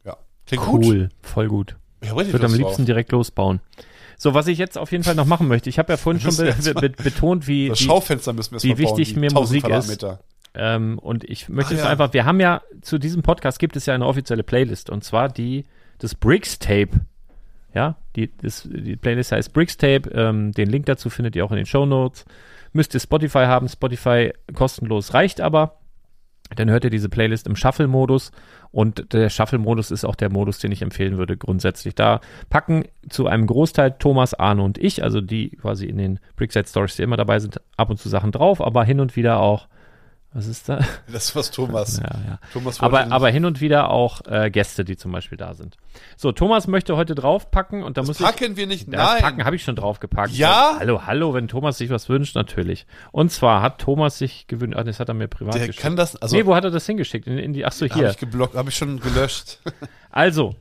S2: Ja, klingt gut.
S1: Cool. Voll gut.
S2: Ich hab
S1: Ich
S2: richtig
S1: würde am
S2: Lust
S1: liebsten
S2: drauf.
S1: direkt losbauen. So, was ich jetzt auf jeden Fall noch machen möchte, ich habe ja vorhin
S2: Wir
S1: schon be
S2: müssen jetzt
S1: be betont, wie,
S2: das
S1: wie
S2: Schaufenster müssen wir
S1: wie
S2: erstmal bauen,
S1: wichtig
S2: die
S1: mir
S2: 1000
S1: Musik ist.
S2: Quadratmeter.
S1: ähm, und ich möchte
S2: Ach
S1: jetzt
S2: ja.
S1: einfach, wir haben ja zu diesem Podcast gibt es ja eine offizielle Playlist und zwar die das Bricks Tape. Ja, die, das, die Playlist heißt Bricks Tape. Ähm, den Link dazu findet ihr auch in den Show Notes. Müsst ihr Spotify haben. Spotify kostenlos reicht aber. Dann hört ihr diese Playlist im Shuffle-Modus und der Shuffle-Modus ist auch der Modus, den ich empfehlen würde grundsätzlich. Da packen zu einem Großteil Thomas, Arne und ich, also die quasi in den Brickset Stories, die immer dabei sind, ab und zu Sachen drauf, aber hin und wieder auch, was ist da?
S2: Das war's Thomas.
S1: Ja, ja.
S2: Thomas wollte
S1: Aber,
S2: nicht-
S1: aber hin und wieder auch äh, Gäste, die zum Beispiel da sind. So, Thomas möchte heute draufpacken und da muss ich.
S2: packen wir nicht.
S1: Das
S2: Nein.
S1: Packen habe ich schon draufgepackt.
S2: Ja?
S1: Hallo, hallo, wenn Thomas sich was wünscht, natürlich. Und zwar hat Thomas sich gewünscht, ah, das hat er mir privat
S2: der
S1: geschickt.
S2: kann das also
S1: nee, wo hat er das hingeschickt? In, in die, ach so,
S2: habe
S1: hier.
S2: ich geblockt, habe ich schon gelöscht.
S1: Also,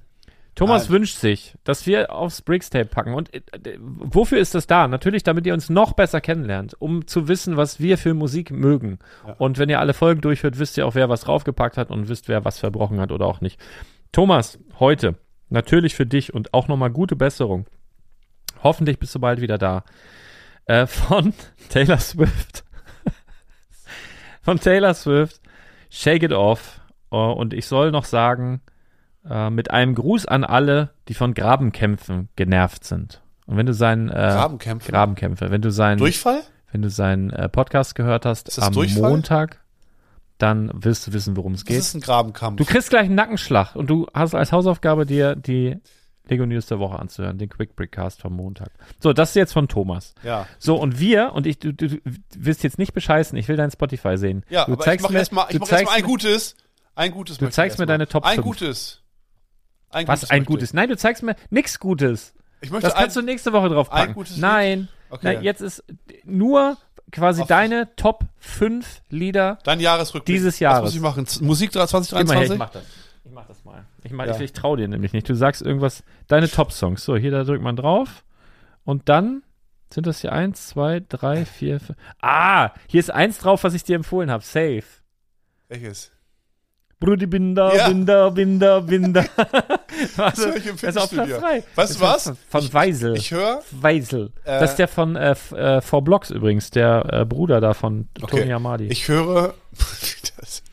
S1: Thomas
S2: Nein.
S1: wünscht sich, dass wir aufs Brigstape packen. Und äh, d- wofür ist das da? Natürlich, damit ihr uns noch besser kennenlernt, um zu wissen, was wir für Musik mögen. Und wenn ihr alle Folgen durchhört, wisst ihr auch, wer was draufgepackt hat und wisst, wer was verbrochen hat oder auch nicht. Thomas, heute natürlich für dich und auch nochmal gute Besserung. Hoffentlich bist du bald wieder da. Äh, von Taylor Swift. von Taylor Swift. Shake It Off. Äh, und ich soll noch sagen, äh, mit einem Gruß an alle, die von Grabenkämpfen genervt sind. Und wenn du seinen äh,
S2: Grabenkämpfe.
S1: Grabenkämpfe, wenn du seinen,
S2: Durchfall?
S1: wenn du seinen äh, Podcast gehört hast
S2: Ist das
S1: am
S2: Durchfall?
S1: Montag, dann wirst du wissen, worum es
S2: Das
S1: geht.
S2: ist ein Grabenkampf.
S1: Du kriegst gleich einen Nackenschlag und du hast als Hausaufgabe dir die Lego News der Woche anzuhören, den Quick Breakcast vom Montag. So, das ist jetzt von Thomas.
S2: ja.
S1: So, und wir, und ich, du, du, du wirst jetzt nicht bescheißen, ich will dein Spotify sehen.
S2: Ja,
S1: du
S2: aber
S1: zeigst
S2: ich mach
S1: mir,
S2: erstmal
S1: du
S2: mach erst
S1: zeigst
S2: mal ein
S1: mir-
S2: gutes. Ein gutes. möchte ich
S1: zeigst mir
S2: erst mal.
S1: deine Top
S2: Ein
S1: fünf.
S2: gutes. Ein
S1: Was, ein
S2: möchte ich.
S1: gutes? Nein, du zeigst mir nichts Gutes.
S2: Ich möchte
S1: Das kannst du
S2: ein,
S1: nächste Woche drauf packen.
S2: ein gutes Lied?
S1: Nein.
S2: Okay.
S1: Na, jetzt ist nur quasi
S2: Auf-
S1: deine Top 5 Lieder.
S2: dein Jahresrückblick.
S1: Dieses
S2: Was muss
S1: Jahres.
S2: ich machen? Z- Musik 2023?
S1: ich mach das. Ich mach das mal. Ich, mach,
S2: Ja.
S1: ich, ich trau dir nämlich nicht. Du sagst irgendwas, deine Top-Songs. So, hier, da drückt man drauf. Und dann sind das hier eins, zwei, drei, vier, fünf. Ah, hier ist eins drauf, was ich dir empfohlen habe. Safe.
S2: Welches?
S1: Brudi Binder,
S2: Ja.
S1: Binder, Binder, Binder. Warte,
S2: höre ich im
S1: er ist auf Platz
S2: Fitnessstudio.
S1: 3.
S2: Weißt du was?
S1: Von
S2: Ich-
S1: Weisel.
S2: Ich höre.
S1: Weisel.
S2: Äh,
S1: das ist der von äh, F- äh, Four Blocks übrigens, der äh, Bruder da von Tony Amadi.
S2: Ich höre. das,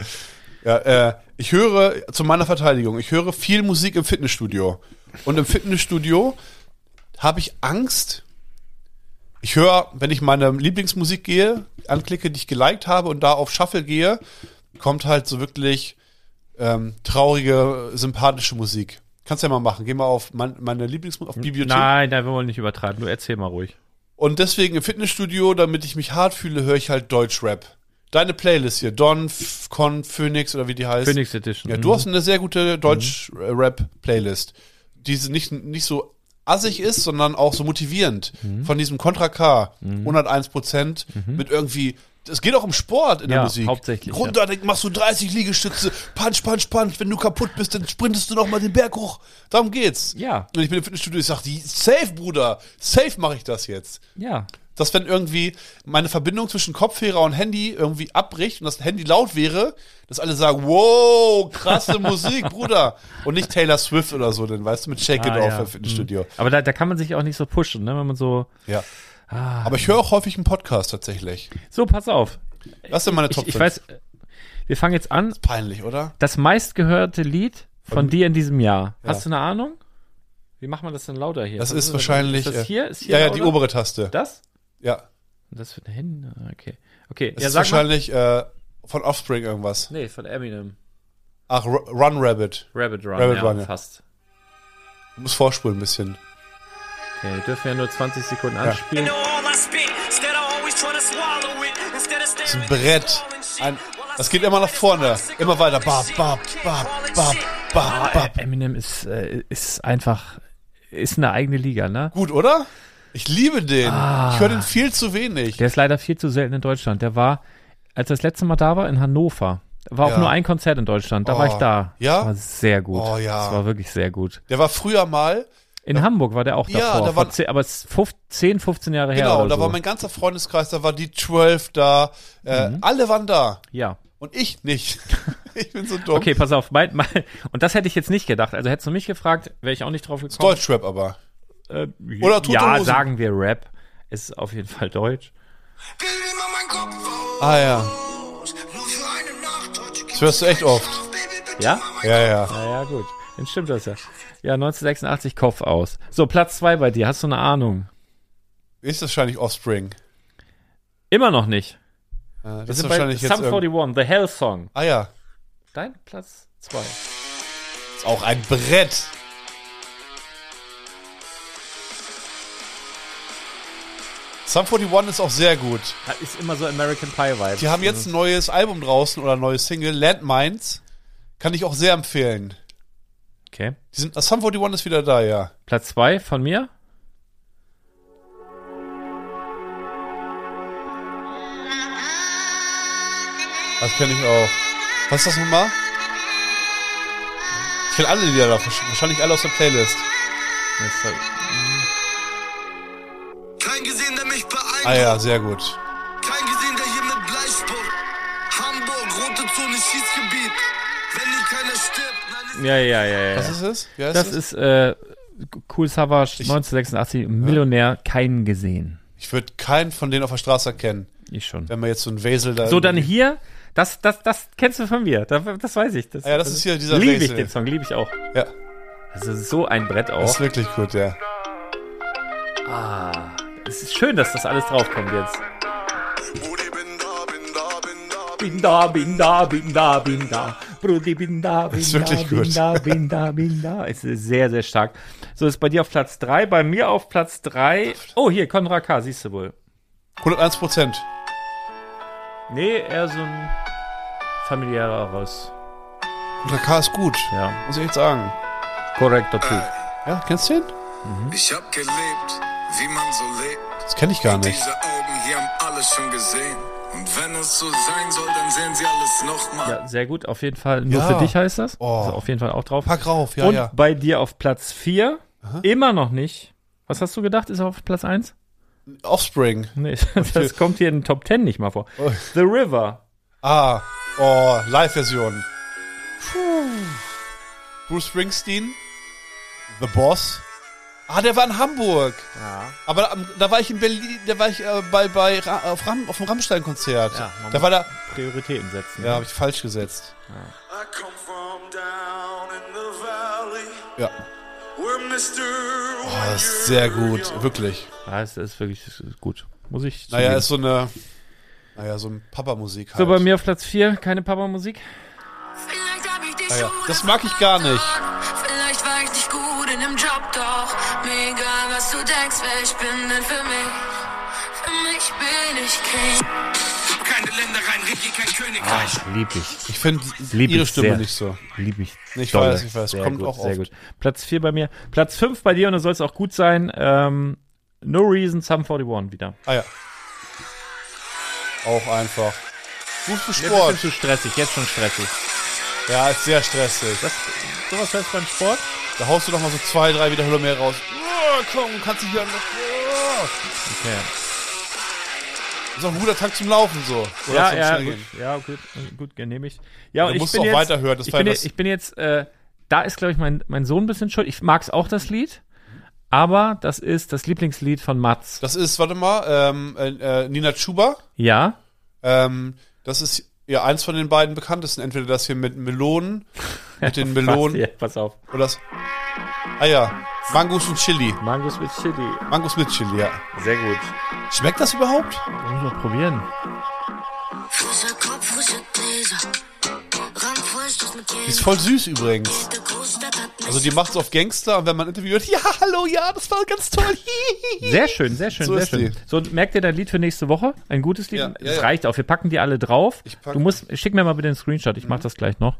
S2: ja, äh, ich höre zu meiner Verteidigung. Ich höre viel Musik im Fitnessstudio und im Fitnessstudio habe ich Angst. Ich höre, wenn ich meine Lieblingsmusik gehe, anklicke, die ich geliked habe und da auf Shuffle gehe, kommt halt so wirklich ähm, traurige, sympathische Musik. Kannst ja mal machen. Geh mal auf mein, meine Lieblingsmusik, auf Bibliothek.
S1: nein, nein, wir wollen nicht übertreiben. Du erzähl mal ruhig.
S2: Und deswegen im Fitnessstudio, damit ich mich hart fühle, höre ich halt Deutschrap. Deine Playlist hier, Don, F Con, Phoenix oder wie die heißt.
S1: Phoenix Edition.
S2: Ja,
S1: Mhm.
S2: du hast eine sehr gute Deutsch-Rap-Playlist, die so nicht, nicht so assig ist, sondern auch so motivierend.
S1: Mhm.
S2: Von diesem Contra K, 101 Prozent, mit irgendwie, es geht auch um Sport in der
S1: Ja,
S2: Musik.
S1: hauptsächlich,
S2: Runter, dann machst du 30 Liegestütze, punch, punch, punch, wenn du kaputt bist, dann sprintest du nochmal den Berg hoch. Darum geht's.
S1: Ja.
S2: Und ich bin im Fitnessstudio, ich sag, die- safe, Bruder, safe mache ich das jetzt
S1: Ja.
S2: dass wenn irgendwie meine Verbindung zwischen Kopfhörer und Handy irgendwie abbricht und das Handy laut wäre, dass alle sagen, wow, krasse Musik, Bruder. Und nicht Taylor Swift oder so, denn weißt du, mit Shake It
S1: Ah,
S2: Off
S1: ja.
S2: im Fitnessstudio.
S1: Aber da, da kann man sich auch nicht so pushen, ne? wenn man so.
S2: Ja.
S1: Ah.
S2: Aber ich höre auch häufig einen Podcast tatsächlich.
S1: So, pass auf.
S2: Das sind meine
S1: Ich,
S2: Top
S1: ich
S2: fünf.
S1: weiß, äh, wir fangen jetzt an.
S2: Peinlich, oder?
S1: Das meistgehörte Lied von dir in diesem Jahr. Hast du eine Ahnung? Wie macht man das denn lauter hier?
S2: Das
S1: Was
S2: ist wahrscheinlich,
S1: Ist
S2: äh,
S1: das hier? Ist hier
S2: Ja, ja, die
S1: lauter?
S2: obere Taste.
S1: Das?
S2: Ja.
S1: Das für den Händen? Okay. Okay,
S2: Das
S1: ja,
S2: ist
S1: sag mal.
S2: wahrscheinlich äh, von Offspring irgendwas.
S1: Nee, von Eminem.
S2: Ach, Ru- Run Rabbit.
S1: Rabbit Run.
S2: Rabbit
S1: ja,
S2: Run, ja.
S1: fast.
S2: Du musst vorspulen ein bisschen.
S1: Okay, wir dürfen ja nur 20 Sekunden anspielen.
S4: Das
S2: ist ein Brett. Ein, das geht immer nach vorne. Immer weiter. Bab, bab, bab, bab, bab,
S1: Ah,
S2: bab.
S1: äh, Eminem ist, äh, ist einfach, ist eine eigene Liga, ne?
S2: Gut, oder? Ich liebe den.
S1: Ah.
S2: Ich höre den viel zu wenig.
S1: Der ist leider viel zu selten in Deutschland. Der war, als er das letzte Mal da war, in Hannover. War
S2: Ja.
S1: auch nur ein Konzert in Deutschland. Da
S2: Oh,
S1: war ich da.
S2: ja?
S1: Das war sehr gut.
S2: Oh, ja.
S1: Das war wirklich sehr gut.
S2: Der war früher mal,
S1: In Hamburg war der auch
S2: Ja,
S1: davor.
S2: da waren-
S1: vor zehn, aber es ist fünf- 10, 15 Jahre her.
S2: genau,
S1: oder
S2: da
S1: so.
S2: war mein ganzer Freundeskreis, da war die 12 da. Äh,
S1: Mhm.
S2: Alle waren da.
S1: Ja.
S2: Und ich nicht. ich bin so dumm.
S1: Okay, pass auf. Mein, mein, und das hätte ich jetzt nicht gedacht. Also hättest du mich gefragt, wäre ich auch nicht drauf gekommen.
S2: Deutschrap aber.
S1: Äh,
S2: Oder Tote
S1: Ja,
S2: Hosen.
S1: sagen wir Rap. Ist auf jeden Fall deutsch.
S2: Ah ja.
S4: Das hörst du echt oft.
S1: Ja?
S2: Ja, ja.
S1: Naja, gut. Dann stimmt das ja. Ja, 1986 Kopf aus. So, Platz zwei bei dir. Hast du eine Ahnung?
S2: Ist wahrscheinlich Offspring.
S1: Immer noch nicht.
S2: Äh,
S1: Wir
S2: Das ist
S1: sind bei
S2: wahrscheinlich jetzt.
S1: Sum
S2: irgend-
S1: 41, The Hell Song.
S2: Ah ja.
S1: Dein Platz zwei.
S2: Ist auch ein Brett. Sum 41 ist auch sehr gut.
S1: Das ist immer so American Pie Mhm. Vibe.
S2: Die haben jetzt ein neues Album draußen oder ein neues Single, Landmines. Kann ich auch sehr empfehlen.
S1: Okay.
S2: Die sind, das Sum 41 ist wieder da, ja.
S1: Platz zwei von mir.
S2: Das kenne ich auch. Was ist das nochmal? Ich kenne alle Lieder da, wahrscheinlich alle aus der Playlist.
S1: Jetzt hab-
S5: Kein gesehen, der mich beeindruckt.
S2: Ah ja, sehr gut.
S5: Kein gesehen, der hier mit Bleisport. Hamburg, rote Zone, Schießgebiet. Wenn nicht keiner stirbt, nein, ist
S1: Ja, ja, ja, ja.
S2: Was ist es? Wie heißt
S1: Das
S2: es?
S1: ist äh, Cool Savage 1986, Millionär, keinen gesehen.
S2: Ich würde keinen von denen auf der Straße erkennen,
S1: Ich schon.
S2: wenn man jetzt so einen Wesel da.
S1: So, dann hier, das, das, das kennst du von mir. Das, das weiß ich. Das,
S2: Ah ja, das ist hier dieser
S1: Liebe ich
S2: Wesel.
S1: den Song, liebe ich auch.
S2: Ja,
S1: Das ist so ein Brett
S2: das
S1: auch.
S2: ist wirklich gut, ja.
S1: Ah, es ist schön, dass das alles draufkommt jetzt. Binda, binda, binda, binda. Brudi, binda, binda,
S2: ist wirklich gut.
S1: binda, binda, binda. Es ist sehr, sehr stark. So, ist bei dir auf Platz 3, bei mir auf Platz 3. Oh, hier, Konra K, siehst du wohl.
S2: 101 Prozent.
S1: Nee, eher so ein familiäreres.
S2: Der K ist gut.
S1: Ja,
S2: Muss ich echt sagen.
S1: korrekter Typ.
S2: Ja, kennst du den?
S6: Ich hab gelebt, wie man so lebt.
S2: Das kenne ich gar nicht.
S6: Diese Augen hier haben alles schon gesehen. Und wenn es so sein soll, dann sehen sie alles nochmal.
S1: Ja, sehr gut, auf jeden Fall. Nur
S2: Ja.
S1: für dich heißt das.
S2: Oh.
S1: Also auf jeden Fall auch drauf.
S2: Pack rauf, ja,
S1: Und
S2: ja.
S1: bei dir auf Platz 4. Immer noch nicht. Was hast du gedacht? Ist er auf Platz 1?
S2: Offspring.
S1: Nee, das kommt hier in den Top 10 nicht mal vor.
S2: Oh.
S1: The River.
S2: Ah, oh, Live-Version. Bruce Springsteen, The Boss. Ah, der war in Hamburg. Aber da, da war ich in Berlin, da war ich äh, bei, bei Ra- auf, Ram, auf dem Rammstein-Konzert.
S1: Ja, man
S2: da
S1: muss-
S2: war da.
S1: Prioritäten setzen.
S2: Ja, habe ich falsch gesetzt.
S6: I come from down in the valley.
S2: Ja.
S6: Where Mr.
S2: Oh, das ist sehr gut, wirklich.
S1: Ja, Ah, es ist wirklich es ist gut. Muss ich. zugeben.
S2: Naja, ist so eine. Naja, so ein Papa-Musik halt.
S1: so, bei mir auf Platz 4, keine Papa-Musik.
S7: Vielleicht hab ich dich
S2: Ah ja,
S7: schon
S2: das mag ich gar nicht.
S7: gefragt. Vielleicht war ich nicht gut in dem Job, doch mir egal, was du denkst, wer ich bin, denn für mich, für mich bin ich King.
S6: Keine Länder, kein Regie, kein
S1: Ah,
S6: Königreich.
S1: lieb ich.
S2: Ich finde
S1: Lieb
S2: ihre
S1: ich
S2: Stimme
S1: sehr.
S2: nicht so.
S1: Lieb ich.
S2: Ich
S1: dolle.
S2: weiß, ich weiß,
S1: Sehr
S2: kommt
S1: gut,
S2: auch
S1: sehr
S2: oft.
S1: gut. Platz 4 bei mir. Platz 5 bei dir und es soll es auch gut sein. Ähm, no Reason, Sum 41 wieder.
S2: Ah ja. Auch einfach. Gut für
S1: Jetzt ist
S2: Sport.
S1: zu stressig, jetzt schon stressig.
S2: Ja, ist sehr stressig.
S1: Das, sowas heißt beim Sport?
S2: Da haust du noch mal so zwei, drei Wiederholungen mehr raus. Oh, komm, kannst dich hier. Oh.
S1: Okay.
S2: Ist auch ein guter Tag zum Laufen so. Oder
S1: Ja,
S2: zum
S1: ja, gut,
S2: Schnellgehen.
S1: ja, gut, gut, genehmigt. Ja, und
S2: Du
S1: ich
S2: musst
S1: bin
S2: auch
S1: jetzt,
S2: weiterhören, das
S1: ich
S2: war
S1: bin,
S2: ja
S1: jetzt-
S2: das-
S1: ich bin jetzt, äh, da ist, glaube ich, mein, mein Sohn ein bisschen schuld. Ich mag's auch, das Lied. Aber das ist das Lieblingslied von Mats.
S2: Das ist, warte mal, ähm, äh, äh, Nina Chuba.
S1: Ja?
S2: Ähm, das ist ja eins von den beiden bekanntesten. Entweder das hier mit Melonen, mit den
S1: Fast,
S2: Melonen
S1: ja, pass auf.
S2: oder das. Ah ja, Mangos und Chili.
S1: Mangos mit Chili.
S2: Mangos mit Chili, ja.
S4: Sehr gut.
S2: Schmeckt das überhaupt?
S1: Wollen wir probieren?
S7: Frischer Kopf, frische Gläser. Randvollstoß mit
S2: Die ist
S7: Käse.
S2: voll süß übrigens.
S7: Jede Großstadt hat eine
S2: Also die macht's auf Gangster und wenn man interviewt, ja, hallo, ja, das war ganz toll. hihihi.
S1: Sehr schön, sehr schön,
S2: So
S1: sehr
S2: ist
S1: schön.
S2: die.
S1: So, merkt ihr dein Lied für nächste Woche? Ein gutes Lied?
S2: Ja, ja,
S1: es
S2: ja.
S1: reicht auch. Wir packen die alle drauf.
S2: Ich pack- Mhm.
S1: du musst, schick mir mal bitte einen Screenshot. Ich mach das gleich noch.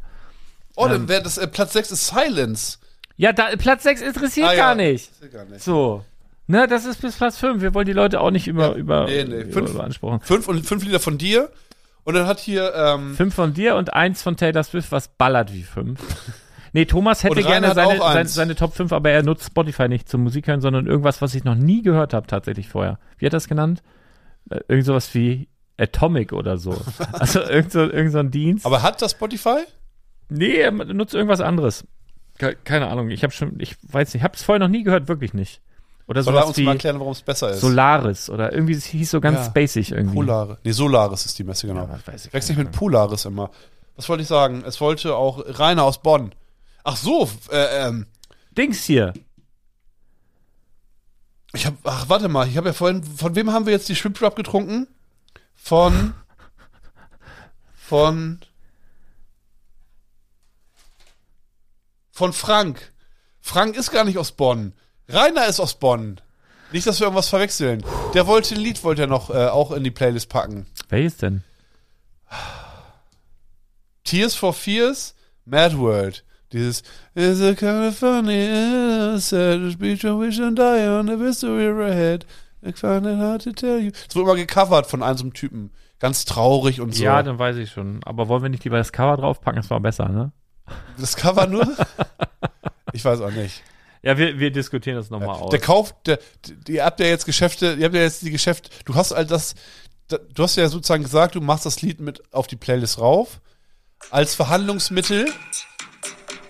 S2: Oh, dann wäre das äh, Platz 6 ist Silence.
S1: Ja, da, Platz 6 interessiert
S2: Ah, ja.
S1: gar nicht.
S2: Ist ja gar nicht.
S1: So. Ne, das ist bis Platz 5. Wir wollen die Leute auch nicht über,
S2: Ja,
S1: über,
S2: nee, nee.
S1: über
S2: Fünf.
S1: beanspruchen.
S2: Fünf und fünf Lieder von dir. Und dann hat hier ähm,
S1: Fünf von dir und eins von Taylor Swift, was ballert wie fünf. Nee, Thomas hätte
S2: Und Rainer
S1: gerne
S2: hat
S1: seine,
S2: auch eins.
S1: seine, seine Top 5, aber er nutzt Spotify nicht zum Musik hören, sondern irgendwas, was ich noch nie gehört habe tatsächlich vorher. Wie hat er das genannt? Äh, Irgend sowas wie Atomic oder so. Also irgend so, irgend so ein Dienst.
S2: aber hat das Spotify?
S1: nee, er nutzt irgendwas anderes. Ke- Keine Ahnung, ich habe schon, ich weiß nicht, habe es vorher noch nie gehört, wirklich nicht. Oder
S2: Soll er
S1: sowas
S2: uns mal
S1: wie
S2: erklären, warum es besser ist?
S1: Solaris oder irgendwie es hieß so ganz
S2: Ja.
S1: spacig irgendwie.
S2: Polare. Nee, Solaris ist die Messe, genau.
S1: Ja, weiß ich
S2: Wechsel
S1: gar
S2: ich mit Polaris immer. Was wollte ich sagen? Es wollte auch Rainer aus Bonn. Ach so, f- äh, ähm,
S1: Dings hier.
S2: ich habe, ach warte mal, ich habe ja vorhin, von wem haben wir jetzt die Shrimp-Drop getrunken? Von, von, von Frank. Frank ist gar nicht aus Bonn. Rainer ist aus Bonn. Nicht, dass wir irgendwas verwechseln. Der wollte ein Lied, wollte er noch äh, auch in die Playlist packen.
S1: Welches denn?
S2: Tears for Fears, Mad World. Dieses Is a kind of funny, sad speech I wish and die on the mystery ahead. I find it hard to tell you. Es wurde immer gecovert von einem so einem Typen. Ganz traurig und so.
S1: Ja, dann weiß ich schon. Aber wollen wir nicht lieber das Cover draufpacken? Das war besser, ne?
S2: das Cover nur? ich weiß auch nicht.
S1: Ja, wir, wir diskutieren das nochmal aus.
S2: Der Kauf, der, die- ihr habt ja jetzt Geschäfte, ihr habt ja jetzt die Geschäfte, du hast all das, da- du hast ja sozusagen gesagt, du machst das Lied mit auf die Playlist rauf, als Verhandlungsmittel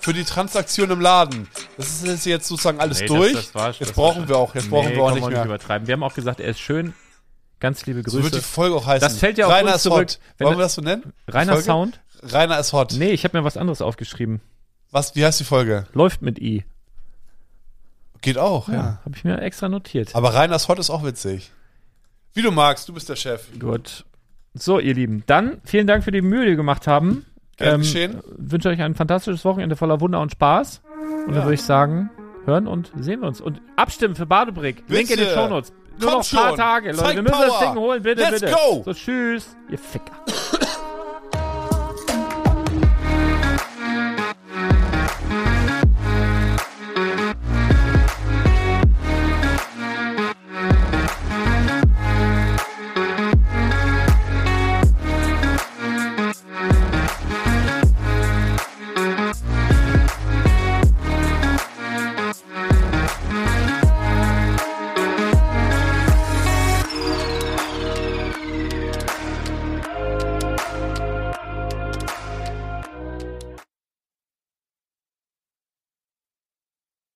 S2: für die Transaktion im Laden. Das ist jetzt sozusagen alles
S1: Nee, das-
S2: durch.
S1: das war-
S2: jetzt
S1: das war
S2: brauchen
S1: schon-
S2: wir auch, jetzt brauchen
S1: Nee,
S2: wir auch
S1: kann
S2: nicht
S1: man
S2: mehr.
S1: übertreiben. Wir haben auch gesagt, er ist schön. Ganz liebe
S2: so wird die
S1: Grüße.
S2: Folge auch heißen.
S1: Das fällt ja auf
S2: Rainer
S1: uns
S2: ist
S1: zurück.
S2: hot.
S1: Wenn
S2: Wollen wir
S1: das-
S2: das so nennen?
S1: Reiner
S2: Folge?
S1: Sound?
S2: Rainer ist hot.
S1: Nee, ich habe mir was anderes aufgeschrieben.
S2: Was, wie heißt die Folge?
S1: Läuft mit I.
S2: Geht auch, ja.
S1: Habe ich mir extra notiert.
S2: Aber Rainer ist hot ist auch witzig. Wie du magst, du bist der Chef.
S1: Gut. So, ihr Lieben. Dann vielen Dank für die Mühe, die wir gemacht haben. Ähm,
S2: Gern geschehen.
S1: Wünsche euch ein fantastisches Wochenende voller Wunder und Spaß. Und dann würde ich sagen, hören und sehen wir uns. Und abstimmen für Badebrick. Link in den
S2: Bitte.
S1: Shownotes. Nur noch
S2: Kommt
S1: ein paar
S2: schon.
S1: Tage, Leute.
S2: Zeigt
S1: wir müssen das
S2: Power.
S1: Ding holen, bitte,
S2: Let's
S1: bitte.
S2: go.
S1: So, tschüss, ihr Ficker.